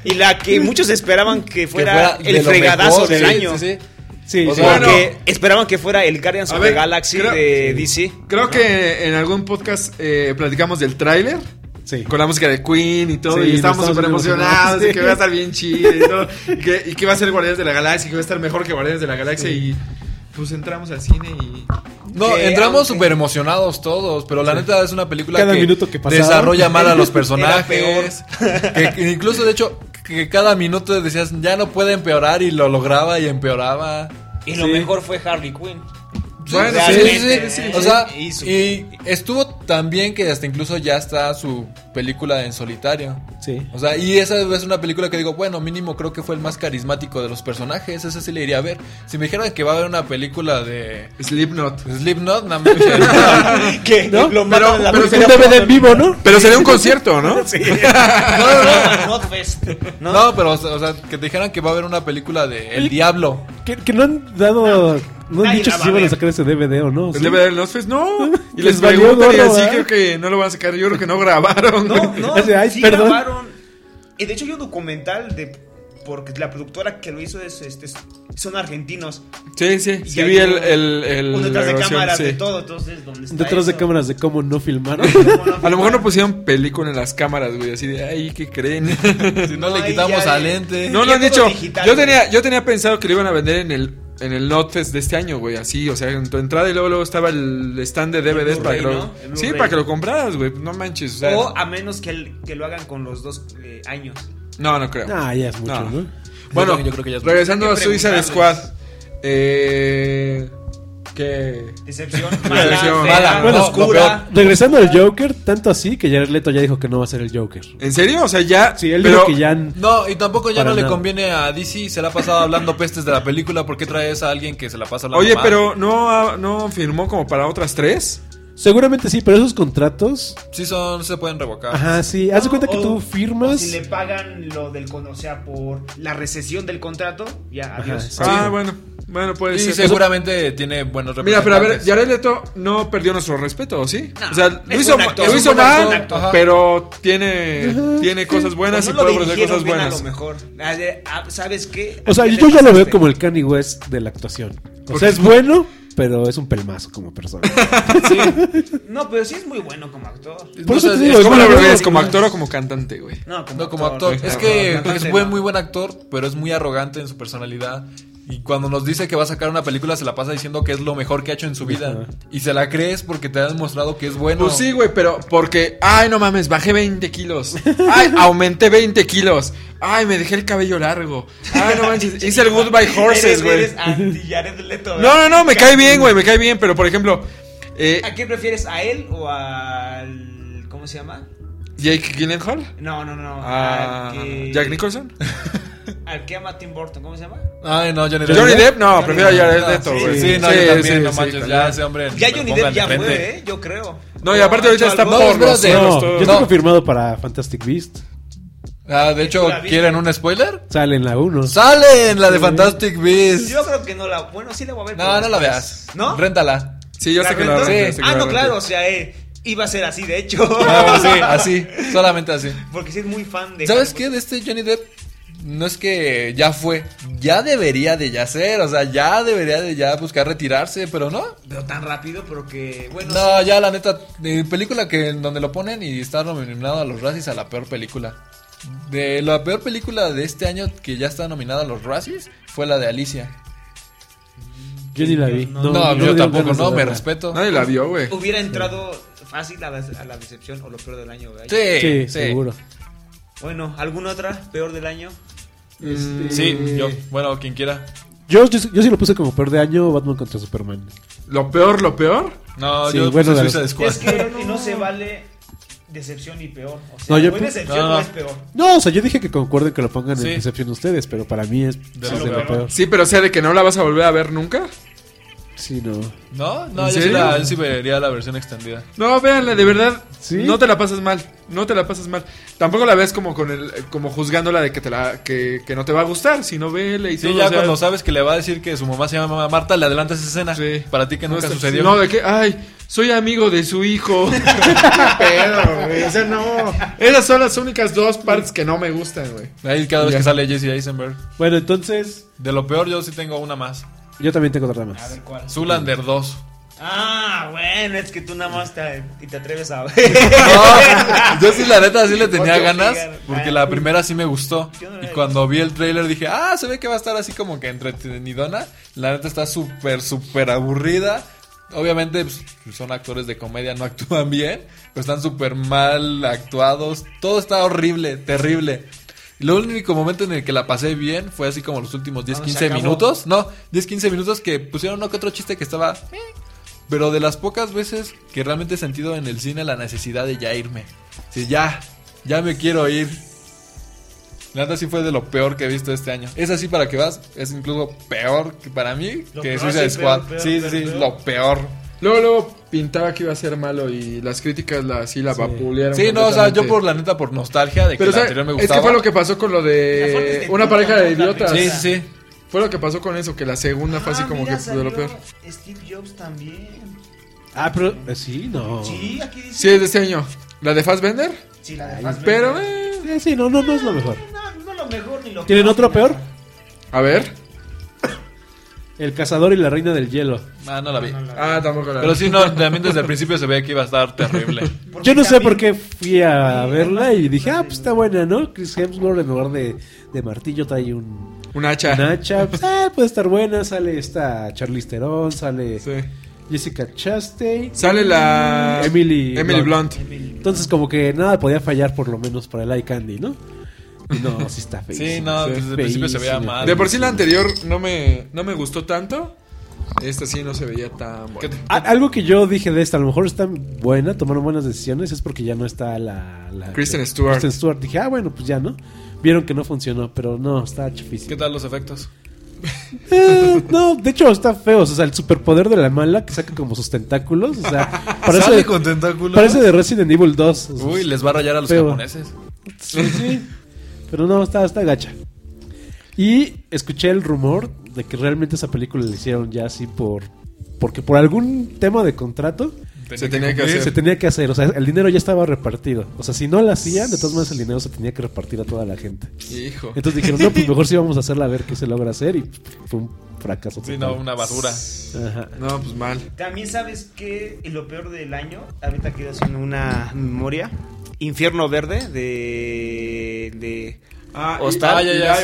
S3: Y la que muchos esperaban que fuera,
S2: fuera de
S3: el
S2: lo
S3: fregadazo
S2: mejor,
S3: del
S2: sí,
S3: año.
S2: sí, sí.
S1: Sí,
S2: O
S1: sí.
S2: sea,
S3: Porque esperaban que fuera el Guardians
S4: A
S3: of
S4: ver,
S3: the Galaxy
S4: creo-
S3: de DC.
S4: Creo que en algún podcast eh, platicamos del tráiler.
S1: Sí.
S4: Con la música de Queen y todo,
S1: Sí,
S4: y estábamos
S1: nos
S4: súper
S1: estábamos bien
S4: emocionados, y que
S1: emocionados.
S4: va a estar bien chido y todo, y que, y que va a ser Guardianes de la Galaxia, y que va a estar mejor que Guardianes de la Galaxia, y pues entramos al cine y...
S2: No,
S3: Que,
S2: entramos
S3: aunque-
S2: súper emocionados todos, pero la neta es una película
S1: Cada
S2: que,
S1: minuto que pasaba.
S2: desarrolla mal a los
S3: peor.
S2: personajes. que, que incluso, de hecho, que cada minuto decías, ya no puede empeorar y lo lograba y empeoraba.
S3: Y lo mejor fue Harley Quinn.
S4: Bueno,
S2: sí,
S3: realmente,
S2: sí, sí.
S3: ¿eh?
S2: O sea,
S3: Hizo.
S2: y estuvo tan bien que hasta incluso ya está su película en solitario.
S1: Sí.
S2: O sea, y esa es una película que digo, bueno, mínimo creo que fue el más carismático de los personajes, ese sí le iría a ver. Si me dijeran que va a haber una película de
S4: Slipknot.
S2: Slipknot, no
S4: (laughs)
S2: manches.
S3: (laughs) Que
S1: ¿No?
S3: lo mataron en la
S4: pero
S1: Un
S4: sería-
S1: DVD en vivo, ¿no?
S4: Pero sería un concierto, ¿no? (laughs) Sí. (laughs)
S3: Not Fest.
S2: No,
S3: No,
S2: pero o sea, o sea, que te dijeran que va a haber una película de El Diablo.
S1: Que, que no han dado. No han
S3: Nadie
S1: dicho
S3: la
S1: si
S3: va a
S1: iban a
S3: ver.
S1: sacar ese DVD o no. ¿sí?
S4: ¿El DVD del Nosfest? (laughs) No. Y les,
S1: Les valió
S4: preguntan y
S1: gorro,
S4: así
S1: ¿verdad?
S4: creo que no lo van a sacar. Yo creo que no grabaron.
S3: no, no.
S1: Ese, ay,
S3: sí
S1: perdón.
S3: grabaron. Y de hecho hay un documental de porque la productora que lo hizo es este son argentinos.
S4: Sí, sí.
S3: Y
S4: Sí,
S3: hay
S4: vi el.
S3: un-
S4: el, el-
S3: un detrás
S4: Mm, la
S3: de
S4: grabación,
S3: cámaras
S4: sí.
S3: de todo, entonces ¿dónde está
S1: Detrás de
S3: eso?
S1: cámaras de cómo no (laughs) filmaron.
S4: A lo mejor no pusieron película en las cámaras, güey. Así de, ay, ¿qué
S3: (laughs)
S4: creen?
S2: Si no,
S3: No,
S2: le
S3: ahí
S2: quitamos
S3: ya,
S2: al
S3: eh.
S2: lente.
S4: no lo
S3: ya
S4: han
S3: todo
S4: dicho.
S3: digital,
S4: Yo
S3: güey.
S4: tenía, yo tenía pensado que lo iban a vender en el. En el Notfest de este año, güey, así, o sea, en tu entrada y luego, luego estaba el stand de DVDs para que
S3: Blu-ray,
S4: lo,
S3: ¿no? El
S4: Sí,
S3: Blu-ray.
S4: para que lo compraras, güey, no manches, o sea,
S3: O a menos que, el- que lo hagan con los dos eh, años.
S4: no, no creo.
S1: ah, ya es mucho,
S4: No.
S1: ¿no?
S4: Bueno,
S2: Yo creo que ya es-
S4: regresando
S3: Hay
S4: a
S3: que
S4: Suiza
S3: preguntarles.
S4: Squad, eh, que (laughs)
S3: Decepción, mala,
S4: Decepción.
S3: fea,
S2: Mala,
S1: Bueno,
S3: oscura.
S1: Regresando al Joker, tanto así que Jared Leto ya dijo que no va a ser el Joker.
S4: ¿En serio? O sea, ya.
S1: Sí, él
S4: pero,
S1: dijo que ya. n-
S2: No, y tampoco ya
S1: Para
S2: no le
S1: nada.
S2: conviene a DC, se la ha pasado hablando pestes de la película, ¿por qué traes a alguien que se la pasa hablando
S4: Oye,
S2: mal?
S4: pero no, ha- no firmó como para otras tres.
S1: Seguramente sí, pero esos contratos.
S2: Sí son, se pueden revocar.
S1: Ajá, sí. Haz de cuenta que
S3: O-
S1: tú
S3: o
S1: firmas.
S3: Si le pagan lo del con, o sea, por la recesión del contrato, ya
S1: Ajá,
S3: adiós.
S1: sí.
S4: Ah, bueno. Bueno,
S2: Y
S4: pues.
S2: seguramente tiene buenos
S4: Mira, pero a ver,
S2: representantes.
S4: Jared Leto no perdió nuestro respeto, ¿o sí?
S3: No,
S4: o sea,
S3: es
S4: lo
S3: un
S4: hizo,
S3: actor,
S4: lo
S3: es
S4: hizo
S3: un buen
S4: mal,
S3: actor,
S2: ajá.
S4: pero tiene, tiene cosas buenas
S3: O
S4: y
S3: no lo
S4: puede ofrecer
S3: dirigieron
S4: cosas
S3: bien
S4: buenas.
S3: A lo mejor. Ah, de- ah, ¿Sabes qué?
S1: O sea,
S3: ¿A qué
S1: yo
S3: le
S1: ya lo veo
S3: pasaste?
S1: como el Kanye West de la actuación. O
S4: Porque-
S1: sea, es bueno, pero es un pelmazo como (laughs) persona.
S3: No, pero sí es muy bueno como actor.
S1: Por eso
S2: Pues No sé,
S1: te
S2: es
S1: digo,
S4: ¿Cómo
S1: yo
S4: lo
S1: veo-
S4: ves? ¿Como actor o como cantante, güey?
S3: No, como
S2: No, como actor.
S3: güey.
S2: Es que
S3: Cantante,
S2: es buen,
S3: no.
S2: muy buen actor, pero es muy arrogante en su personalidad. Y cuando nos dice que va a sacar una película, se la pasa diciendo que es lo mejor que ha hecho en su vida.
S1: Ajá.
S2: Y se la crees porque te ha demostrado que es bueno.
S4: Pues sí, güey, pero porque, ay, no mames, bajé 20 kilos. Ay, aumenté 20 kilos. Ay, me dejé el cabello largo. Ay, no manches, hice el Goodbye
S3: (laughs)
S4: Horses,
S3: Eres-
S4: güey.
S3: eres anti-Jared Leto,
S4: No,
S3: ¿verdad?
S4: no, no, me cae bien, güey, me cae bien, pero por ejemplo, eh,
S3: ¿A quién prefieres? ¿A él o al. ¿Cómo se llama?
S4: Jake Gyllenhaal,
S3: No, no, no.
S4: a
S3: al que-
S4: Ah, Jack Nicholson,
S3: Al que ama Tim Burton, ¿cómo se llama?
S2: Ay, no, Johnny Depp.
S4: Johnny Depp, no,
S3: Johnny
S4: prefiero a
S3: Depp.
S4: Jared
S2: Ah,
S4: Leto,
S2: sí,
S4: güey.
S2: Sí, no, yo también, no
S4: sí,
S2: manches,
S4: también.
S2: ya ese hombre.
S3: Ya
S2: me
S3: Johnny
S2: pongan
S3: Depp
S2: de
S3: ya
S2: frente.
S3: fue, ¿eh? Yo creo.
S4: No, y aparte
S3: Ha
S4: ahorita
S3: hecho
S4: está
S3: algo.
S4: por
S2: espérate.
S4: los
S2: No,
S4: cielos
S1: pues, No,
S4: todo.
S1: yo
S2: no.
S1: tengo firmado para Fantastic Beast.
S2: Ah, de hecho,
S3: ¿La viste?
S2: ¿quieren un spoiler?
S1: Sale en la 1.
S2: ¡Sale en la de Fantastic Beasts!
S3: Yo creo que no la. Bueno, sí la voy a ver.
S2: No,
S3: pero
S2: no la
S3: después.
S2: veas.
S3: ¿No?
S2: Réntala.
S4: Sí, yo sé que la
S3: rento?
S4: renté, yo sé que
S3: Ah,
S4: la
S3: no,
S4: renté.
S3: claro, o sea, eh, Iba a ser así, de hecho.
S4: (laughs) Ah,
S6: No, sí, así, solamente así.
S3: (laughs) Porque sí es muy fan de.
S6: ¿Sabes qué? De este Johnny Depp, no es que ya fue, ya debería de ya ser, o sea, ya debería de ya buscar retirarse, pero no.
S3: Pero tan rápido, pero que. Bueno,
S6: No, ya la neta, eh, película que en donde lo ponen y está nominado a los Razzies a la peor película. De la peor película de este año que ya está nominada a los Razzies fue la de Alicia.
S1: Yo ni la vi. No,
S6: No,
S1: no me
S6: yo
S1: dieron
S6: tampoco,
S1: ganas de
S6: no, me
S1: verla.
S6: respeto.
S4: Nadie la vio, güey.
S3: hubiera entrado fácil a la, a la decepción o lo peor del año, ¿verdad?
S6: Sí,
S1: Sí,
S6: sí.
S1: seguro.
S3: Bueno, ¿alguna otra peor del año?
S2: Sí, yo. Bueno, quien quiera.
S1: Yo, yo, yo sí lo puse como peor de año Batman contra Superman.
S4: Lo peor, lo peor.
S2: No,
S1: Sí,
S2: yo
S1: bueno,
S2: puse
S1: de los-
S2: Suicide Squad.
S1: (laughs)
S3: Es que no se vale decepción y peor. O sea,
S1: No, yo
S3: o es
S1: pu-
S3: decepción
S2: no,
S3: o
S2: no.
S3: es peor.
S1: No, o sea, yo dije que concuerden que lo pongan
S2: Sí.
S1: en decepción ustedes, pero para mí es sí, es de,
S2: lo
S1: lo
S2: peor.
S1: peor.
S4: Sí, pero o sea, de que no la vas a volver a ver nunca.
S1: Sí, no.
S2: No, no, yo
S4: ¿En
S2: sí,
S4: serio?
S2: la, yo sí vería la versión extendida.
S4: No, véanla, de verdad.
S1: ¿Sí?
S4: No te la pasas mal. No te la pasas mal. Tampoco la ves como con el, como juzgándola de que te la, que, que no te va a gustar, sino vele y
S2: Sí,
S4: todo.
S2: ya
S4: o sea,
S2: cuando sabes que le va a decir que su mamá se llama Marta, le adelantas esa escena.
S4: Sí.
S2: Para ti que
S4: no
S2: nunca
S4: está-
S2: sucedió.
S4: No, de que, ay, soy amigo de su hijo. (laughs) Qué pedo, güey. O sea, no. Esas son las únicas dos partes que no me gustan, güey.
S2: Ahí cada vez
S4: Ya.
S2: que sale Jesse Eisenberg.
S1: Bueno, entonces,
S2: De lo peor, yo sí tengo una más.
S1: yo también tengo otra
S3: A ver
S1: más.
S3: cuál.
S2: Zulander 2.
S3: Ah, bueno, es que tú nada más te, y te atreves a ver.
S2: No, yo sí, la neta, sí le tenía
S3: Ocho
S2: ganas.
S3: gigas. Ah,
S2: Porque la primera sí me gustó.
S3: Yo no la
S2: Y
S3: he
S2: cuando vi el trailer dije, ah, se ve que va a estar así como que entretenidona. La neta está súper, súper aburrida. Obviamente pues, son actores de comedia, no (laughs) actúan bien. Pero están súper mal actuados. Todo está horrible, terrible. Y Lo único momento en el que la pasé bien fue así como los últimos 10,
S3: Cuando se
S2: 15
S3: acabó.
S2: minutos. No, 10, 15 minutos que pusieron uno que otro chiste que estaba... "Eh", Pero de las pocas veces que realmente he sentido en el cine la necesidad de ya irme. Sí, ya, ya me quiero ir. La neta sí fue de lo peor que he visto este año. Es así para que vas, es incluso peor que para mí
S3: Lo
S2: que
S3: peor,
S2: Suicide
S3: sí,
S2: Squad.
S3: peor, peor,
S2: sí,
S3: peor,
S2: sí, sí,
S3: peor.
S2: lo peor.
S4: Luego, luego pintaba que iba a ser malo y las críticas la, sí la vapulearon.
S2: Sí, no, o sea, yo
S4: completamente.
S2: por la neta, por nostalgia de que la
S4: Pero, o sea,
S2: anterior me
S4: es
S2: gustaba.
S4: que fue lo que pasó con lo
S3: La foto es
S4: de
S3: de
S4: una
S3: puta
S4: pareja de
S3: madre,
S4: idiotas.
S3: o
S2: Sí,
S3: sea.
S2: sí, sí.
S4: Fue lo que pasó con eso, que la segunda fue así
S3: Ah,
S4: como
S3: mira,
S4: que de lo
S3: salió
S4: peor.
S3: (laughs) Steve Jobs también.
S1: Ah, pero eh, sí, no. Sí,
S3: Sí, aquí dice.
S4: Sí, es de este año. La de Fassbender,
S3: Sí, la de Fassbender.
S4: pero... eh,
S1: sí, no, no, no es lo mejor.
S3: No, no lo mejor ni lo
S1: eh. ¿Tienen
S3: peor,
S1: otro
S3: ni nada.
S1: peor?
S4: A ver.
S1: El cazador y la reina del hielo.
S2: Ah, no la vi.
S4: Ah, tampoco la...
S2: Pero sí, no, también desde el principio se veía que iba a estar terrible.
S4: (laughs)
S3: Porque
S1: Yo no sé
S3: también-
S1: por qué fui a verla y dije, ah, pues está buena, ¿no? Chris Hemsworth en lugar de, de martillo trae un,
S4: Un hacha.
S1: un hacha. Pues, ah, puede estar buena. Sale esta Charlize Theron, sale
S4: Sí.
S1: Jessica Chastain.
S4: Sale la...
S1: Emily
S4: Emily
S1: Blunt.
S4: Blunt.
S1: Entonces como que nada podía fallar por lo menos para el eye candy, ¿no? Y no, sí está feísimo.
S2: Sí, no,
S4: Sí,
S2: desde el principio se veía
S1: feísimo.
S2: mal.
S4: De por sí la anterior no me, no me gustó tanto. Esta sí no se veía tan buena.
S1: A- Ah, algo que yo dije de esta, a lo mejor está buena, tomaron buenas decisiones, es porque ya no está la... la-
S4: Kristen Stewart.
S1: Kristen Stewart. Dije, ah, bueno, pues ya, ¿no? Vieron que no funcionó, pero no, está
S2: ¿Qué
S1: chafísimo.
S2: tal los efectos?
S1: (laughs) Eh, no, de hecho está feo. O sea, el superpoder de la mala que saca como sus tentáculos. O
S2: (laughs)
S1: sea, parece,
S2: tentáculos.
S1: parece de Resident Evil 2. o sea,
S2: Uy, les va a rayar a los
S1: Feo.
S2: japoneses.
S1: sí, sí. Pero no, está, está gacha. Y escuché el rumor de que realmente esa película la hicieron ya así por. Porque por algún tema de contrato
S4: Se tenía que
S1: se
S4: hacer.
S1: tenía que hacer. O sea, el dinero ya estaba repartido. O sea, si no la hacían, de todas maneras el dinero se tenía que repartir a toda la gente.
S4: Hijo.
S1: Entonces dijeron, no, pues mejor sí vamos a hacerla a ver qué se logra hacer. Y fue un fracaso.
S2: Sí, no,
S1: total.
S2: una basura.
S1: Ajá.
S4: No, pues mal.
S3: También sabes que lo peor del año, ahorita quedo haciendo una memoria. Infierno Verde de. de.
S4: Ah,
S2: y- ah, ya, ya, sí.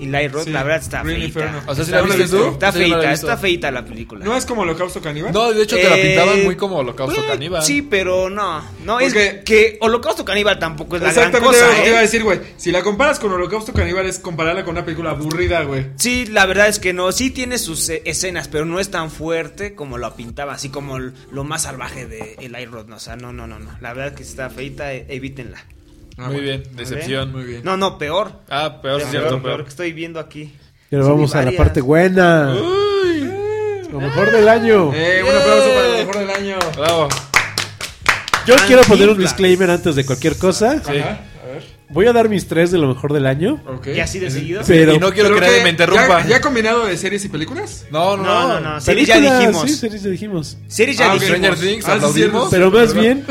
S3: Eli Roth,
S4: Sí,
S3: la verdad está
S4: Green
S3: feita.
S4: Inferno.
S2: O sea, si
S4: ¿La
S2: la
S4: has
S2: viste
S4: visto?
S2: tú.
S3: Está
S2: Sí, yo no la he
S3: feita,
S2: visto.
S3: está feita la película.
S4: ¿No es como Holocausto Caníbal?
S2: No, de hecho te la
S3: Eh,
S2: pintaban muy como Holocausto
S3: eh,
S2: Caníbal.
S3: Sí, pero no. No,
S4: Porque-
S3: es que Holocausto Caníbal tampoco es la gran
S4: Exactamente era lo
S3: cosa,
S4: que te
S3: ¿eh?
S4: iba a decir, güey. Si la comparas con Holocausto Caníbal es compararla con una película aburrida, güey.
S3: Sí, la verdad es que no. Sí tiene sus eh, escenas, pero no es tan fuerte como lo pintaba, así como l- lo más salvaje de Eli Roth. no, O sea, no, no, no, no. La verdad es que está feita, eh, evítenla.
S2: Ah, Muy bien, decepción.
S4: Muy bien.
S3: No, no, peor.
S2: Ah, peor, es cierto,
S3: peor,
S2: peor.
S3: peor que estoy viendo aquí.
S1: Pero
S3: Sí,
S1: vamos a la
S3: varias.
S1: parte buena. Lo mejor del año.
S4: Eh, un aplauso para lo mejor del año.
S2: Bravo.
S1: Yo quiero poner un
S3: Cantinflas.
S1: disclaimer antes de cualquier cosa.
S4: Ajá, a ver.
S1: Voy a dar mis tres de lo mejor del año.
S4: Ok.
S3: ¿Y así de seguido?
S1: Pero
S2: Y no quiero
S4: Creo
S2: que nadie me interrumpa.
S4: ¿Ya, ya combinado de series y películas?
S2: No, no,
S3: No, no, no. Series ya
S1: películas,
S3: dijimos.
S1: Sí, series ya dijimos.
S3: Series ya
S2: Ah, ok.
S3: dijimos.
S2: Stranger Things,
S4: Ah, sí,
S2: aplaudimos.
S1: Pero más bien,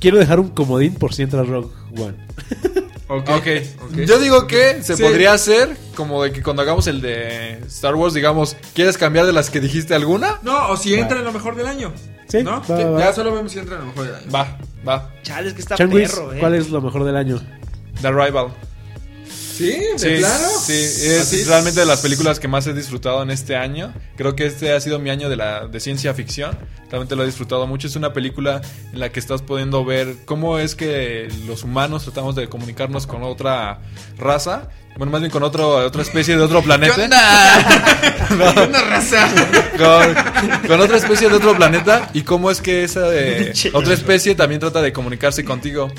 S1: quiero dejar un comodín por si entra Rock One.
S4: Ok.
S2: Ok.
S4: ok.
S2: Yo digo que se
S4: Sí.
S2: podría hacer como de que cuando hagamos el de Star Wars, digamos, ¿quieres cambiar de las que dijiste alguna?
S4: No, o si entra en lo mejor del año.
S1: Sí,
S4: ¿No?
S1: va, va, va.
S4: Ya solo vemos si entra en lo mejor del año.
S2: Va, va.
S3: Chale, es que está
S1: Changuis,
S3: perro, eh.
S1: ¿cuál es lo mejor del año?
S2: The Rival.
S4: ¿Sí? ¿De
S2: Sí,
S4: plano? ¿Ah,
S2: sí, es
S4: ¿Así?
S2: realmente
S4: (laughs)
S2: de las películas que más he disfrutado en este año. Creo que este ha sido mi año de, la, de ciencia ficción. Realmente lo he disfrutado mucho. Es una película en la que estás pudiendo ver cómo es que los humanos tratamos de comunicarnos con otra raza. Bueno, más bien con otro, otra especie de otro planeta.
S4: Una raza.
S2: con, con otra especie de otro planeta y cómo es que esa
S4: (laughs)
S2: de otra especie también trata de comunicarse contigo.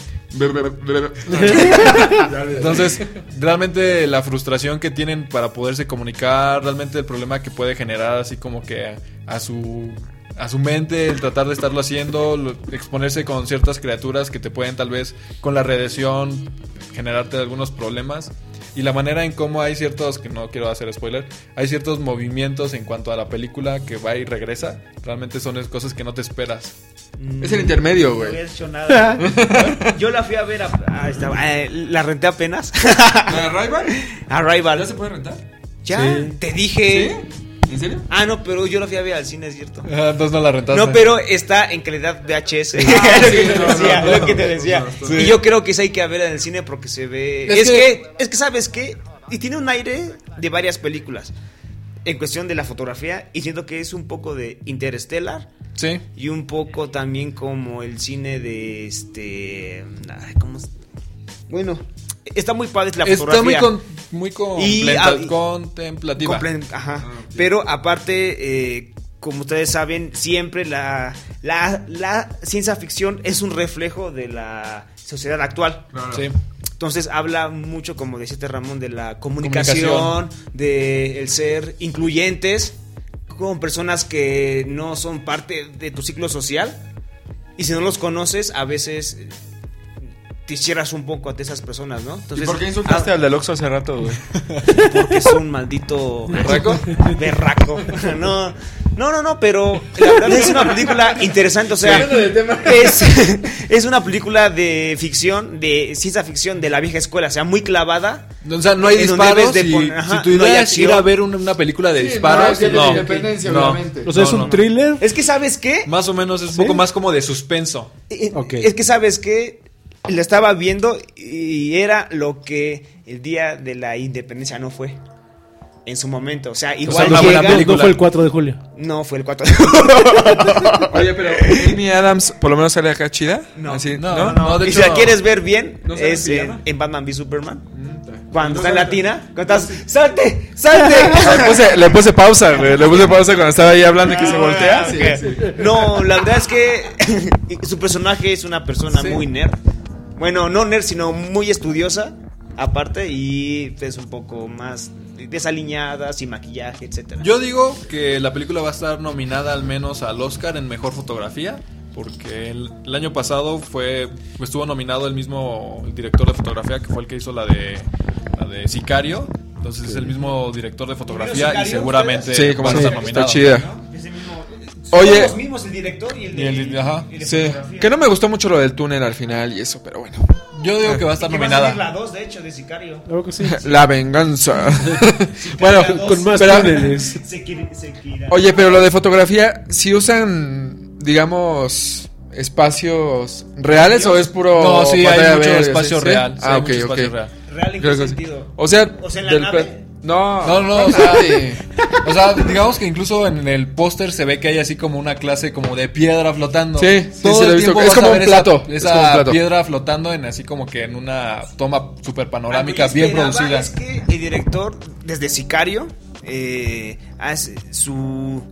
S2: (laughs) Entonces, realmente la frustración que tienen para poderse comunicar, realmente el problema que puede generar así como que a, a su a su mente el tratar de estarlo haciendo, lo- exponerse con ciertas criaturas que te pueden tal vez con la radiación generarte algunos problemas y la manera en cómo hay ciertos que no quiero hacer spoiler, hay ciertos movimientos en cuanto a la película que va y regresa, realmente son es- cosas que no te esperas. (laughs)
S4: es el
S3: (laughs)
S4: intermedio,
S3: Mm, No (laughs)
S4: güey.
S3: había
S1: (laughs)
S3: hecho nada. (laughs) Yo la fui a ver a... ah, estaba- eh, la renté apenas. (laughs)
S4: ¿La Rival? ¿Ya se
S3: Arrival.
S4: puede rentar?
S3: Ya,
S1: Sí.
S3: te
S4: ¿Sí?
S3: dije.
S4: ¿En serio?
S3: Ah, no, pero yo la fui a ver al cine, es cierto.
S2: Ah, Entonces no la rentaste.
S3: No, pero está en calidad VHS. (laughs)
S4: Ah,
S3: lo, que
S4: eh. sí,
S3: te
S4: no,
S3: decía,
S4: no, no,
S3: lo que te
S4: no,
S3: decía.
S4: no, no,
S2: no.
S3: Y yo creo que esa hay que a ver en el cine porque se ve.
S2: Es
S3: Es,
S2: que-
S3: que... es que sabes qué, y tiene un aire de varias películas. En cuestión de la fotografía, y siento que es un poco de Interstellar
S2: Sí.
S3: y un poco también como el cine de este. ay, ¿Cómo? es? Bueno, está muy padre la
S2: Está muy
S3: fotografía.
S2: con, muy completa-
S3: ah, y-
S2: contemplativa.
S3: Complen- ajá. Pero aparte, eh, como ustedes saben, siempre la, la, la ciencia ficción es un reflejo de la sociedad actual.
S2: Sí.
S3: Entonces habla mucho, como decía este Ramón, de la comunicación,
S2: Comunicación.
S3: de el ser incluyentes con personas que no son parte de tu ciclo social. Y si no los conoces, a veces eh, te cierras un poco ante esas personas, ¿no? Entonces,
S4: ¿Y por qué insultaste al del Oxxo hace rato, (laughs) güey?
S3: ah, Porque es un
S4: (laughs)
S3: maldito...
S2: ¿Berraco?
S3: Berraco. (laughs) No, no, no, no, pero la verdad es una película interesante. O sea,
S4: Saliendo del tema.
S3: es, (laughs) es una película de ficción, de ciencia ficción de la vieja escuela, o sea, muy clavada.
S2: O sea, no hay
S3: En donde
S2: disparos.
S3: debes de
S2: si-
S3: poner-
S2: si
S3: ajá,
S2: tu
S3: no hay
S2: idea es
S3: acción.
S2: ir a ver una, una película de
S4: Sí,
S2: disparos,
S4: no, es
S2: no.
S4: de independencia,
S2: no.
S4: obviamente.
S1: O sea, es un thriller.
S3: Es que, ¿sabes qué?
S2: Más o menos es un poco
S1: ¿Sí?
S2: más como de suspenso.
S3: Eh,
S1: Ok.
S3: Es que, ¿sabes qué? La estaba viendo y era lo que el día de la independencia no fue. En su momento, o sea, igual
S2: una
S1: No,
S2: buena
S3: llega-
S1: no
S2: película.
S1: fue el 4 de julio.
S3: No, fue el 4
S4: Oye, pero Amy Adams por lo menos sale acá chida.
S3: No.
S4: Así,
S2: No,
S4: no,
S2: no, no. de
S3: (laughs) y
S2: hecho,
S3: si la quieres ver bien,
S4: ¿No sale
S3: es
S4: en
S3: en,
S4: pijama?
S3: en Batman v Superman.
S4: Mm.
S3: Cuando
S4: No
S3: está en
S4: sale-
S3: latina, cuando estás, ¡salte!
S4: (laughs)
S3: ¡salte!
S4: Le puse, le puse pausa, güey. Le puse pausa cuando estaba ahí hablando y que se
S3: Ah,
S4: voltea.
S3: ok.
S4: Sí, sí.
S3: No, la verdad es que (laughs) su personaje es una persona muy nerd. Bueno, no nerd, sino muy estudiosa, aparte, y es un poco más desaliñada, sin maquillaje, etcétera.
S2: Yo digo que la película va a estar nominada al menos al Oscar en mejor fotografía. Porque el, el año pasado fue estuvo nominado el mismo director de fotografía que fue el que hizo la de, la de Sicario. Entonces es el mismo director de fotografía y
S3: Sicario
S2: seguramente
S4: Sí, como
S2: van a
S4: sí,
S2: estar
S4: está
S2: nominados.
S4: chida.
S3: Son
S4: Oye.
S3: los mismos, el director y el de,
S2: Y el- ajá,
S3: y de
S4: Sí.
S3: fotografía.
S4: Que no me gustó mucho lo del túnel al final y eso, pero bueno.
S2: Yo digo que va a estar
S3: Que va a salir
S2: nominada.
S3: la 2, de hecho, de Sicario.
S1: Algo (laughs) que sí.
S4: La venganza. (laughs) bueno,
S1: Con más
S4: pero-
S1: túneles.
S3: (laughs) Sekir- Sekira.
S4: Oye, pero lo de fotografía, si usan, digamos, espacios reales o es puro.
S2: No, sí,
S4: pantalla
S2: hay mucho
S4: verde,
S2: espacio
S4: sí?
S2: real. sí,
S4: Ah,
S2: hay
S4: ok,
S2: mucho
S4: ok.
S2: espacio real.
S3: Real en
S4: Creo
S3: qué
S4: que sí.
S3: sentido.
S4: O sea,
S3: O sea, en la
S4: del
S3: nave.
S4: pe- No,
S2: No, no, o sea, o sea, digamos que incluso en el póster se ve que hay así como una clase como de piedra flotando.
S4: Sí, sí,
S2: Todo
S4: sí, lo
S2: el
S4: he visto.
S2: tiempo
S4: Es
S2: vas
S4: como
S2: a
S4: un
S2: ver esa-
S4: plato,
S2: Esa,
S4: es como un plato.
S2: piedra flotando en así como que en una toma super panorámica
S3: Lo que
S2: bien
S3: esperaba
S2: producida.
S3: (laughs) Es que el director, desde Sicario, eh, hace su,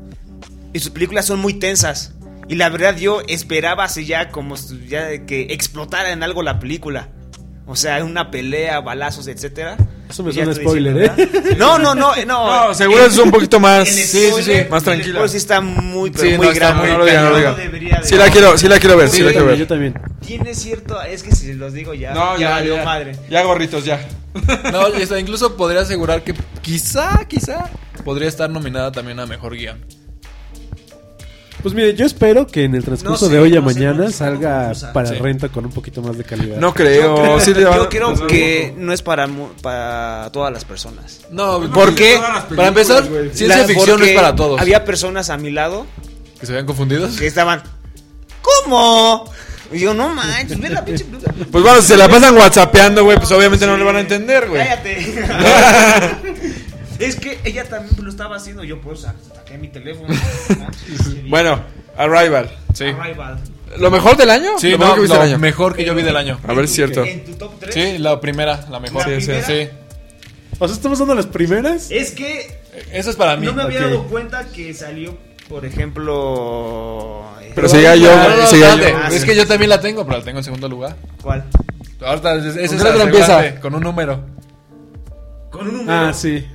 S3: y sus películas son muy tensas. Y la verdad yo esperaba así ya como si ya que explotara en algo la película. O sea, una pelea, balazos, etcétera.
S1: Eso me
S3: Ya
S1: suena
S3: estoy
S1: spoiler,
S3: diciendo,
S1: ¿eh?
S3: ¿verdad? (laughs) No, no, no, eh, no.
S4: No, seguro es un poquito
S3: (laughs)
S4: más.
S3: El
S4: Sí, sí, sí,
S3: spoiler-
S4: más
S3: El
S4: tranquila.
S3: juego sí está muy, pero
S4: Sí,
S3: muy
S4: no, está
S3: grande.
S4: muy- no lo diga, no lo diga.
S3: debería de-
S4: Sí la quiero, sí la quiero ver, sí,
S1: yo,
S4: la quiero
S1: también, yo
S4: ver.
S1: también.
S3: Tiene cierto, es que si los digo ya,
S4: No,
S3: ya,
S4: ya,
S3: valió
S4: ya.
S3: madre.
S4: Ya gorritos, ya.
S2: No, y hasta incluso podría asegurar que quizá, quizá podría estar nominada también a mejor guión.
S1: Pues mire, yo espero que en el transcurso
S3: No sé,
S1: de hoy a
S3: no sé,
S1: mañana
S3: no sé,
S1: salga
S3: no sé.
S1: para
S2: Sí.
S1: renta con un poquito más de calidad.
S4: No creo. sí le van- Pues
S3: Yo creo que no es para, mu- para todas las personas.
S2: No,
S4: ¿Por qué?
S2: Para empezar, ciencia
S3: La-
S2: ficción no
S3: porque
S2: es para todos.
S3: Había personas a mi lado
S2: ¿Que se vean confundidos?
S3: que estaban, ¿cómo? Y yo, no manches, ve la pinche película.
S4: Pues bueno, si se la pasan whatsappeando, güey, pues obviamente no le van a entender, güey. (laughs)
S3: Cállate. es que ella también lo estaba haciendo, yo por eso saqué mi teléfono.
S4: (laughs) Bueno, Arrival.
S2: Sí.
S3: Arrival.
S4: ¿Lo mejor del año?
S2: Sí,
S4: ¿Lo
S2: no,
S4: mejor que viste
S2: lo
S4: del año?
S2: mejor que yo vi del año.
S4: A ver si es cierto.
S3: En tu top 3.
S2: Sí, la primera, la mejor.
S3: ¿La
S2: sí,
S3: primera?
S2: sí.
S1: O sea, estamos dando las primeras.
S3: Es que
S2: Eso es para mí.
S3: no me había
S1: ok.
S3: dado cuenta que salió, por ejemplo.
S4: Pero
S3: eh,
S4: seguía Ah, yo,
S2: No, no, no,
S4: seguía
S2: espérate,
S4: yo.
S3: Ah,
S2: Es
S3: sí.
S2: que yo también la tengo, pero la tengo en segundo lugar.
S3: ¿Cuál?
S2: Ahorita, esa es
S4: qué
S2: la segunda,
S4: letra empieza?
S2: Con un número.
S3: Con un número.
S1: Ah, sí.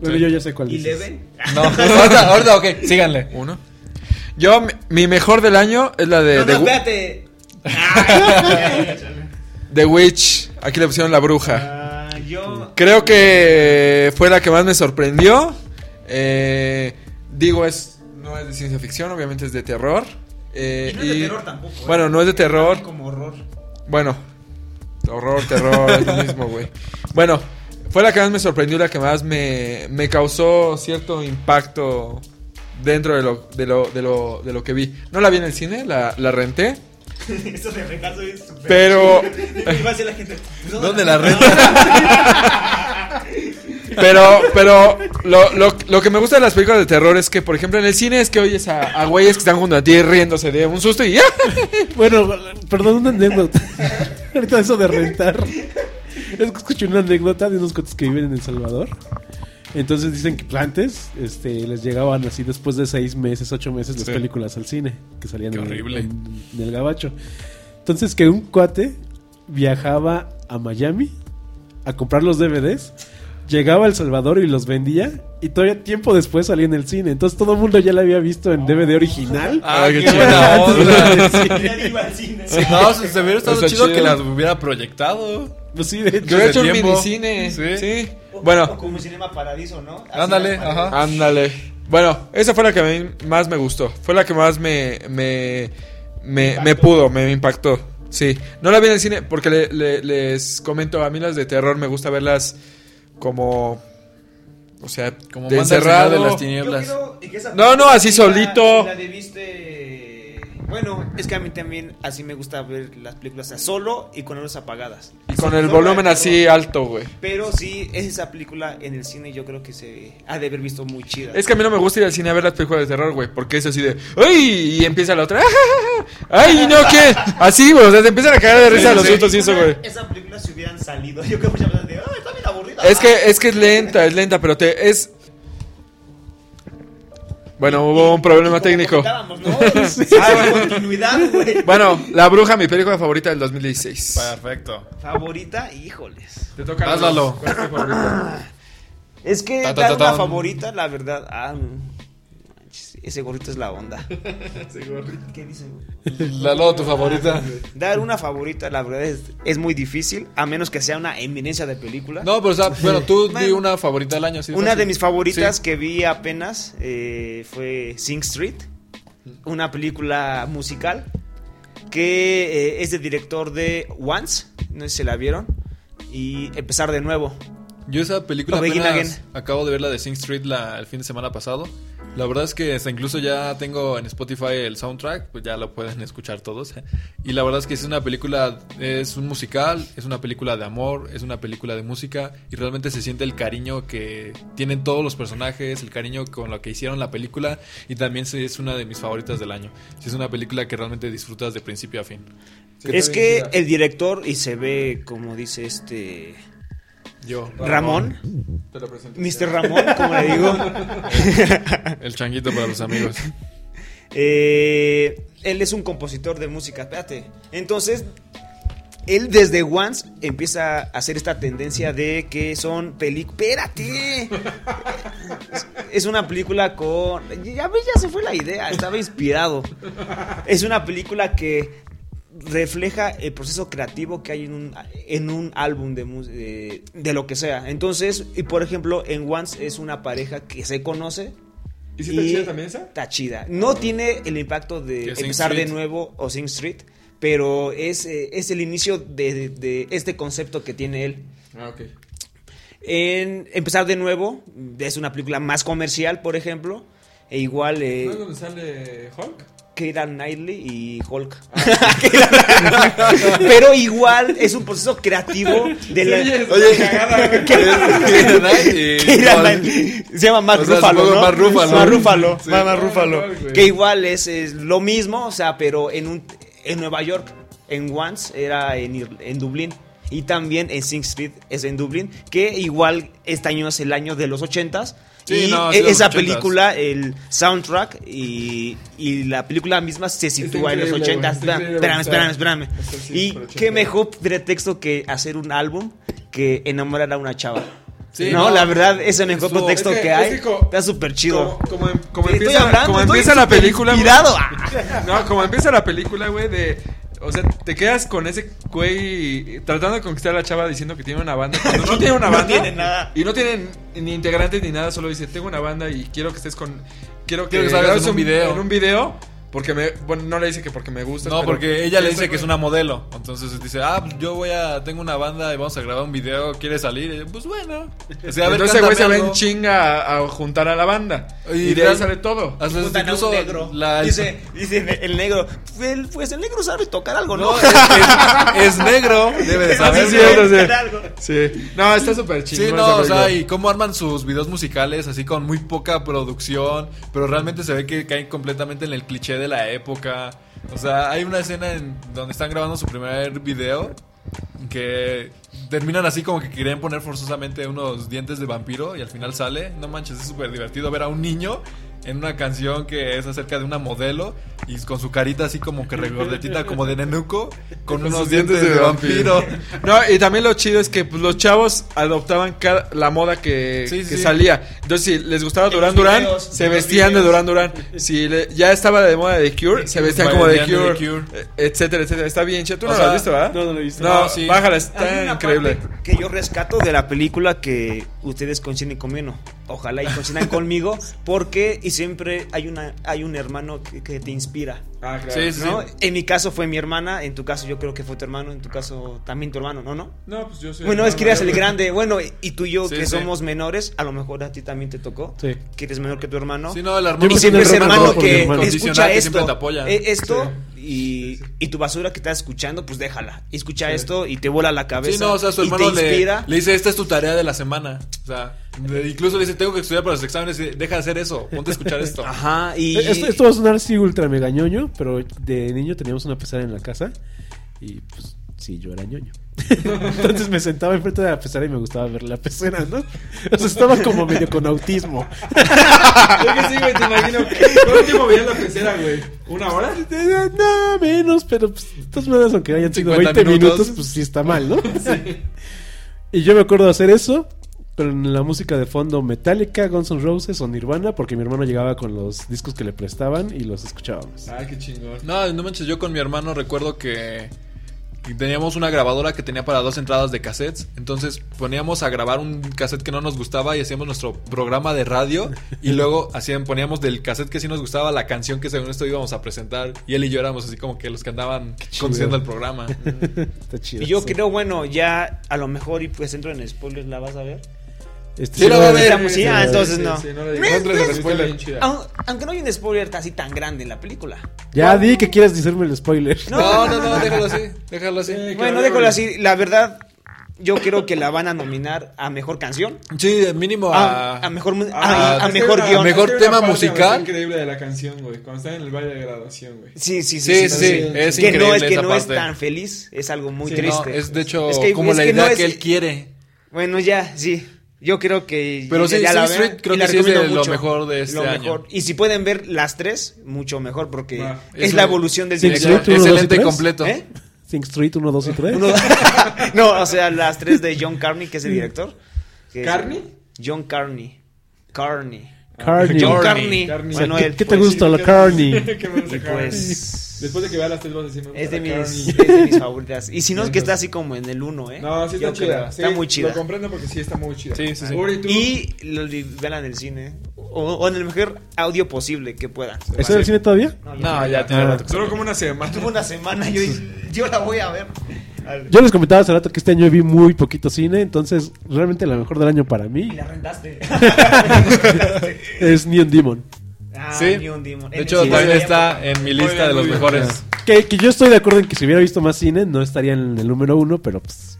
S1: Bueno,
S2: Sí.
S1: yo ya sé cuál dices.
S3: Eleven. (laughs)
S4: (laughs)
S2: No, ahorita, ahorita, ok, síganle.
S4: Uno. Yo, mi- mi mejor del año es la de
S3: No, no,
S4: The, Wi-
S3: espérate. Ah,
S4: The Witch. Aquí le pusieron la bruja.
S3: ah, yo.
S4: Creo que fue la que más me sorprendió. Eh, digo, es no es de ciencia ficción, obviamente es de terror. Eh,
S3: Y no es de terror tampoco, ¿eh?
S4: Bueno, no es de terror.
S3: Como horror. (laughs)
S4: Bueno, horror, terror, (laughs) es lo mismo, güey. Bueno, fue la que más me sorprendió, la que más me, me causó cierto impacto dentro de lo, de, lo, de, lo, de lo que vi. No la vi en el cine, la, la renté,
S3: Eso de regazo es súper.
S4: pero,
S3: (laughs) Y va a ser la gente.
S2: ¿Dónde la renta?
S3: (laughs)
S4: pero, pero lo, lo, lo que me gusta de las películas de terror es que, por ejemplo, en el cine es que oyes a, a güeyes que están junto a ti riéndose de un susto y ya.
S1: Bueno, perdón, una anécdota. (laughs) Ahorita eso de rentar. Es que escuché una anécdota de unos cotes que viven en El Salvador. Entonces dicen que antes este, les llegaban así después de seis meses, ocho meses las
S2: Sí.
S1: películas al cine que salían
S2: Qué
S1: en,
S2: horrible.
S1: en- en el gabacho. Entonces que un cuate viajaba a Miami a comprar los DVDs, llegaba a El Salvador y los vendía y todavía tiempo después salía en el cine. Entonces todo el mundo ya la había visto en DVD original.
S2: Ah, qué
S4: qué
S2: buena onda.
S3: Nadie iba al cine.
S2: (laughs) Sí, No, se se hubiera estado
S4: Está
S2: chido, que
S4: chido.
S2: las hubiera proyectado.
S1: Pues sí,
S4: (laughs)
S1: de hecho.
S4: Yo he hecho un
S2: tiempo.
S4: minicine.
S2: Sí.
S4: sí.
S3: O-
S4: Bueno,
S3: O como Cinema Paradiso, ¿no? Así
S2: Ándale,
S3: era
S2: ajá.
S4: Ándale. Bueno, esa fue la que a mí más me gustó. Fue la que más me. me. me, me pudo, me, me impactó. Sí. No la vi en el cine porque le- le- les comento, a mí las de terror me gusta verlas como. O sea,
S2: Como
S4: de
S2: manda el señor
S4: encerrado.
S2: de las
S3: Yo
S2: tinieblas.
S3: creo que esa
S4: No, no,
S3: película
S4: así
S3: sí la-
S4: solito.
S3: La debiste. Bueno, es que a mí también así me gusta ver las películas, o sea, solo y con las luces apagadas.
S4: Y con el volumen así alto, güey.
S3: Pero sí, es esa película en el cine yo creo que se ha de haber visto muy chida.
S4: Es que a mí no me gusta ir al cine a ver las películas de terror, güey. Porque es así de. ¡Ay! Y empieza la otra. ¡Ay, no, qué! Así, güey. O sea, te empiezan a caer de risa
S2: Sí,
S4: los
S2: sí.
S4: sustos y eso, güey.
S3: Esa película si hubieran salido, (laughs) yo creo que muchas veces de, ah, está bien aburrida.
S4: Es que, es que es lenta, es lenta, pero te es. Bueno, hubo un problema técnico.
S3: Estábamos, ¿no?
S4: (laughs)
S3: Ah, continuidad, güey.
S4: Bueno, La Bruja, mi película favorita del 2016.
S2: Perfecto.
S3: Favorita, híjoles.
S4: Te toca.
S2: Vas, Lalo.
S4: ¿Cuál es tu favorita?
S3: Es que
S2: Ta, ta,
S3: dar
S2: ta,
S3: una
S2: tan.
S3: favorita, la verdad. Ah, manches, ese gorrito es
S2: (laughs)
S3: la onda. ¿Qué dice, güey?
S2: Lalo, tu favorita.
S3: Dar una favorita, la verdad, es, es muy difícil, a menos que sea una eminencia de película.
S2: No, pero o sea, bueno, tú di
S3: Man.
S2: una favorita del año. sí,
S3: Una
S2: fácil.
S3: de mis favoritas
S2: Sí.
S3: que vi apenas eh, fue Sing Street, una película musical que eh, es del director de Once, no sé si la vieron, y Empezar de nuevo.
S2: Yo esa película
S3: O Begin
S2: apenas
S3: Again.
S2: acabo de ver la de Sing Street la- el fin de semana pasado. La verdad es que hasta incluso ya tengo en Spotify el soundtrack, pues ya lo pueden (laughs) escuchar todos. ¿eh? Y la verdad es que es una película, es un musical, es una película de amor, es una película de música y realmente se siente el cariño que tienen todos los personajes, el cariño con lo que hicieron la película y también sí es una de mis favoritas del año. Sí, Es una película que realmente disfrutas de principio a fin.
S3: es que el director, y se ve como dice este
S2: Yo,
S3: Ramón,
S4: Te lo presento.
S3: Mr. Ramón, como le digo.
S4: (laughs)
S2: el changuito para los amigos.
S3: (laughs) Eh, él es un compositor de música, espérate. Entonces, él desde Once empieza a hacer esta tendencia de que son películas. ¡Espérate! Es- Es una película con. Ya ves, ya se fue la idea, estaba inspirado. Es una película que refleja el proceso creativo que hay en un, en un álbum de, mus- de, de lo que sea. Entonces, y por ejemplo, en Once es una pareja que se conoce.
S4: ¿Y si está chida también esa?
S3: Está chida. No tiene el impacto de
S2: Que Sing
S3: empezar de
S2: Street.
S3: nuevo o Sing Street, pero es, eh, es el inicio de, de- de este concepto que tiene él.
S4: Ah, ok.
S3: En empezar de nuevo es una película más comercial, por ejemplo. E igual eh,
S4: ¿No es donde sale Hulk?
S3: Keira Knightley y Hulk. (laughs) Keira Knightley. pero igual es un proceso creativo de la- (laughs)
S4: Oye,
S3: Keira Knightley. Se llama Mark
S6: O sea,
S3: Ruffalo,
S6: supongo
S3: ¿no?
S6: Mark Ruffalo.
S3: Mark Ruffalo.
S6: Sí.
S3: Mark- Mark Ruffalo.
S4: Mark Ruffalo.
S3: Que igual es, es lo mismo, o sea, pero en, un, en Nueva York, en Once, era en, Ir- en Dublín. Y también en Sing Street es en Dublín, que igual este año es el año de los ochentas.
S2: Sí,
S3: y
S2: no,
S3: e-
S2: sí, los
S3: esa
S2: ochentas.
S3: película, el soundtrack y, y la película misma se sitúa en los
S4: increíble,
S3: ochentas.
S4: güey, está
S3: Espérame,
S4: increíble,
S3: espérame, espérame, espérame.
S4: Esto sí,
S3: Y
S4: por
S3: qué
S4: 80.
S3: mejor pretexto que hacer un álbum que enamorar a una chava.
S2: Sí,
S3: no,
S2: no.
S3: la verdad, ese mejor
S2: Estuvo-
S3: contexto
S4: es
S3: que,
S4: que-
S3: hay
S4: es que co-
S3: está súper chido.
S4: Como, como, em- como
S3: Te estoy
S4: empieza,
S3: hablando,
S4: como
S3: estoy
S4: empieza la
S3: súper
S4: película. güey.
S3: inspirado. Ah,
S4: (laughs) No, como empieza la película, güey, de. O sea, te quedas con ese güey tratando de conquistar a la chava diciendo que tiene una banda. Cuando no tiene
S3: (laughs)
S4: una
S3: No
S4: banda.
S3: tiene nada.
S4: Y no tienen ni integrantes ni nada, solo dice, tengo una banda y quiero que estés con. Quiero que,
S2: Quiero que salgas
S4: grabes
S2: en un video.
S4: En un video. Porque me. Bueno, no le dice que porque me gusta.
S2: No, porque ella le dice que es una modelo. Entonces dice, ah, pues yo voy a, tengo una banda y vamos a grabar un video, ¿quieres salir? Y yo, pues bueno. O sea, a ver,
S4: Entonces, güey, se
S2: cántame
S4: va
S2: algo.
S4: en chinga a, a juntar a la banda. Y,
S2: Y
S4: de ahí
S2: real-
S4: sale todo.
S2: Hasta
S3: juntan a un
S2: Pues incluso
S3: negro.
S2: la-
S3: Dice, dice el- el negro, "El- pues el negro sabe tocar algo, ¿no?
S2: No, (laughs) es,
S3: (laughs)
S2: es- es negro, debe de
S4: Ah, sí,
S2: saber.
S4: es
S2: ¿no?
S4: cierto, sí.
S3: Tocar algo.
S4: Sí. No, está súper
S2: Sí,
S4: chingón.
S2: no,
S4: esa
S2: o sea,
S4: película.
S2: y cómo arman sus videos musicales así con muy poca producción, pero realmente se ve que caen completamente en el cliché de la época. O sea, hay una escena en donde están grabando su primer video que terminan así como que querían poner forzosamente unos dientes de vampiro y al final sale. No manches, es súper divertido ver a un niño en una canción que es acerca de una modelo y con su carita así como que regordetita como de nenuco (laughs) con unos dientes de vampiro. (laughs)
S4: (laughs) No, y también lo chido es que pues, los chavos adoptaban cada- la moda que,
S2: Sí, sí,
S4: que
S2: sí.
S4: salía. Entonces, si les gustaba
S3: En
S4: Duran
S3: los
S4: Duran,
S3: videos,
S4: se
S3: en los
S4: vestían de
S3: videos.
S4: Duran Duran. Si le- ya estaba de moda de Cure, se vestían como de
S2: Bailarían
S4: Cure,
S2: de Cure.
S4: eh, etcétera, etcétera. Está bien, chido. Tú
S2: O
S4: no lo
S2: sea,
S4: has visto, ¿verdad?
S1: no, no lo he visto.
S4: No,
S2: No, sí.
S4: bájala,
S3: Hay
S4: está
S3: una
S4: increíble.
S3: parte Que yo rescato de la película que ustedes coinciden conmigo. ¿no? Ojalá y coincidan
S2: (laughs)
S3: conmigo, porque y siempre hay una hay un hermano que, que te inspira.
S4: Ah, claro.
S2: Sí, sí,
S3: ¿no?
S2: sí.
S3: En mi caso fue mi hermana, en tu caso yo creo que fue tu hermano, en tu caso también tu hermano, ¿no? no?
S4: No, pues yo soy.
S3: Bueno, es que eres el
S4: mayor.
S3: grande. Bueno, y- y tú y yo,
S2: Sí,
S3: que
S2: sí.
S3: somos menores, a lo mejor a ti también te tocó.
S1: Sí.
S3: Que eres menor que tu hermano.
S2: Sí, no, el
S1: Yo
S2: hermano
S3: y
S1: me
S3: siempre
S1: siento
S3: ese hermano
S1: por mi
S3: que
S1: hermano.
S3: escucha
S2: Incondicional, que siempre
S3: esto.
S2: te apoya.
S3: eh, esto y, y tu basura que estás escuchando, pues déjala. Y escucha esto y te vuela la cabeza.
S2: Sí, no, o sea, su
S3: y
S2: hermano
S3: te
S2: le,
S3: inspira.
S2: le dice, esta es tu tarea de la semana. O sea, le- incluso le dice, tengo que estudiar para los exámenes, y deja de hacer eso, ponte a escuchar
S3: (laughs)
S2: Eh, esto.
S3: Ajá, y.
S1: Eh, Esto, esto va a sonar así ultra mega ñoño, pero de niño teníamos una pecera en la casa y pues sí, yo era ñoño. (laughs) Entonces me sentaba enfrente de la pecera y me gustaba ver la pecera, ¿no? O sea, estaba como medio con
S4: (laughs)
S1: autismo.
S4: Yo que sí, güey, te imagino. ¿Cuánto tiempo veías la pecera, güey? ¿Una hora?
S1: No, menos, pero pues, de todas maneras, aunque hayan sido
S2: 50
S1: 20 minutos.
S2: minutos,
S1: pues sí está
S4: (laughs)
S1: mal, ¿no? Y yo me acuerdo de hacer eso con la música de fondo Metallica, Guns N' Roses o Nirvana, porque mi hermano llegaba con los discos que le prestaban y los escuchábamos.
S4: Ah, qué chingón.
S2: No, no manches, yo con mi hermano recuerdo que teníamos una grabadora que tenía para dos entradas de cassettes. Entonces poníamos a grabar un cassette que no nos gustaba y hacíamos nuestro programa de radio. Y luego hacían, poníamos del cassette que sí nos gustaba la canción que según esto íbamos a presentar. Y él y yo éramos así como que los que andaban conduciendo el programa.
S1: (laughs) Está chido.
S3: Y yo
S1: Sí.
S3: creo, bueno, ya a lo mejor, y pues entro en spoilers, la vas a ver.
S1: Este,
S2: Sí, la va a ver.
S1: seguramente-
S3: Sí, ah, entonces
S4: Sí,
S3: no.
S4: sí, no le digo.
S3: Me-
S4: No entres en
S3: me-
S4: spoiler.
S2: me-
S4: Chida.
S3: Aun- Aunque no hay un spoiler así tan grande en la película.
S1: Ya di que quieres decirme el spoiler.
S2: No, no, no, déjalo así, déjalo así.
S3: Bueno, déjalo así. La verdad, yo creo que la van a nominar a mejor canción.
S2: Sí, mínimo a...
S3: A, a mejor, mu-
S2: Ah,
S3: a, a
S2: es que
S3: mejor
S2: era-
S3: guión.
S2: mejor
S4: Es que hay
S2: tema
S4: una parte,
S2: musical.
S4: güey, increíble de la canción, güey. Cuando están en el baile de graduación, güey.
S3: Sí, sí, sí.
S2: Sí, sí, sí, es
S3: que no
S2: increíble
S3: es que
S2: esa
S3: no es
S2: parte.
S3: tan feliz, es algo muy
S4: Sí,
S2: No,
S3: triste.
S2: es de hecho
S3: Es que-
S2: como
S3: es
S2: la
S3: que
S2: idea
S3: no es-
S2: que él quiere.
S3: Bueno, ya, sí. Yo creo que
S2: Pero
S3: ya,
S2: sí,
S3: ya
S2: Sing
S3: la
S2: Street
S3: vean,
S2: creo
S3: y la
S2: que sí es de
S3: recomiendo
S2: lo
S3: mucho.
S2: mejor de este año.
S3: Y si pueden ver las tres, mucho mejor porque
S4: Va,
S3: es,
S2: es
S3: la
S2: un-
S3: evolución del
S1: Sing
S3: director.
S1: Street, uno, dos y
S2: Excelente
S1: tres.
S2: completo.
S3: ¿Eh?
S1: Think Street 1, 2 y 3.
S3: Uno- (laughs) no, o sea, las tres de John Carney, que es el director. Que es-
S4: ¿Carney?
S3: John Carney. Carney.
S1: Carney.
S3: John
S1: O
S3: Carney.
S4: Carney.
S1: sea,
S3: Manuel. Pues
S1: ¿Qué, qué te gusta, la
S3: (laughs)
S1: Carney?
S4: Qué bueno,
S3: Y
S4: Carney.
S3: pues.
S4: Después de que vea las tres voces, sí me gusta
S3: Es de,
S4: la
S3: mis,
S4: Carney.
S3: es de mis favoritas. Y si no, es que está así como en el 1, ¿eh?
S4: No, sí está
S3: Yo creo.
S4: chida. sí,
S3: está muy chida.
S4: Lo comprendo porque sí está muy chida.
S2: Sí, sí, sí.
S4: Ahora, ¿y tú?
S3: Y lo, y véanla en el cine. O, o en el mejor audio posible que pueda.
S1: ¿Eso del cine todavía?
S2: No, ya tiene rato.
S4: Solo como una semana.
S3: Tuve una semana, yo, dije, yo la voy a ver. Al-
S1: Yo les comentaba hace rato que este año vi muy poquito cine, entonces realmente la mejor del año para
S3: Y
S1: mí
S3: la
S4: (laughs)
S3: rentaste.
S1: es Neon Demon.
S3: Ah,
S2: Sí.
S3: Neon Demon.
S2: De
S3: En
S2: hecho,
S3: el-
S2: también
S3: sí, (laughs)
S2: está en mi lista de los mejores.
S1: Que, que yo estoy de acuerdo en que si hubiera visto más cine no estaría en el número uno, pero pues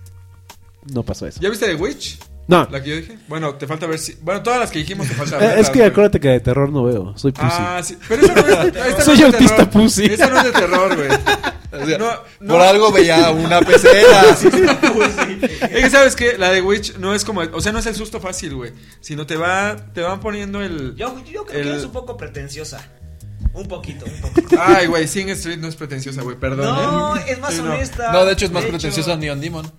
S1: no pasó eso.
S4: ¿Ya viste The Witch?
S1: No,
S4: La que yo dije. Bueno, te falta ver si. Bueno, todas las que dijimos te falta
S1: eh, (laughs)
S4: ver.
S1: es que acuérdate que de terror no veo, soy pussy.
S4: Ah, sí. Pero eso no es. esta
S1: Soy
S4: no es de
S1: autista
S4: terror.
S1: pussy.
S4: Esa no es de terror, güey.
S2: O sea,
S4: No, no.
S2: Por algo veía una pecera.
S4: Es que sabes que la de Witch no es como. O sea, no es el susto fácil, güey. Sino te va. Te van poniendo el.
S3: Yo, yo creo
S4: El-
S3: que es un poco pretenciosa. Un poquito, un poquito.
S4: Ay, güey, Sing Street no es pretenciosa, güey, perdón.
S3: No,
S4: ¿eh?
S3: es más
S4: Sí, no.
S3: honesta.
S2: No, de hecho es más pretenciosa Neon Demon.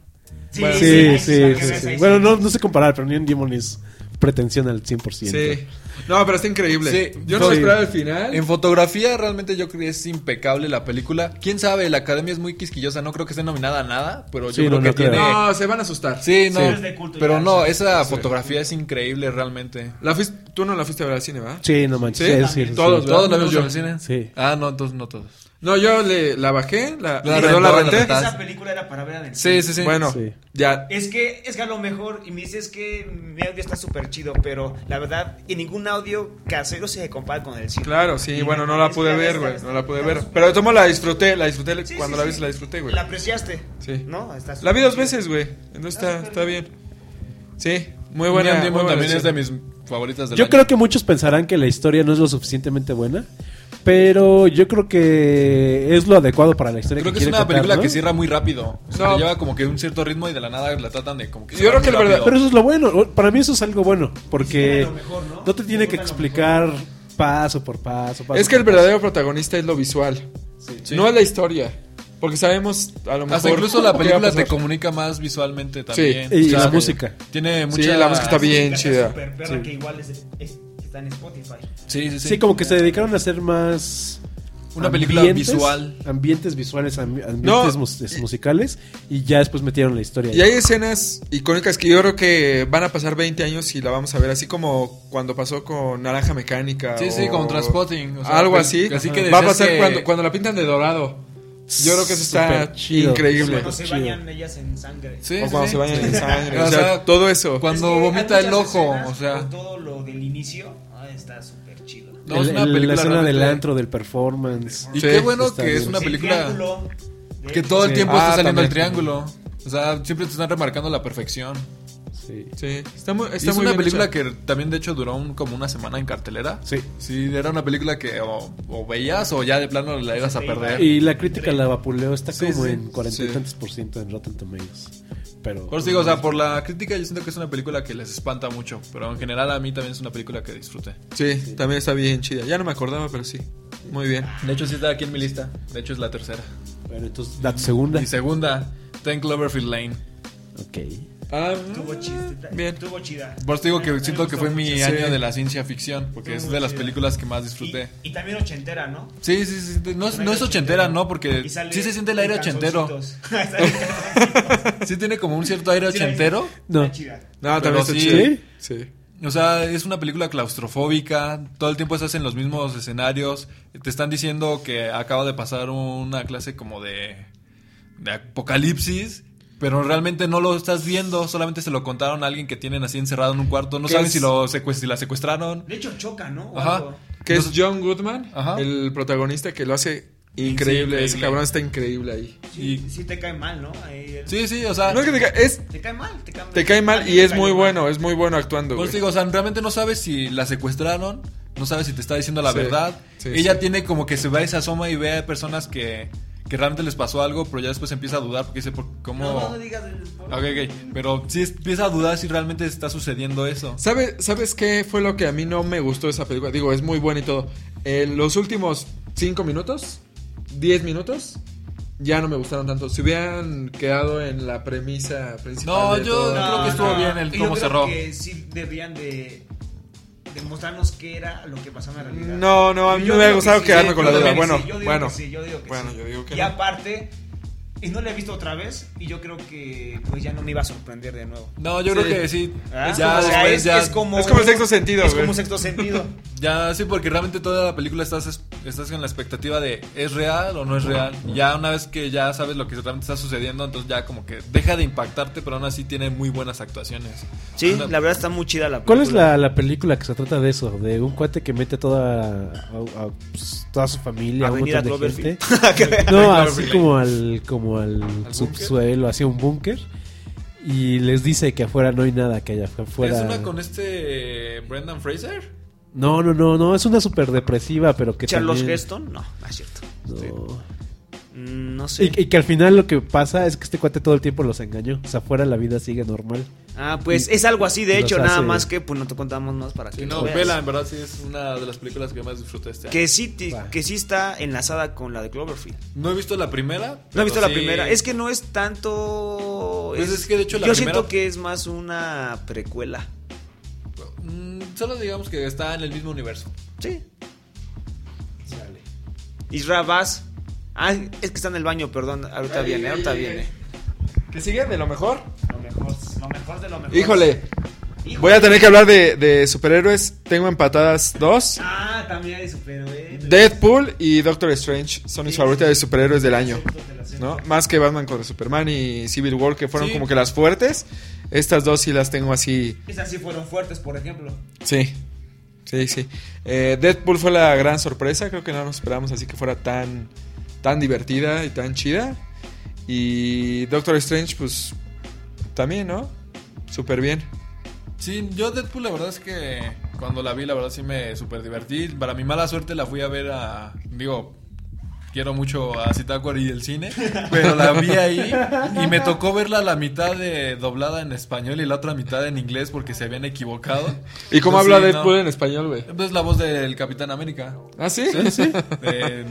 S3: Sí,
S2: Bueno,
S1: sí, sí, sí,
S3: ahí sí, ahí
S1: sí.
S3: sí.
S1: Bueno, no, no sé comparar, pero Neon Demon es pretensión al 100%.
S4: Sí. No, pero está increíble.
S2: Sí,
S4: Yo no
S2: sí.
S4: me esperaba el final.
S2: En fotografía realmente yo creo que es impecable la película. ¿Quién sabe? La academia es muy quisquillosa. No creo que esté nominada a nada, pero yo
S1: Sí,
S2: creo
S1: no,
S2: que
S1: no creo.
S2: tiene...
S4: No, se van a asustar.
S2: Sí, no.
S3: Es de culto ya,
S2: Pero no, esa
S4: Sí.
S2: fotografía es increíble realmente.
S4: La fuiste, tú no la fuiste a ver al cine, ¿verdad?
S1: Sí, no manches.
S4: Sí,
S1: sí,
S4: también.
S1: sí, sí.
S4: Todos, ¿verdad?
S2: ¿Todos la vimos
S4: Yo.
S2: en el cine?
S1: Sí.
S2: Ah, no, entonces no todos.
S4: No, yo le, la bajé, la,
S2: La
S4: perdón,
S2: rentó,
S4: la
S2: la
S4: renté.
S2: rentaste.
S3: Esa película era para ver en el
S2: Sí, sí, sí.
S4: Bueno,
S1: Sí.
S4: ya.
S3: Es que es que a lo mejor, y me dices que mi audio está súper chido, pero la verdad, en ningún audio casero se compara con el cine.
S4: Claro, sí,
S3: Y
S4: bueno,
S3: la-
S4: no la
S3: es
S4: pude
S3: que
S4: ver,
S3: esta-
S4: güey.
S3: esta-
S4: No la pude ver. Pero tomo la disfruté, la disfruté
S3: Sí,
S4: cuando
S3: sí,
S4: la
S3: sí.
S4: vi, la disfruté, güey.
S3: La apreciaste.
S4: Sí.
S3: ¿No? Está
S4: La
S3: súper
S4: vi dos
S3: chida.
S4: veces, güey. Entonces está, está bien. Sí, muy buena.
S2: Neon
S4: muy
S2: Demon
S4: buena
S2: también es de
S4: elección.
S2: mis favoritas del
S1: Yo
S2: año.
S1: creo que muchos pensarán que la historia no es lo suficientemente buena, pero yo creo que es lo adecuado para la historia
S2: Creo que
S1: que,
S2: es
S1: quiere
S2: una
S1: contar,
S2: película
S1: ¿no?
S2: que cierra muy rápido. O sea,
S4: No.
S2: que lleva como que un cierto ritmo y de la nada la tratan de como que.
S4: Yo creo
S2: cerrar
S4: que
S2: muy
S4: la verdad-
S1: Pero eso es lo bueno, para mí eso es algo bueno, porque
S3: Sí, a lo mejor, ¿no?
S1: no te tiene que explicar paso por paso. paso
S4: Es que el
S1: por paso.
S4: verdadero protagonista es lo visual.
S2: Sí.
S4: No es la historia. Porque sabemos a lo mejor.
S2: Hasta incluso la
S4: qué va a
S2: película te
S4: pasar.
S2: comunica más visualmente también.
S1: Y
S2: O sea,
S1: la
S2: que
S1: música.
S2: Tiene mucha.
S4: Sí, la música está bien
S3: La
S4: chida.
S3: súper perra que igual es, es- está en Spotify.
S2: Sí, sí, sí.
S1: Sí, como que se dedicaron a hacer más...
S2: Una película visual.
S1: Ambientes visuales, ambi- ambientes
S4: No,
S1: mus- es-
S4: y-
S1: musicales y ya después metieron la historia.
S4: Y hay escenas icónicas que yo creo que van a pasar 20 años y la vamos a ver, así como cuando pasó con Naranja Mecánica.
S2: Sí, sí,
S4: o
S2: con Transpotting. o sea,
S4: algo
S2: que-
S4: así.
S2: que Así que
S4: va a
S2: decías
S4: pasar
S2: que-
S4: cuando, cuando la pintan de dorado. Yo creo que eso está
S1: Súper chido.
S4: increíble.
S3: Cuando se
S1: chido.
S3: bañan ellas en sangre.
S2: Sí,
S4: o
S2: sí,
S4: cuando
S2: sí.
S4: se bañan
S2: (laughs)
S4: en sangre.
S2: O
S4: o sea,
S2: sea,
S4: todo eso.
S2: cuando
S3: Es que hay
S2: vomita el
S3: muchas
S2: ojo,
S3: escenas
S2: o sea.
S3: con todo lo del inicio, ah, está súper chido.
S2: No,
S1: El-
S2: es una
S1: el-
S2: película
S1: la escena del
S2: realmente-
S1: antro, del performance.
S2: Y
S4: Sí,
S2: qué bueno
S1: está
S2: que es
S1: bien.
S2: una
S3: Sí,
S2: película
S3: triángulo, de
S2: que
S3: hecho.
S2: todo el
S4: Sí.
S2: tiempo
S4: Ah,
S2: está saliendo el
S4: también.
S2: triángulo. O sea, siempre te están remarcando la perfección.
S1: Sí.
S4: Sí, está muy,
S2: Y
S4: está
S2: es
S4: muy
S2: una
S4: bien
S2: película
S4: hecha.
S2: que también, de hecho, duró un- como una semana en cartelera.
S1: Sí.
S2: Sí, era una película que o, o veías o ya de plano la ibas a
S3: Sí,
S2: perder.
S1: Y la crítica la vapuleó, está
S2: Sí,
S1: como
S2: sí,
S1: en cuarenta y
S4: sí.
S1: tantos por ciento en Rotten Tomatoes. Pero,
S2: Por eso digo, o sea, por la crítica yo siento que es una película que les espanta mucho, pero en general a mí también es una película que disfruté.
S4: Sí, también está bien chida. Ya no me acordaba, pero sí. Muy bien.
S2: De hecho sí está aquí en mi lista, de hecho es la tercera.
S1: Bueno, entonces, la segunda.
S2: Mi segunda, Ten Cloverfield Lane.
S1: Ok.
S4: Ah,
S3: Tuvo chiste.
S4: Bien.
S3: Tuvo chida.
S2: Por eso digo
S3: A
S2: que
S3: mí Ah, me
S2: siento que
S3: gustó
S2: fue mi
S3: mucho.
S2: año de la ciencia ficción, porque
S3: Estuvo
S2: es
S3: muy
S2: de las
S3: chida.
S2: películas que más
S3: Y,
S2: disfruté.
S3: y también ochentera, ¿no?
S2: Sí, sí, sí, no es, no es ochentera, ¿no? Porque
S3: Y sale
S2: sí se siente el aire
S3: en
S2: ochentero.
S3: calzoncitos. Sale en
S2: (laughs)
S3: calzoncitos.
S2: Sí tiene como un cierto aire
S3: Sí, la vi.
S2: ochentero.
S1: No.
S3: Está chida.
S4: no,
S2: Pero
S4: también está
S2: sí.
S4: chida.
S1: ¿Sí?
S4: Sí.
S2: O sea, es una película claustrofóbica, todo el tiempo estás en los mismos escenarios, te están diciendo que acaba de pasar una clase como de, de apocalipsis, pero realmente no lo estás viendo, solamente se lo contaron a alguien que tienen así encerrado en un cuarto, no
S4: ¿Qué
S2: saben
S4: es?
S2: si, lo secuest- si la secuestraron.
S3: De hecho, choca, ¿no? O
S2: Ajá.
S3: algo.
S4: Que es John Goodman,
S2: Ajá.
S4: el protagonista que lo hace increíble.
S2: increíble.
S4: Ese cabrón está increíble ahí.
S3: Sí,
S2: Y-
S3: sí te cae mal, ¿no? Ahí el-
S2: Sí, sí, o sea,
S4: No es que te, ca- es,
S3: Te cae mal, te cae mal.
S4: te cae mal y es muy bueno, es muy bueno actuando.
S2: por eso
S4: güey.
S2: digo, o sea, realmente no sabes si la secuestraron, no sabes si te está diciendo la
S4: Sí,
S2: verdad.
S4: sí,
S2: Ella
S4: sí.
S2: tiene como que se va y se asoma y ve a personas que, que realmente les pasó algo, pero ya después empieza a dudar porque dice, ¿por- ¿cómo...?
S3: No, no, no digas. el- por-
S2: Ok, ok. Pero sí es- empieza a dudar si realmente está sucediendo eso.
S4: ¿Sabe- ¿Sabes qué fue lo que a mí no me gustó de esa película? Digo, es muy buena y todo. En los últimos 5 minutos, 10 minutos, ya no me gustaron tanto. Si hubieran quedado en la premisa principal.
S2: No,
S4: de
S2: yo
S4: todo-
S2: creo que
S3: Ah,
S2: estuvo bien el
S10: Yo
S2: cómo
S10: creo
S2: cerró.
S10: que sí deberían de, de mostrarnos qué era lo que pasaba en realidad.
S4: No, no, a mí
S10: Yo
S4: me hubiera
S10: digo
S4: gustado
S10: sí,
S4: quedarme
S10: yo
S4: con la
S10: digo
S4: duda.
S10: que
S4: Bueno,
S10: sí, yo digo
S4: bueno.
S10: que sí, yo digo que
S4: bueno,
S10: sí.
S4: yo digo que
S10: y
S4: no.
S10: aparte, y no la he visto otra vez, y yo creo que pues ya no me iba a sorprender de nuevo.
S2: No, yo
S4: Sí.
S2: creo que sí.
S10: ¿Ah?
S2: Ya
S10: O sea,
S2: después,
S10: es,
S2: ya,
S10: es como,
S4: es como el sexto sentido,
S10: Es
S4: güey.
S10: como sexto sentido.
S2: ya, sí, porque realmente toda la película estás, estás con la expectativa de ¿es real o no es real? Ya una vez que ya sabes lo que realmente está sucediendo, entonces ya como que deja de impactarte, pero aún así tiene muy buenas actuaciones.
S3: Sí,
S2: Una-
S3: la verdad está muy chida la película.
S1: ¿Cuál es la, la película que se trata de eso? De un cuate que mete toda, a- a- pues, toda su familia, a un
S3: Avenida
S1: montón de gente.
S3: Cloverfield.
S1: No, así como al, como al, subsuelo, hacia un búnker. Y les dice que afuera no hay nada, que allá afuera...
S2: ¿Es una con este eh, Brendan Fraser?
S1: No, no, no, no, es una súper depresiva, pero (laughs) que
S3: Charles
S1: también-
S3: Heston, no, no es cierto.
S1: No.
S3: Mm, No sé.
S1: Y, y que al final lo que pasa es que este cuate todo el tiempo los engañó. O sea, afuera la vida sigue normal.
S3: Ah, pues es algo así, de
S1: Los
S3: hecho, nada
S1: hace-
S3: más que pues no te contamos más para que
S2: Sí,
S3: no,
S2: no,
S3: veas.
S2: Vela, en verdad sí es una de las películas que más disfruté este año.
S3: Que sí, ti-
S1: Va.
S3: que sí está enlazada con la de Cloverfield.
S2: No he visto la primera.
S3: No
S2: pero
S3: he visto la
S2: sí-
S3: primera. Es que no es tanto.
S2: Pues es que, de hecho, la
S3: Yo
S2: primera-
S3: siento que es más una precuela.
S2: Mm, Solo digamos que está en el mismo universo.
S3: Sí. Isra Bass. Ah, es que está en el baño, perdón. Ahorita
S4: Ay,
S3: viene,
S4: ay,
S3: ahorita
S4: ay,
S3: viene.
S4: ¿Que sigue de lo mejor?
S10: lo mejor, lo mejor de lo mejor.
S4: Híjole. Voy a tener que hablar de, de superhéroes. Tengo empatadas dos.
S10: Ah, también hay superhéroes.
S4: Deadpool y Doctor Strange son mis favoritas de superhéroes del año. ¿no? Más que Batman contra Superman y Civil War, que fueron
S2: Sí.
S4: como que las fuertes. Estas dos sí las tengo así.
S10: Esas sí fueron fuertes, por ejemplo.
S4: Sí. Sí, sí. Eh, Deadpool fue la gran sorpresa. Creo que no nos esperábamos así que fuera tan, tan divertida y tan chida. Y Doctor Strange, pues también, ¿no? Súper bien.
S2: Sí, yo Deadpool la verdad es que cuando la vi la verdad sí me super divertí. Para mi mala suerte la fui a ver a... Digo, quiero mucho a Citácuaro y el (laughs) cine, pero la vi ahí y me tocó verla la mitad de doblada en español y la otra mitad en inglés porque se habían equivocado.
S4: ¿Y
S2: Entonces,
S4: cómo habla
S2: Pues sí,
S4: Deadpool
S2: no.
S4: en español, güey?
S2: Entonces la voz del Capitán América.
S4: ¿Ah, sí?
S2: en,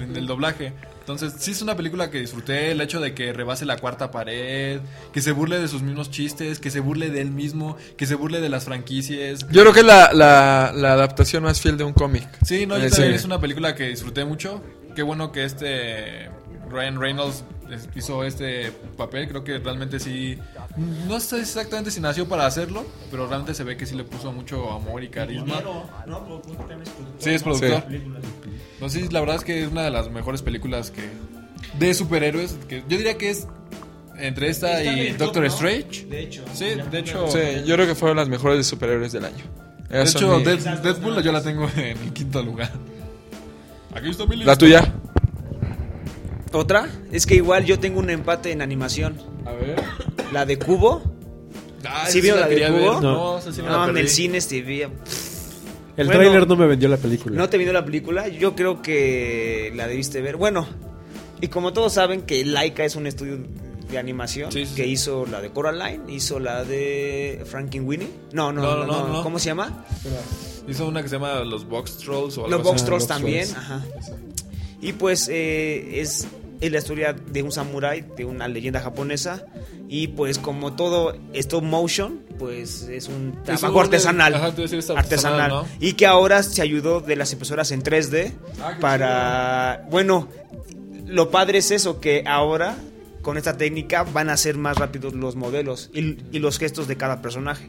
S2: en el doblaje. Entonces, sí es una película que disfruté, el hecho de que rebase la cuarta pared, que se burle de sus mismos chistes, que se burle de él mismo, que se burle de las franquicias.
S4: Yo creo que es la, la- la adaptación más fiel de un cómic.
S2: Eh, Sí, no,
S4: En
S2: yo
S4: el
S2: también
S4: cine.
S2: es una película que disfruté mucho. Qué bueno que este Ryan Reynolds es- hizo este papel, creo que realmente sí, no sé exactamente si nació para hacerlo, pero realmente se ve que sí le puso mucho amor y carisma.
S10: ¿no? Porque también es productor.
S2: Sí, es
S10: ¿no?
S2: productor.
S10: Película.
S2: Entonces, la verdad es que es una de las mejores películas que de superhéroes. Que yo diría que es entre esta
S10: Está en
S2: y
S10: el top,
S2: Doctor
S10: ¿no?
S2: Strange.
S10: De hecho.
S2: Sí,
S10: Ya
S2: de hecho-
S4: Sí, yo creo que fueron las mejores de superhéroes del año.
S2: De
S4: Esas son
S2: hecho,
S4: mi-
S2: Dead-
S10: Esas dos
S2: Deadpool
S10: nada
S2: yo la
S10: más.
S2: tengo en el quinto lugar. Aquí está mi
S4: La
S2: lista.
S4: tuya.
S3: ¿Otra? Es que igual yo tengo un empate en animación.
S4: A ver.
S3: La de Cubo.
S2: Ah,
S3: ¿Sí
S2: esa
S3: vio la de
S2: quería ver.
S3: Cubo?
S2: No, esa sí me la
S3: No, en
S2: perdí.
S3: el cine este vi-
S1: El
S3: Bueno.
S1: tráiler no me vendió la película.
S3: ¿No te vino la película? Yo creo que la debiste ver. Bueno, y como todos saben que Laika es un estudio de animación
S2: Sí, sí,
S3: que
S2: sí.
S3: hizo la de Coraline, hizo la de Frankenweenie. No no
S2: No,
S3: no, no,
S2: no, no.
S3: ¿cómo se llama?
S2: Hizo una que se llama Los Box Trolls o algo
S3: Los Box
S2: así.
S3: Trolls
S1: Ah, Box
S3: también,
S1: Trolls.
S3: ajá. Y pues eh, es, es la historia de un samurái, de una leyenda japonesa. Y pues como todo stop motion, pues es un trabajo
S2: un-
S3: artesanal.
S2: ajá, te iba a decir, es artesanal,
S3: artesanal.
S2: ¿no?
S3: Y que ahora se ayudó de las impresoras en 3D
S4: Ah, qué
S3: para... Bueno, lo padre es eso, que ahora con esta técnica van a ser más rápidos los modelos y, y los gestos de cada personaje.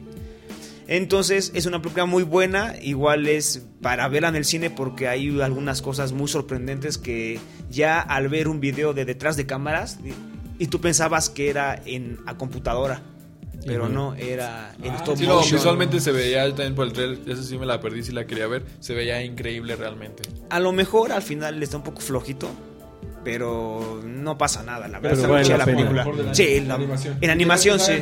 S3: Entonces es una película muy buena, igual es para verla en el cine porque hay algunas cosas muy sorprendentes que ya al ver un video de detrás de cámaras y, y tú pensabas que era en a computadora, pero no, era en stop
S2: Sí, no,
S3: motion.
S2: visualmente se veía yo también por el trailer. Esa sí me la perdí, si la quería ver. Se veía increíble realmente.
S3: A lo mejor al final está un poco flojito, pero no pasa nada, la
S1: Pero
S3: verdad. está
S1: vale
S3: muy chida
S1: la
S3: la
S1: pena.
S3: película. Sí, la- en animación, sí.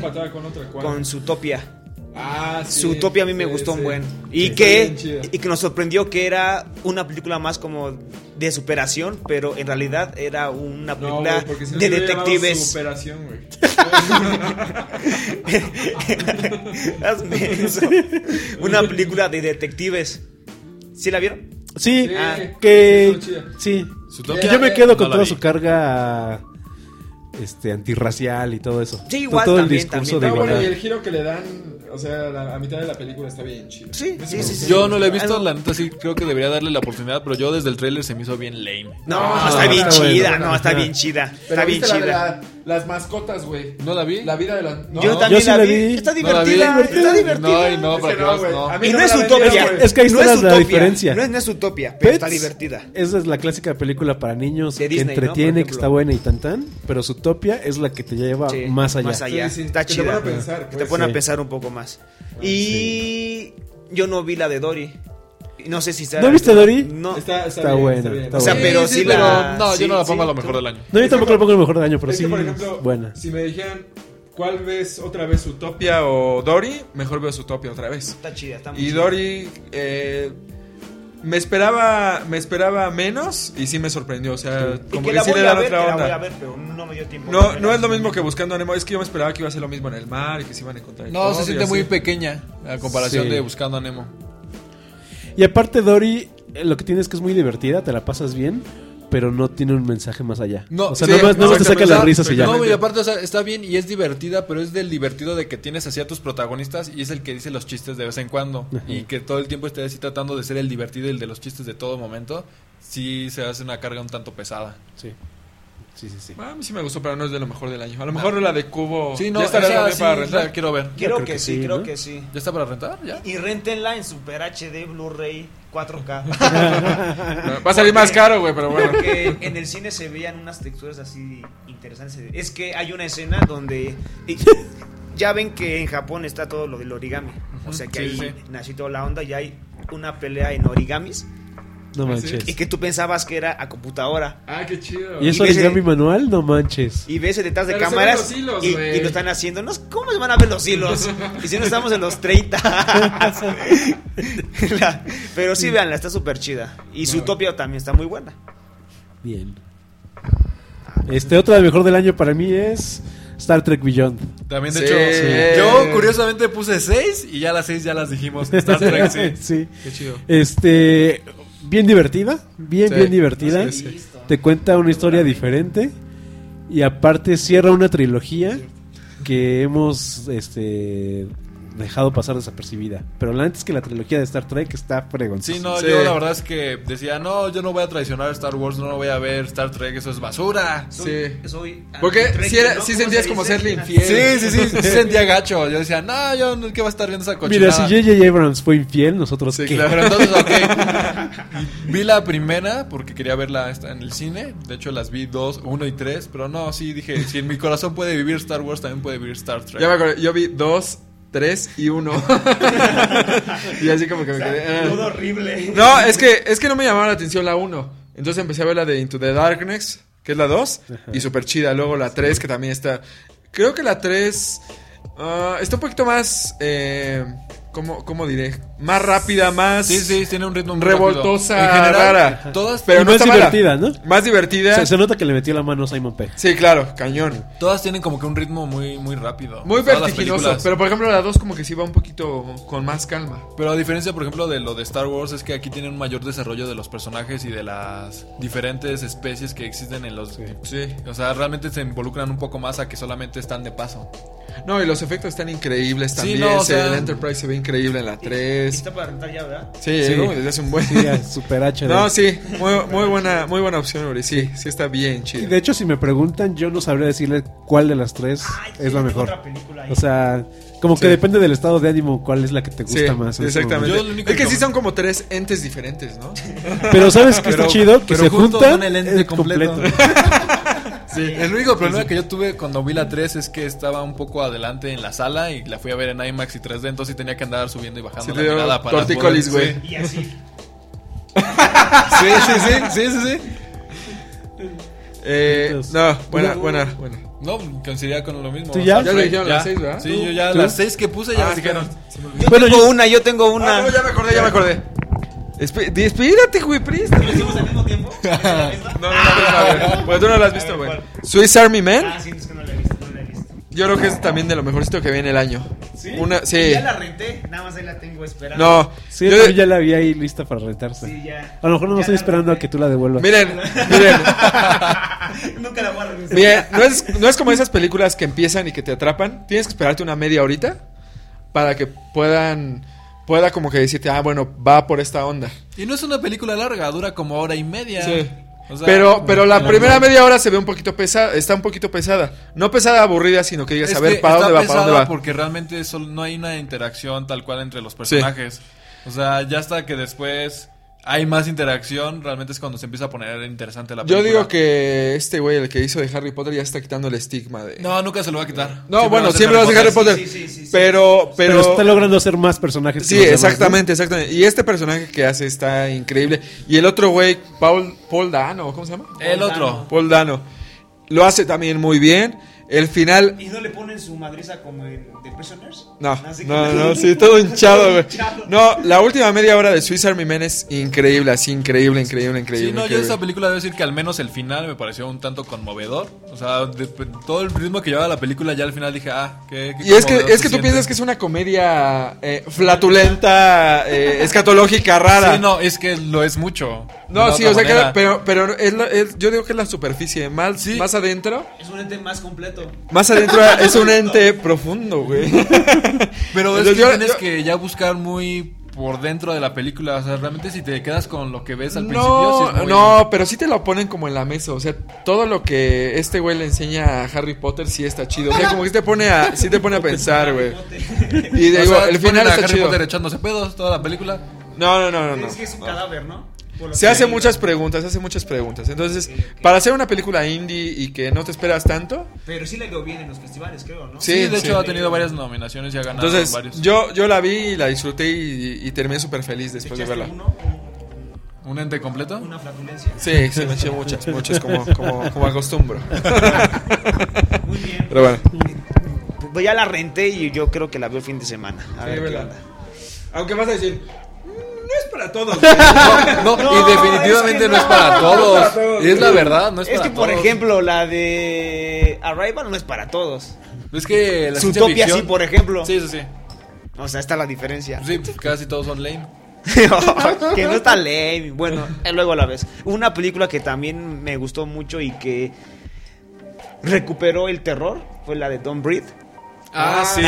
S3: Con su topia.
S4: Ah, sí.
S3: Su topia a mí me
S4: sí,
S3: gustó
S4: sí.
S3: un buen. Y,
S4: Está bien chida.
S3: que, y que nos sorprendió que era una película más como de superación, pero en realidad era una
S4: No,
S3: película
S4: güey, porque si no
S3: de
S4: se hubiera llamado
S3: detectives.
S4: Superación, güey.
S3: (laughs) Hazme eso. Una película de detectives. ¿Sí la vieron?
S1: Sí,
S4: Sí,
S1: que...
S4: sí, está chida.
S1: Sí,
S2: Su
S1: Que yo me quedo con toda su carga este antirracial y todo eso.
S3: Sí, igual,
S1: todo
S3: también,
S1: el discurso
S3: también.
S1: de
S4: No, bueno, y
S1: igualdad.
S4: el giro que le dan, o sea, la- a mitad de la película está bien chido.
S3: Sí, sí, sí. sí.
S2: Yo no la he visto,
S3: Algo-
S2: la neta sí creo que debería darle la oportunidad, pero yo desde el tráiler se me hizo bien lame.
S3: No,
S1: Ah,
S3: está bien
S1: está bueno,
S3: chida,
S1: bueno,
S3: no, está
S1: ajá.
S3: bien chida.
S4: Pero
S3: Está bien
S4: ¿viste la de
S3: chida.
S4: la- las mascotas, güey.
S2: ¿No la vi?
S4: La vida de la. no.
S3: Yo también
S1: sí
S3: la
S1: la
S3: vi.
S1: vi.
S3: Está
S2: No la vi.
S3: divertida, está divertida.
S2: No, y no,
S4: Es
S2: para
S4: que
S2: que
S4: no,
S2: veas,
S4: güey.
S2: no.
S4: A mí
S3: Y no
S4: me
S3: es
S4: la
S3: utopia.
S4: vendieron, güey.
S1: Es que ahí
S3: no
S1: está
S3: es
S1: la- la
S3: utopia,
S1: diferencia.
S3: No es, no es utopia, pero está
S1: Pets
S3: divertida.
S1: Esa es la clásica película para niños
S3: De
S1: que
S3: Disney, ¿no? Por
S1: entretiene, que
S3: ejemplo.
S1: está buena y tan tan, pero su topia es la que te lleva
S3: Sí,
S1: más allá.
S3: Más allá.
S4: Sí, sí,
S3: Está
S4: que te
S3: chida.
S4: pone a pensar,
S3: Que te
S4: pues. Ah,
S3: pone a
S1: Sí.
S3: pensar un poco más. Y yo no vi la de Dory. Y No sé si está.
S1: ¿No viste Dory?
S3: No.
S4: Está, está,
S1: Está
S4: bien,
S1: buena,
S4: está bien.
S1: está
S3: O sea,
S1: Sí,
S3: pero sí, la.
S2: no, yo no la
S3: sí,
S2: pongo a
S3: sí.
S2: lo mejor del año.
S1: No, yo tampoco le pongo el mejor daño, pero
S4: Es
S1: sí
S4: que, por
S1: es
S4: ejemplo,
S1: buena.
S4: si me dijeran, ¿cuál ves otra vez Utopia o Dory? Mejor veo Utopia otra vez.
S3: Está chida, está muy
S4: Y
S3: chida.
S4: Dory, eh, me esperaba me esperaba menos y sí me sorprendió. O sea,
S3: Y
S4: como
S3: que
S4: que,
S3: la
S4: sí
S3: voy
S4: le
S3: a
S4: dan
S3: ver, que
S4: otra
S3: la voy a
S4: onda.
S3: ver, pero no me dio tiempo.
S4: No, no es lo mismo que buscando a Nemo, es que yo me esperaba que iba a ser lo mismo en el mar y que se iban a encontrar. y
S2: No,
S4: todo,
S2: se
S4: y
S2: siente
S4: así.
S2: muy pequeña a comparación
S1: Sí.
S2: de Buscando a Nemo.
S1: Y aparte Dory, eh, lo que tiene es que es muy divertida, te la pasas bien, pero no tiene un mensaje más allá.
S2: No,
S1: o sea,
S2: sí,
S1: nada más, nada más te
S4: exactamente,
S1: saca las risas y ya.
S2: No, y aparte, o sea, está bien y es divertida, pero es del divertido de que tienes así a tus protagonistas y es el que dice los chistes de vez en cuando. Y que todo el tiempo esté así tratando de ser el divertido y el de los chistes de todo momento. Sí se hace una carga un tanto pesada.
S1: Sí. Sí, sí, sí.
S4: Ah, A mí sí me gustó, pero no es de lo mejor del año. A lo mejor la de Cubo.
S2: Sí, no,
S4: Oh, ya estará
S2: esa
S4: también
S2: sí
S4: para
S2: la
S4: rentar.
S2: quiero ver.
S3: Creo,
S1: creo
S3: que,
S1: que
S3: sí,
S1: sí,
S3: creo
S1: ¿no?
S3: que sí.
S2: ¿Ya está para rentar? ¿Ya?
S3: Y rentenla en Super HD, Blu-ray, 4K.
S4: No, Va a salir más caro, güey, pero bueno.
S3: Porque en el cine se veían unas texturas así interesantes. Es que hay una escena donde. y- ya ven que en Japón está todo lo del origami. O sea que
S2: sí,
S3: ahí
S2: sí.
S3: nació toda la onda y hay una pelea en origamis.
S1: No manches.
S3: Y que tú pensabas que era a computadora.
S4: Ah, qué chido.
S1: ¿Y eso
S3: y ves
S1: origami
S3: el-
S1: manual? No manches.
S3: Y ves detrás de
S4: Pero se ven
S3: cámaras
S4: los hilos,
S3: y, y
S4: güey.
S3: lo están haciendo. No, ¿Cómo se van a ver los hilos? Y si no estamos en los 30. (laughs) La- pero sí, veanla, está súper chida. Y su utopia también está muy buena.
S1: Bien. Este, otra de mejor del año para mí es Star Trek Beyond.
S2: También, de
S4: Sí.
S2: hecho,
S4: Sí.
S2: yo curiosamente puse 6 y ya las 6 ya
S1: (laughs)
S2: las dijimos. Star Trek, sí.
S1: sí.
S4: Qué chido.
S1: Este, bien divertida, bien,
S4: Sí,
S1: bien divertida.
S4: sí, sí.
S1: Te cuenta una historia diferente y aparte cierra una trilogía que hemos este, dejado pasar desapercibida. Pero la neta es que la trilogía de Star Trek está fregón.
S2: Sí, no,
S4: Sí.
S2: yo la verdad es que decía, no, yo no voy a traicionar a Star Wars, no lo voy a ver, Star Trek, eso es basura.
S4: Sí.
S3: Soy
S4: Porque
S3: anti-Trekkie,
S4: si, era,
S3: ¿no?
S4: sí
S3: ¿Cómo
S4: sentías
S3: se
S4: como
S3: dice?
S4: serle
S2: Sí,
S4: infiel.
S2: sí, (laughs) sí, sí, sentía gacho. Yo decía, no, yo no, ¿qué va a estar viendo esa cochinada?
S1: Mira, si J.J. Abrams fue infiel, nosotros
S4: Sí,
S1: qué. (laughs)
S4: claro.
S2: Pero entonces,
S4: (laughs)
S2: ok. Vi la primera porque quería verla esta- en el cine. De hecho, las vi dos, uno y tres. Pero no, sí, dije, si en mi corazón puede vivir Star Wars, también puede vivir Star Trek.
S4: Ya me acuerdo, yo vi dos, tres
S2: (laughs)
S4: y uno. y así como que me quedé.
S3: Todo
S4: "Ah".
S3: horrible.
S4: No, es que, es que no me llamaba la atención la uno. Entonces empecé a ver la de Into the Darkness, que es la dos, y súper chida. Luego la tres, que también está. Creo que la tres ah, está un poquito más. Eh, ¿cómo, ¿Cómo diré? Más rápida, más.
S2: Sí, sí, tiene un ritmo muy
S4: Revoltosa,
S2: rápido. En general,
S4: rara.
S2: Todas,
S4: Pero
S1: Y
S4: no
S1: más
S4: está mala.
S1: divertida, ¿no?
S4: Más divertida.
S1: Se, se nota que le metió la mano Simon Pegg.
S4: Sí, claro, cañón.
S2: todas tienen como que un ritmo muy, muy rápido.
S4: Muy
S2: Todas las
S4: vertiginoso,
S2: películas.
S4: pero por ejemplo la 2 como que sí va un poquito con más calma.
S2: Pero a diferencia, por ejemplo, de lo de Star Wars, es que aquí tienen un mayor desarrollo de los personajes y de las diferentes especies que existen en los.
S4: Sí.
S2: O sea, realmente se involucran un poco más a que solamente están de paso.
S4: No, y los efectos están increíbles
S2: Sí,
S4: también.
S2: no, o
S4: se-
S2: sea-
S4: el Enterprise se ve increíble en la 3.
S3: Está para rentar ya, ¿verdad?
S4: Sí,
S1: Sí.
S4: ¿no? desde hace un buen...
S1: Sí, a super HD.
S4: no, sí, muy, muy buena, muy buena opción, Uri. Sí, sí está bien
S1: Y
S4: chido.
S1: de hecho, si me preguntan, yo no sabría decirle cuál de las tres
S3: Ay, sí,
S1: es la
S3: tengo
S1: mejor.
S3: otra película ahí.
S1: O sea, como que
S4: Sí.
S1: depende del estado de ánimo cuál es la que te gusta más. en ese
S4: exactamente.
S2: Yo lo único
S4: es que
S2: que-
S4: sí son como tres entes diferentes, ¿no?
S1: momento. Pero sabes que está
S2: Pero-
S1: chido que
S2: pero
S1: se
S2: juntos
S1: juntan
S2: son el ente
S1: es completo.
S2: completo. El único problema que yo tuve cuando vi la 3 es que estaba un poco adelante en la sala y la fui a ver en IMAX y 3D, entonces sí tenía que andar subiendo y
S4: Sí,
S2: bajando
S4: te
S2: la
S4: dio
S2: mirada para
S4: tortícolis,
S2: poder-
S4: güey.
S3: Y así.
S2: Sí, sí, sí, sí, sí, sí, sí.
S4: Eh,
S1: Entonces-
S4: no, buena, buena, buena.
S2: No, coincidía con lo mismo.
S1: ¿Tú ya?
S2: Star
S1: Ya
S2: Trek,
S4: le dijeron las seis, ¿verdad?
S2: Sí, yo ya
S1: ¿Tú?
S2: las 6 que puse ya
S4: Ah,
S2: las dijeron.
S3: Yo
S1: Bueno,
S3: tengo
S1: yo-
S3: una, yo tengo una.
S4: Ah, no, ya me acordé, ya me acordé. Espe- di- espérate, güey, presta.
S3: ¿Lo hicimos al mismo
S4: (laughs)
S3: tiempo?
S4: No, no, no, no, no. Bueno, tú no lo has visto, güey. Swiss Army Man.
S3: Ah, sí, es que no la he visto, no la he visto.
S4: Yo creo que es también de lo mejorcito que viene el año. Una, sí.
S9: Ya la renté, nada más ahí la tengo esperando.
S4: No.
S1: Sí,
S4: yo-
S1: yo ya la vi ahí lista para retarse.
S9: Sí, ya.
S1: A lo mejor no
S9: Ya
S1: estoy
S9: la
S1: esperando a
S9: renté.
S1: que tú la devuelvas.
S4: (laughs) Miren, miren,
S9: (laughs) Nunca la voy a revisar.
S4: miren, no es, no es como esas películas que empiezan y que te atrapan. Tienes que esperarte una media horita para que puedan, pueda como que decirte, ah, bueno, va por esta onda.
S2: Y no es una película larga, dura como hora y media.
S4: Sí.
S2: O sea,
S4: pero, pero la
S2: no,
S4: primera
S2: no.
S4: media hora se ve un poquito pesada, está un poquito pesada. No pesada aburrida, sino que digas,
S2: Es
S4: a
S2: que
S4: ver, ¿para
S2: está
S4: dónde va? ¿Para dónde
S2: pesada
S4: va?
S2: Porque realmente solo- no hay una interacción tal cual entre los personajes. O sea, ya hasta que después hay más interacción, realmente es cuando se empieza a poner interesante la
S4: Yo
S2: película.
S4: digo que este güey, el que hizo de Harry Potter, ya está quitando el estigma de...
S2: No, nunca se lo va a quitar.
S4: No, bueno, siempre
S2: va
S4: vas a Harry Potter.
S9: Sí, sí, sí, sí.
S4: Pero,
S1: pero,
S4: pero.
S1: está logrando hacer más personajes. que
S4: Sí,
S1: los demás, ¿no?
S4: exactamente, exactamente. Y este personaje que hace está increíble. Y el otro güey, Paul, Paul Dano, ¿cómo se llama?
S2: El otro.
S4: Paul Dano. Lo hace también muy bien. El final.
S9: ¿Y no le ponen su madriza como en The Prisoners?
S4: No,
S9: Así que- (laughs)
S4: no, no,
S3: (laughs)
S4: sí, todo hinchado, güey.
S9: hinchado.
S4: No, la última media hora de Swiss Army Men es increíble, así, increíble, increíble, increíble.
S2: Sí, no, yo
S4: increíble.
S2: esa película debo decir que al menos el final me pareció un tanto conmovedor. O sea, de- todo el ritmo que llevaba la película, ya al final dije, ah, qué, qué
S4: Y es que,
S2: conmovedor se
S4: es que tú
S2: siente.
S4: piensas que es una comedia eh, flatulenta, eh, escatológica, rara.
S2: Sí, no, es que lo es mucho.
S4: No,
S2: De
S4: sí,
S2: otra
S4: o sea, que,
S2: manera.
S4: pero, pero es la- es- yo digo que es la superficie. Más,
S2: Sí.
S4: más adentro,
S9: Es un ente más completo.
S4: más adentro es un ente profundo, güey.
S2: Pero es
S4: Entonces,
S2: que
S4: yo-
S2: tienes
S4: yo-
S2: que ya buscar muy por dentro de la película. O sea, realmente si te quedas con lo que ves al principio.
S4: No,
S2: sí (laughs) es muy-
S4: no, pero sí te lo ponen como en la mesa. O sea, todo lo que este güey le enseña a Harry Potter sí está chido. O sea, como que sí te pone a, sí
S2: (laughs)
S4: te pone a pensar, güey. Y
S2: O
S4: digo,
S2: sea,
S4: el
S2: ponen
S4: final
S2: a
S4: está
S2: Harry
S4: chido.
S2: Potter echándose pedos toda la película.
S4: No, no, no, no. no.
S9: es que es un cadáver, ¿no? Por lo
S4: Se
S9: que-
S4: hace muchas preguntas, se hace muchas preguntas. Entonces, para hacer una película indie y que no te esperas tanto,
S9: Pero sí le quedó bien en los festivales, creo, ¿no?
S4: Sí,
S2: Sí, de
S4: sí.
S2: hecho ha tenido varias nominaciones y ha ganado
S4: Entonces,
S2: varios.
S4: yo, yo la vi y la disfruté y, y terminé súper feliz
S9: ¿Te
S4: después de
S9: echaste
S4: verla.
S9: uno?
S2: ¿Un ente
S3: (laughs)
S2: completo?
S9: ¿Una
S4: (laughs)
S9: flatulencia?
S4: Sí, sí, me
S9: (laughs)
S4: eché muchas, muchas, como, como, como acostumbro. (laughs)
S9: Muy bien.
S4: Pero bueno.
S3: Pues ya la renté y yo creo que la veo el fin de semana. A ver qué
S4: vela.
S3: onda.
S4: Aunque vas a decir, "Mm, no es
S3: (laughs)
S4: para todos.
S2: No, y definitivamente no, es para todos. Es la verdad, no es,
S3: Es
S2: para
S3: que, por
S2: todos.
S3: ejemplo, la de Arrival no es para todos.
S2: Es que la ciencia
S3: Zootopia
S2: ficción-
S3: sí, por ejemplo.
S2: Sí, sí, sí.
S3: O sea, está la diferencia.
S2: Sí, pues, casi todos son lame.
S3: (laughs) que no está lame. Bueno, eh, luego a la vez. Una película que también me gustó mucho y que recuperó el terror fue la de Don't Breathe.
S2: Ah, sí,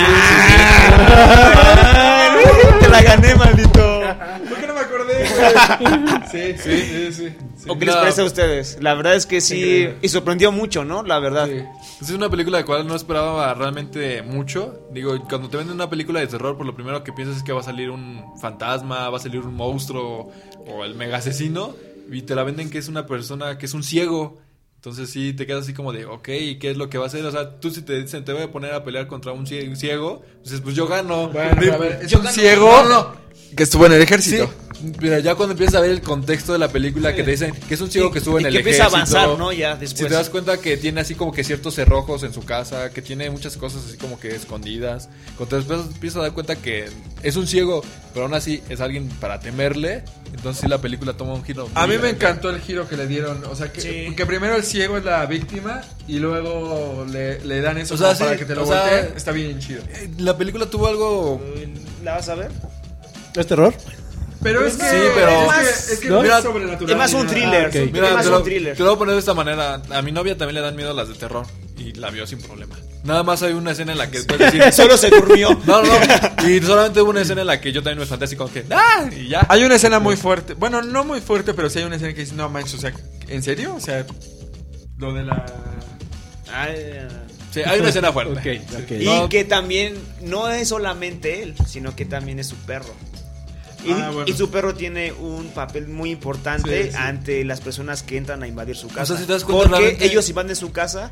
S2: Ah.
S3: (laughs) Te la gané, maldito.
S4: ¿Por qué no me acordé? (laughs) Sí, sí, sí. sí,
S3: ¿O qué les
S2: No.
S3: parece a ustedes? La verdad es que sí. Y sorprendió mucho, ¿no? La verdad.
S4: Sí.
S2: Es una película de la cual no esperaba realmente mucho. Digo, cuando te venden una película de terror, por lo primero que piensas es que va a salir un fantasma, va a salir un monstruo o el mega asesino. Y te la venden que es una persona, que es un ciego. Entonces sí, te quedas así como de, ok, ¿y ¿qué es lo que va a hacer? O sea, tú si te dicen, te voy a poner a pelear contra un cie- un ciego, dices, pues yo gano.
S4: Bueno,
S2: De-
S4: a ver, es
S2: yo
S4: un
S2: gano.
S4: ciego
S2: No, no, no.
S4: que estuvo en el
S2: Sí,
S4: ejército.
S2: pero ya cuando empiezas a ver el contexto de la película que te dicen que es un ciego que estuvo en
S3: y
S2: el
S3: que empieza a
S2: ejército.
S3: avanzar, ¿no? Ya
S2: Si
S3: después.
S2: te das cuenta que tiene así como que ciertos cerrojos en su casa, que tiene muchas cosas así como que escondidas. Cuando después empiezas a dar cuenta que es un ciego, pero aún así es alguien para temerle, entonces sí la película toma un giro.
S4: A
S2: muy
S4: mí me
S2: diferente.
S4: encantó el giro que le dieron. O sea, que,
S9: Sí.
S4: que primero el ciego es la víctima y luego le, le dan eso
S2: O sea,
S4: como para
S2: sí,
S4: que te lo
S2: o sea,
S4: volteen. Está bien chido.
S2: Eh, La película tuvo algo...
S3: ¿La vas a ver?
S1: ¿Es terror?
S4: Pero es que.
S2: Sí, pero-
S4: Es que, es que
S1: ¿no?
S4: mira,
S2: Es
S4: sobrenatural. Ah,
S3: Es más un thriller.
S1: ok.
S3: es un-
S2: Mira,
S3: es más
S2: te
S3: un
S2: lo,
S3: thriller.
S2: te
S3: (laughs)
S2: lo voy a poner de esta manera. A mi novia también le dan miedo las de terror y la vio sin problema. Nada más hay una escena en la que puedes (laughs) decir...
S3: Solo se durmió.
S2: No, no, no. Y solamente hubo una escena en la que yo también me espanté así como que... ¡Ah! Y ya.
S4: Hay una escena muy fuerte. Bueno, no muy fuerte, pero sí hay una escena que dices, no manches, o sea, ¿en serio? O sea, lo de la.
S3: Ay,
S2: Sí, hay una escena fuerte.
S1: ok.
S3: Y
S2: No.
S3: que también no es solamente él, sino que también es su perro. Y,
S4: Ah, bueno.
S3: y su perro tiene un papel muy importante
S4: Sí, sí.
S3: ante las personas que entran a invadir su casa.
S2: sea, si te das cuenta,
S3: porque
S2: realmente-
S3: ellos invaden su casa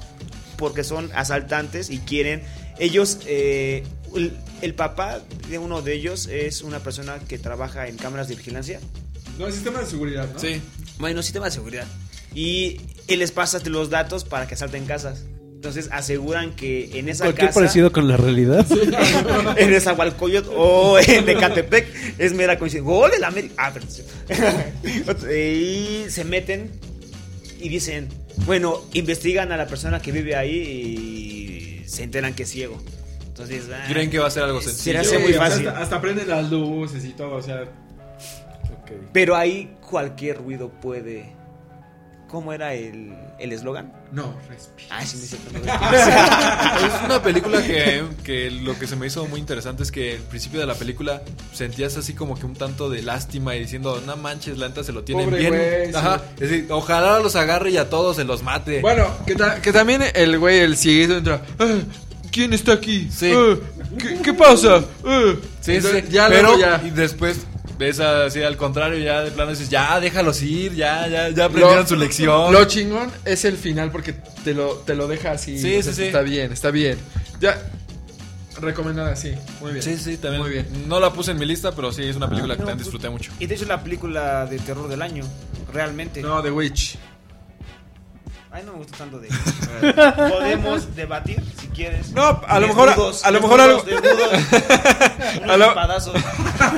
S3: porque son asaltantes y quieren. Ellos, eh, el, el papá de uno de ellos es una persona que trabaja en cámaras de vigilancia.
S4: No, el sistema de seguridad, ¿no?
S2: Sí.
S3: Bueno, sistema de seguridad. Y él les pasa los datos para que asalten casas. Entonces aseguran que en esa
S1: Cualquier
S3: casa
S1: parecido con la realidad.
S3: (laughs) en Nezahualcóyotl o en Ecatepec es mera coincidencia. ¡Gol del América! Ah, perdón. (laughs) y se meten y dicen, bueno, investigan a la persona que vive ahí y se enteran que es ciego. Entonces, ah,
S2: Creen que va a ser algo
S3: se le
S2: sencillo.
S3: hace muy fácil.
S4: Hasta, hasta prende las luces y todo, o sea.
S3: Pero ahí cualquier ruido puede. ¿Cómo era el el eslogan?
S4: No, respira.
S3: ah, sí, me
S2: (laughs)
S3: siento.
S2: Es una película que, que lo que se me hizo muy interesante es que al principio de la película sentías así como que un tanto de lástima y diciendo, no manches, la neta se lo tienen
S4: Pobre
S2: bien.
S4: güey, sí.
S2: Ajá. Es decir, ojalá los agarre y a todos se los mate.
S4: Bueno, que, ta- que también el güey, el cieguito entra. "Ah, ¿Quién está aquí?
S2: Sí.
S4: Ah, ¿qué, qué pasa? Ah".
S2: sí,
S4: Entonces,
S2: sí,
S4: Ya
S2: pero
S4: luego ya.
S2: y después ves así al contrario, ya de plano dices, ya déjalos ir, ya, ya, ya aprendieron
S4: Lo-
S2: su lección.
S4: Lo chingón es el final porque te lo, te lo deja así.
S2: Sí,
S4: o sea,
S2: sí, sí.
S4: Está bien, está bien. Ya. Recomendada, sí. Muy bien.
S2: Sí, sí, también.
S4: Muy bien.
S2: No la puse en mi lista, pero sí es una película que también disfruté mucho.
S3: pues, Y de hecho es la película de terror del año, realmente.
S4: No, The Witch.
S3: Ay, no me gusta
S4: (laughs)
S3: tanto de. Podemos debatir si quieres.
S4: No, a lo mejor- a lo mejor algo- A (laughs)
S3: a lo...
S4: lo-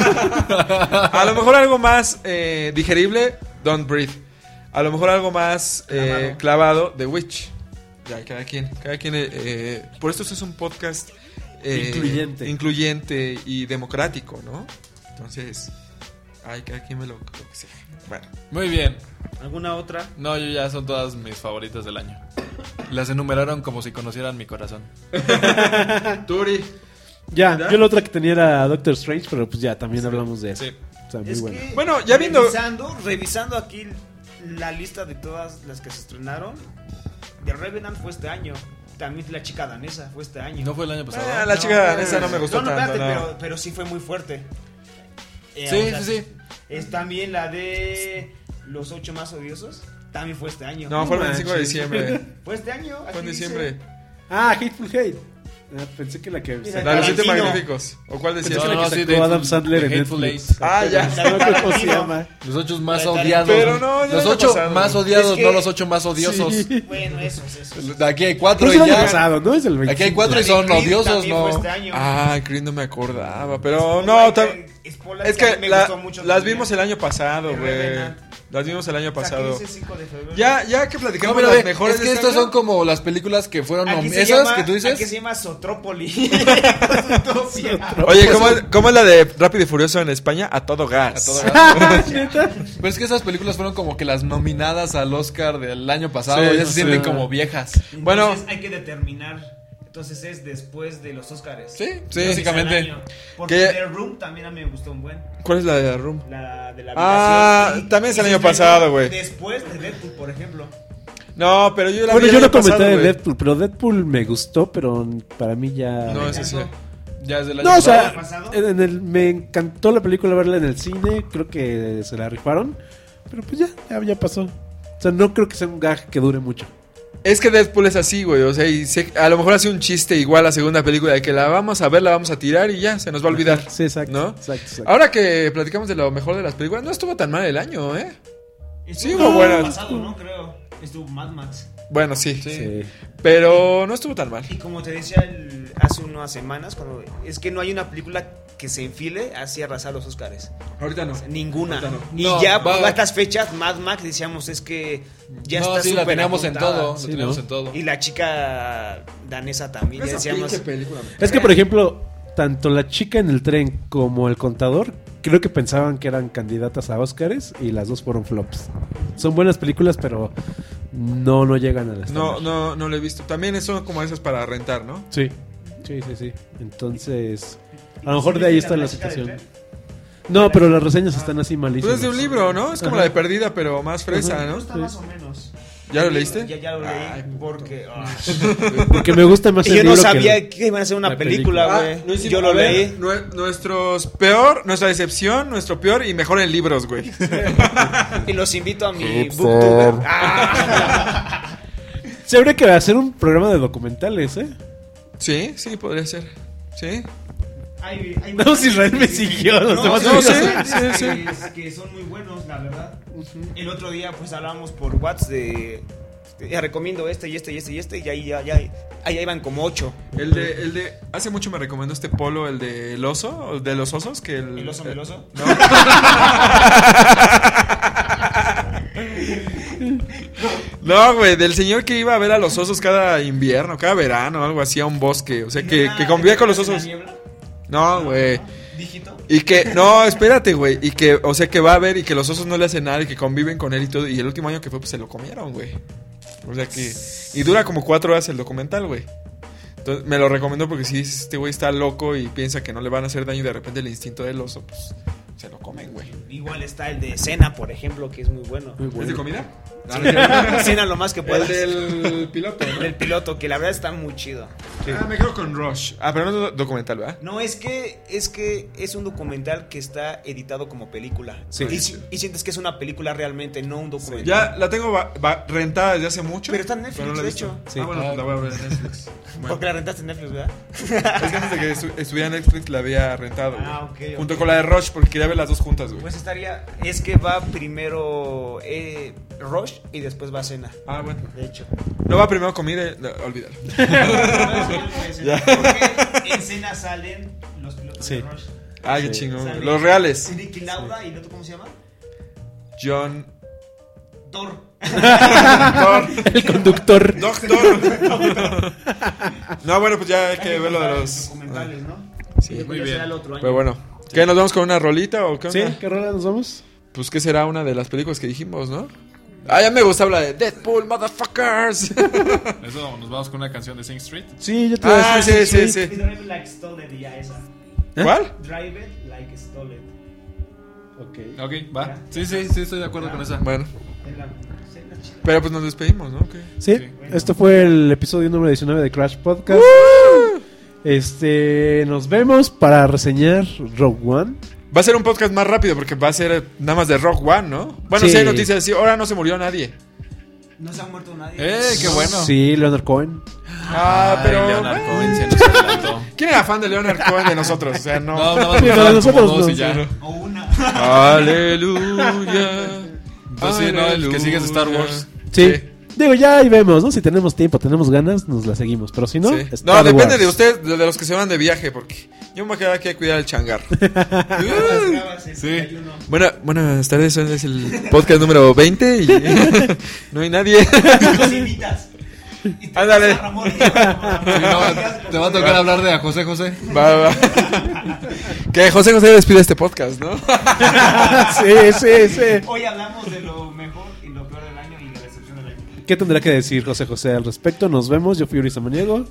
S4: A lo mejor algo más eh, digerible, Don't Breathe. A lo mejor algo más eh, clavado, The Witch. Ya, cada quien. Cada quien. eh, eh, por esto es un podcast. eh,
S1: Incluyente.
S4: Incluyente y democrático, ¿no? Entonces. Ay, cada quien me lo. lo que sea. Bueno.
S2: Muy bien.
S3: ¿Alguna otra?
S2: No, yo ya son todas mis favoritas del año. Las enumeraron como si conocieran mi corazón.
S4: Turi.
S1: Ya, yo la otra que tenía era Doctor Strange, pero pues ya también hablamos de eso.
S2: Sí.
S1: O sea, muy
S3: Es
S1: bueno.
S3: que
S4: Bueno, ya viendo-
S3: Revisando, revisando aquí la lista de todas las que se estrenaron, The Revenant fue este año. También la chica danesa fue este año.
S2: ¿No fue el año pasado?
S4: Ah, la chica esa no me gustó
S3: no, no,
S4: tanto.
S3: espérate,
S4: no.
S3: Pero, pero sí fue muy fuerte. Eh,
S2: Sí,
S3: o sea,
S2: sí, sí.
S3: Es también la de Los Ocho Más Odiosos. También fue este año.
S4: No, fue el 25 de diciembre. eh.
S3: Fue este año. aquí
S4: Fue en
S3: dice.
S4: diciembre.
S1: Ah, Hateful Hate. Ah, pensé que la que.
S3: Mira,
S4: La de los siete
S3: Tarantino.
S4: magníficos. ¿O cuál decías?
S2: No, no,
S1: que
S2: sí,
S1: sacó
S2: de-
S1: Adam Sandler
S2: de
S1: en
S2: Hateful
S1: Netflix.
S2: Eight.
S4: Ah, ya.
S1: No me acuerdo cómo se llama.
S2: Los ocho más
S3: La de
S2: odiados.
S4: Pero no,
S2: los
S4: ya el año
S2: ocho
S4: pasado.
S2: más odiados,
S3: Es que-
S2: no los ocho más odiosos. (laughs)
S1: Sí.
S3: Bueno, eso es eso.
S2: De Aquí hay cuatro
S1: Pero es
S2: y
S1: el año
S2: ya.
S1: pasado, ¿no? Es el 25.
S2: Aquí hay
S1: (laughs)
S2: cuatro y son
S3: Creed
S2: odiosos,
S3: también fue
S2: ¿no?
S3: este año.
S4: Ah, Creed no me acordaba. Pero
S3: Spotlight,
S4: no, tam-
S3: eh, Spotlight
S4: es que
S3: también me
S4: la-
S3: gustó mucho
S4: las
S3: también.
S4: vimos el año pasado,
S3: De
S4: güey.
S3: Revenant.
S4: Las vimos el año pasado.
S3: 15, 5 de febrero.
S4: Ya, ya que
S2: No,
S4: platicamos
S2: pero
S4: de
S2: ve,
S4: las mejores.
S2: es
S4: de
S2: que
S4: este
S2: estas
S4: año.
S2: son como las películas que fueron
S3: Aquí
S2: nom-
S3: se
S2: esas
S3: llama-
S2: que tú
S3: Aquí se
S2: dices.
S3: llama
S4: (laughs)
S3: Zotrópoli. Zootopia.
S4: Oye, ¿cómo, es- cómo es la de Rápido y Furioso en España? A todo gas.
S2: todo Pero es que esas películas fueron como que las nominadas al Oscar del año pasado.
S4: Sí,
S2: ya se
S4: sí.
S2: sienten como viejas.
S4: Bueno.
S3: Entonces hay que determinar. Entonces es después de los Óscares.
S2: Sí, sí,
S3: Entonces,
S2: básicamente.
S3: al año. Porque
S4: Que-
S3: The Room también a mí me gustó un buen.
S4: ¿Cuál es la de la Room?
S3: La de la
S4: Ah,
S3: habitación.
S4: también es el
S3: Y
S4: año
S3: se estrenó
S4: pasado, güey.
S3: Después de Deadpool, por ejemplo.
S4: No, pero yo la
S1: Bueno,
S4: vi el
S1: yo no
S4: año pasado,
S1: comenté de
S4: güey.
S1: Deadpool, pero Deadpool me gustó, pero para mí ya.
S4: No,
S1: No,
S4: ese sí.
S2: Ya es del año
S1: o
S2: pasado.
S1: sea,
S3: pasado?
S1: en en el, me encantó la película verla en el cine. Creo que se la rifaron, pero pues ya, ya, ya pasó. O sea, no creo que sea un gag que dure mucho.
S4: Es que Deadpool es así, güey. O sea, y se- a lo mejor hace un chiste igual a la segunda película de que la vamos a ver, la vamos a tirar y ya, se nos va a olvidar.
S1: Sí, exacto.
S4: ¿No? Ah,
S1: exacto, exacto.
S4: Ahora que platicamos de lo mejor de las películas, no estuvo tan mal el año, ¿eh? Sí,
S3: Estuvo
S4: hubo
S3: el
S4: buenas.
S3: año pasado, ¿no? Creo. Estuvo Mad Max.
S4: Bueno, sí.
S1: Sí.
S4: Pero no estuvo tan mal.
S3: Y como te decía el- hace unas semanas, cuando, es que no hay una película que se enfile así a arrasar los Óscares.
S4: Ahorita no.
S3: Ninguna.
S4: Ahorita no.
S3: Y
S2: No,
S3: ya
S2: va.
S3: por estas fechas, Mad Max decíamos es que ya
S2: no,
S3: está
S2: sí, la
S3: súper
S2: teníamos en
S3: apuntada.
S2: todo.
S1: Sí,
S2: la teníamos
S1: ¿no?
S2: en todo.
S3: Y la chica danesa también. ya decíamos,
S4: película.
S1: Es que, por ejemplo, tanto la chica en el tren como el contador, creo que pensaban que eran candidatas a Óscares y las dos fueron flops. Son buenas películas, pero no, no llegan a las.
S4: No, no, no lo he visto. También son como esas para rentar, ¿no?
S1: Sí, sí, sí, sí. Entonces, a lo mejor de ahí está la
S3: chica del
S1: situación. No, pero las reseñas están así malísimas.
S4: Pues es de un libro, ¿no? Es como
S1: Ajá.
S4: la de Perdida, pero más fresa,
S1: Ajá.
S3: Me
S4: ¿no?
S3: gusta más o menos.
S4: ¿Ya lo leíste?
S3: Ya, ya lo leí.
S4: Ay, puto. Mm.
S3: porque. ah.
S1: Eh, Porque me gusta
S3: (laughs)
S1: más Pues el
S3: yo no
S1: libro que
S3: sabía
S1: la-
S3: que, iban a hacer una
S1: la
S3: película,
S4: Ah,
S3: güey.
S4: no hicimos-
S3: yo
S4: a
S3: lo
S4: ver,
S3: leí.
S4: nue- nuestros peor, nuestra decepción, nuestro peor y mejor en libros, güey. (laughs)
S3: Y los invito a mi booktuber.
S1: Ah, Sí, habría que hacer un programa de documentales, ¿eh?
S4: Sí, sí, podría ser. Sí.
S3: Ay, ay,
S1: No, si Israel me siguió, los demás
S4: no, sí,
S3: que-
S4: sí, sí.
S3: que- Que son muy buenos, la verdad. El otro día, pues hablábamos por WhatsApp de. de- Ya recomiendo este y este y este y este. Y ahí ya, ya, ahí ya iban como ocho.
S4: El de, el de, hace mucho me recomendó este polo, el de el oso, el de los osos, que el...
S3: Eh, ¿El oso meloso?
S4: No. No, güey, del señor que iba a ver a los osos cada invierno, cada verano, algo así, a un bosque. O sea, que, que convivía con los osos. No, güey.
S3: Dígito.
S4: Y que, no, espérate, güey. Y que, o sea, que va a ver y que los osos no le hacen nada y que conviven con él y todo. Y el último año que fue, pues se lo comieron, güey. O sea que. Y dura como cuatro horas el documental, güey. Entonces, me lo recomendó porque si este güey está loco y piensa que no le van a hacer daño y de repente el instinto del oso, pues se lo comen, güey.
S3: Igual está el de Cena, por ejemplo, que es muy bueno.
S4: ¿Es de comida? (laughs)
S3: Cena lo más que puedas.
S4: del piloto, ¿no?
S3: Del piloto, que la verdad está muy chido.
S4: Ah, me quedo con Rush. Ah, pero no es documental, ¿verdad?
S3: No, es que es que es un documental que está editado como película.
S1: Sí.
S3: y, si- y sientes que es una película realmente, no un documental.
S4: Ya la tengo va- va- rentada desde hace mucho.
S3: Pero está en Netflix,
S4: la he
S3: de
S4: visto.
S3: hecho.
S1: Sí.
S4: Ah, bueno, la voy a ver en Netflix. Bueno.
S3: Porque la rentaste en Netflix, ¿verdad?
S4: Es que antes de que estu- estuviera en Netflix la había rentado, güey.
S3: Ah, ok, ok.
S4: Junto con la de Rush, porque quería ver las dos juntas, güey.
S3: Pues estaría. Es que va primero eh, Rush y después va Cena.
S4: ah, bueno.
S3: De (laughs) hecho.
S4: No va primero comida, eh, no, olvídalo.
S3: Porque en Cena salen los pilotos
S1: Sí.
S3: de Rush.
S4: Ah, qué
S1: Sí.
S4: chingón.
S3: Sale
S4: Los reales.
S3: Nicky Lauda y el otro, ¿cómo se llama?
S4: John.
S3: Thor. (laughs)
S1: El conductor.
S4: Doctor. no, bueno, pues ya hay que ver lo de los.
S3: documentales, ¿no?
S4: Sí.
S3: muy bien. Será el otro año.
S4: Pero bueno. ¿Qué? ¿Nos vamos con una rolita o qué
S1: ¿Sí?
S4: onda?
S1: ¿Qué rola nos vamos?
S4: Pues que será una de las películas que dijimos, ¿no? Ah, ya me gustaba la de Deadpool, motherfuckers.
S2: Eso, nos vamos con una canción de Sing Street.
S1: Sí, yo te voy a
S4: ah, sí,
S1: decir.
S4: sí,
S3: Y
S4: sí.
S3: Drive It Like Stolen y ya esa.
S4: ¿Cuál?
S3: Drive It Like Stolen.
S1: Ok.
S2: Ok, va. Sí, sí, sí, estoy de acuerdo con esa.
S4: Bueno.
S3: Es la- es la chida.
S4: Pero pues nos despedimos, ¿no? ¿Qué?
S1: Sí, esto fue el episodio número 19 de Crash Podcast. Este, nos vemos para reseñar Rogue One.
S4: Va a ser un podcast más rápido porque va a ser eh, nada más de Rock One, ¿no? Bueno,
S1: Sí.
S4: si hay noticias así, ahora no se murió nadie.
S3: No se ha muerto nadie.
S4: ¡Eh, qué bueno!
S1: Sí, Leonard Cohen.
S4: Ah,
S2: Ay,
S4: pero.
S2: Leonard
S4: bueno.
S2: Cohen se nos adelantó.
S4: ¿Quién era fan de Leonard Cohen de nosotros? O sea, no.
S2: No, nada más
S1: Sí,
S2: me
S1: pero
S2: quedaron como
S1: nosotros
S2: dos
S1: no,
S2: y ya.
S1: sí,
S3: O una.
S4: Aleluya.
S2: Entonces, Pues no, el que sigue es Star Wars.
S1: Sí. Digo, ya ahí vemos, ¿no? Si tenemos tiempo, tenemos ganas, nos la seguimos. Pero si no,
S4: No,
S1: Star
S4: no depende
S1: Wars.
S4: de ustedes, de de los que se van de viaje, porque yo me voy a quedar aquí a cuidar el
S1: (laughs)
S4: changar. Uh.
S2: Sí.
S4: Bueno, buenas tardes, este es el podcast número 20 y (laughs) no hay nadie. Ándale.
S2: Sí, no, te va a tocar hablar de a José José.
S4: Va, va. Que José José despide este podcast, ¿no?
S1: (laughs) sí, sí, sí.
S3: Hoy hablamos de lo mejor y lo peor del año y la decepción del año.
S1: ¿Qué tendrá que decir José José al respecto? Nos vemos. Yo fui Uri Samaniego.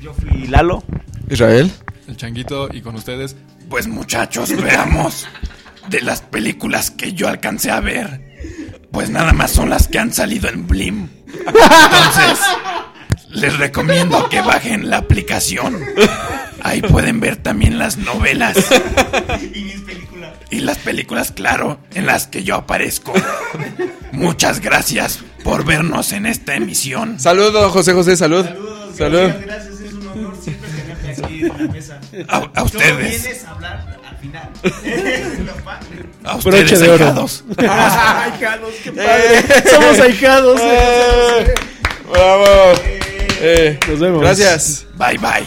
S3: Yo fui (laughs) Lalo.
S4: Israel.
S2: El changuito y con ustedes.
S11: Pues muchachos, veamos de las películas que yo alcancé a ver. Pues nada más son las que han salido en Blim. Entonces, les recomiendo que bajen la aplicación. Ahí pueden ver también las novelas. Y las películas, claro, en las que yo aparezco. Muchas gracias por vernos en esta emisión.
S4: Saludos, José José, salud. Salud.
S3: Gracias, gracias, es un honor siempre tenerte aquí en la mesa.
S11: A, a
S3: Luego
S11: ustedes,
S3: vienes a hablar al final. (laughs) Lo padre.
S11: a
S1: Broche
S11: ustedes,
S1: de oro.
S11: ahijados.
S3: Ay, Carlos, qué
S4: Eh,
S1: Somos ahijados.
S4: eh, Bravo. Eh,
S1: Nos vemos.
S4: gracias.
S11: Bye bye.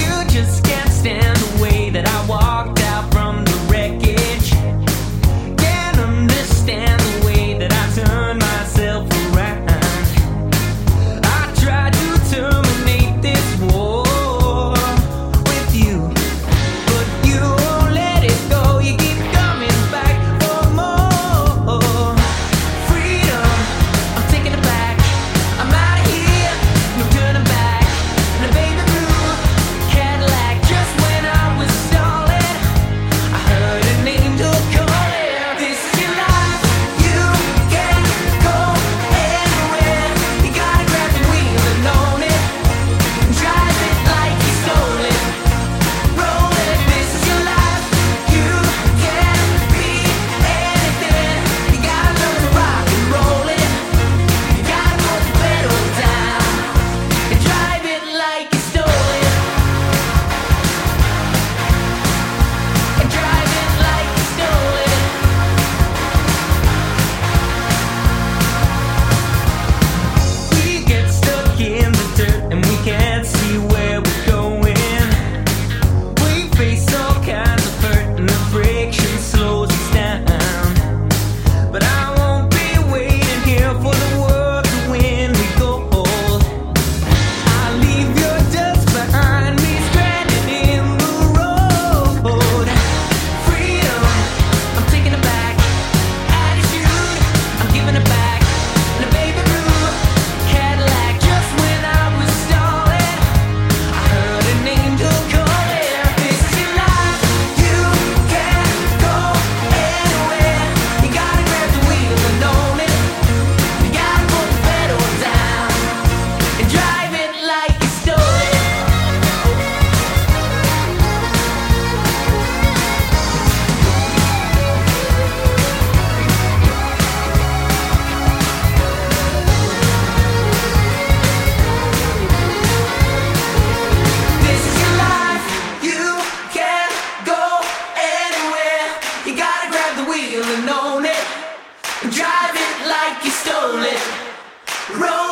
S12: You just can't stand the way that I walked out from the wreckage. Can't understand the way that I turned my feel and own it. Drive it like you stole it. Roll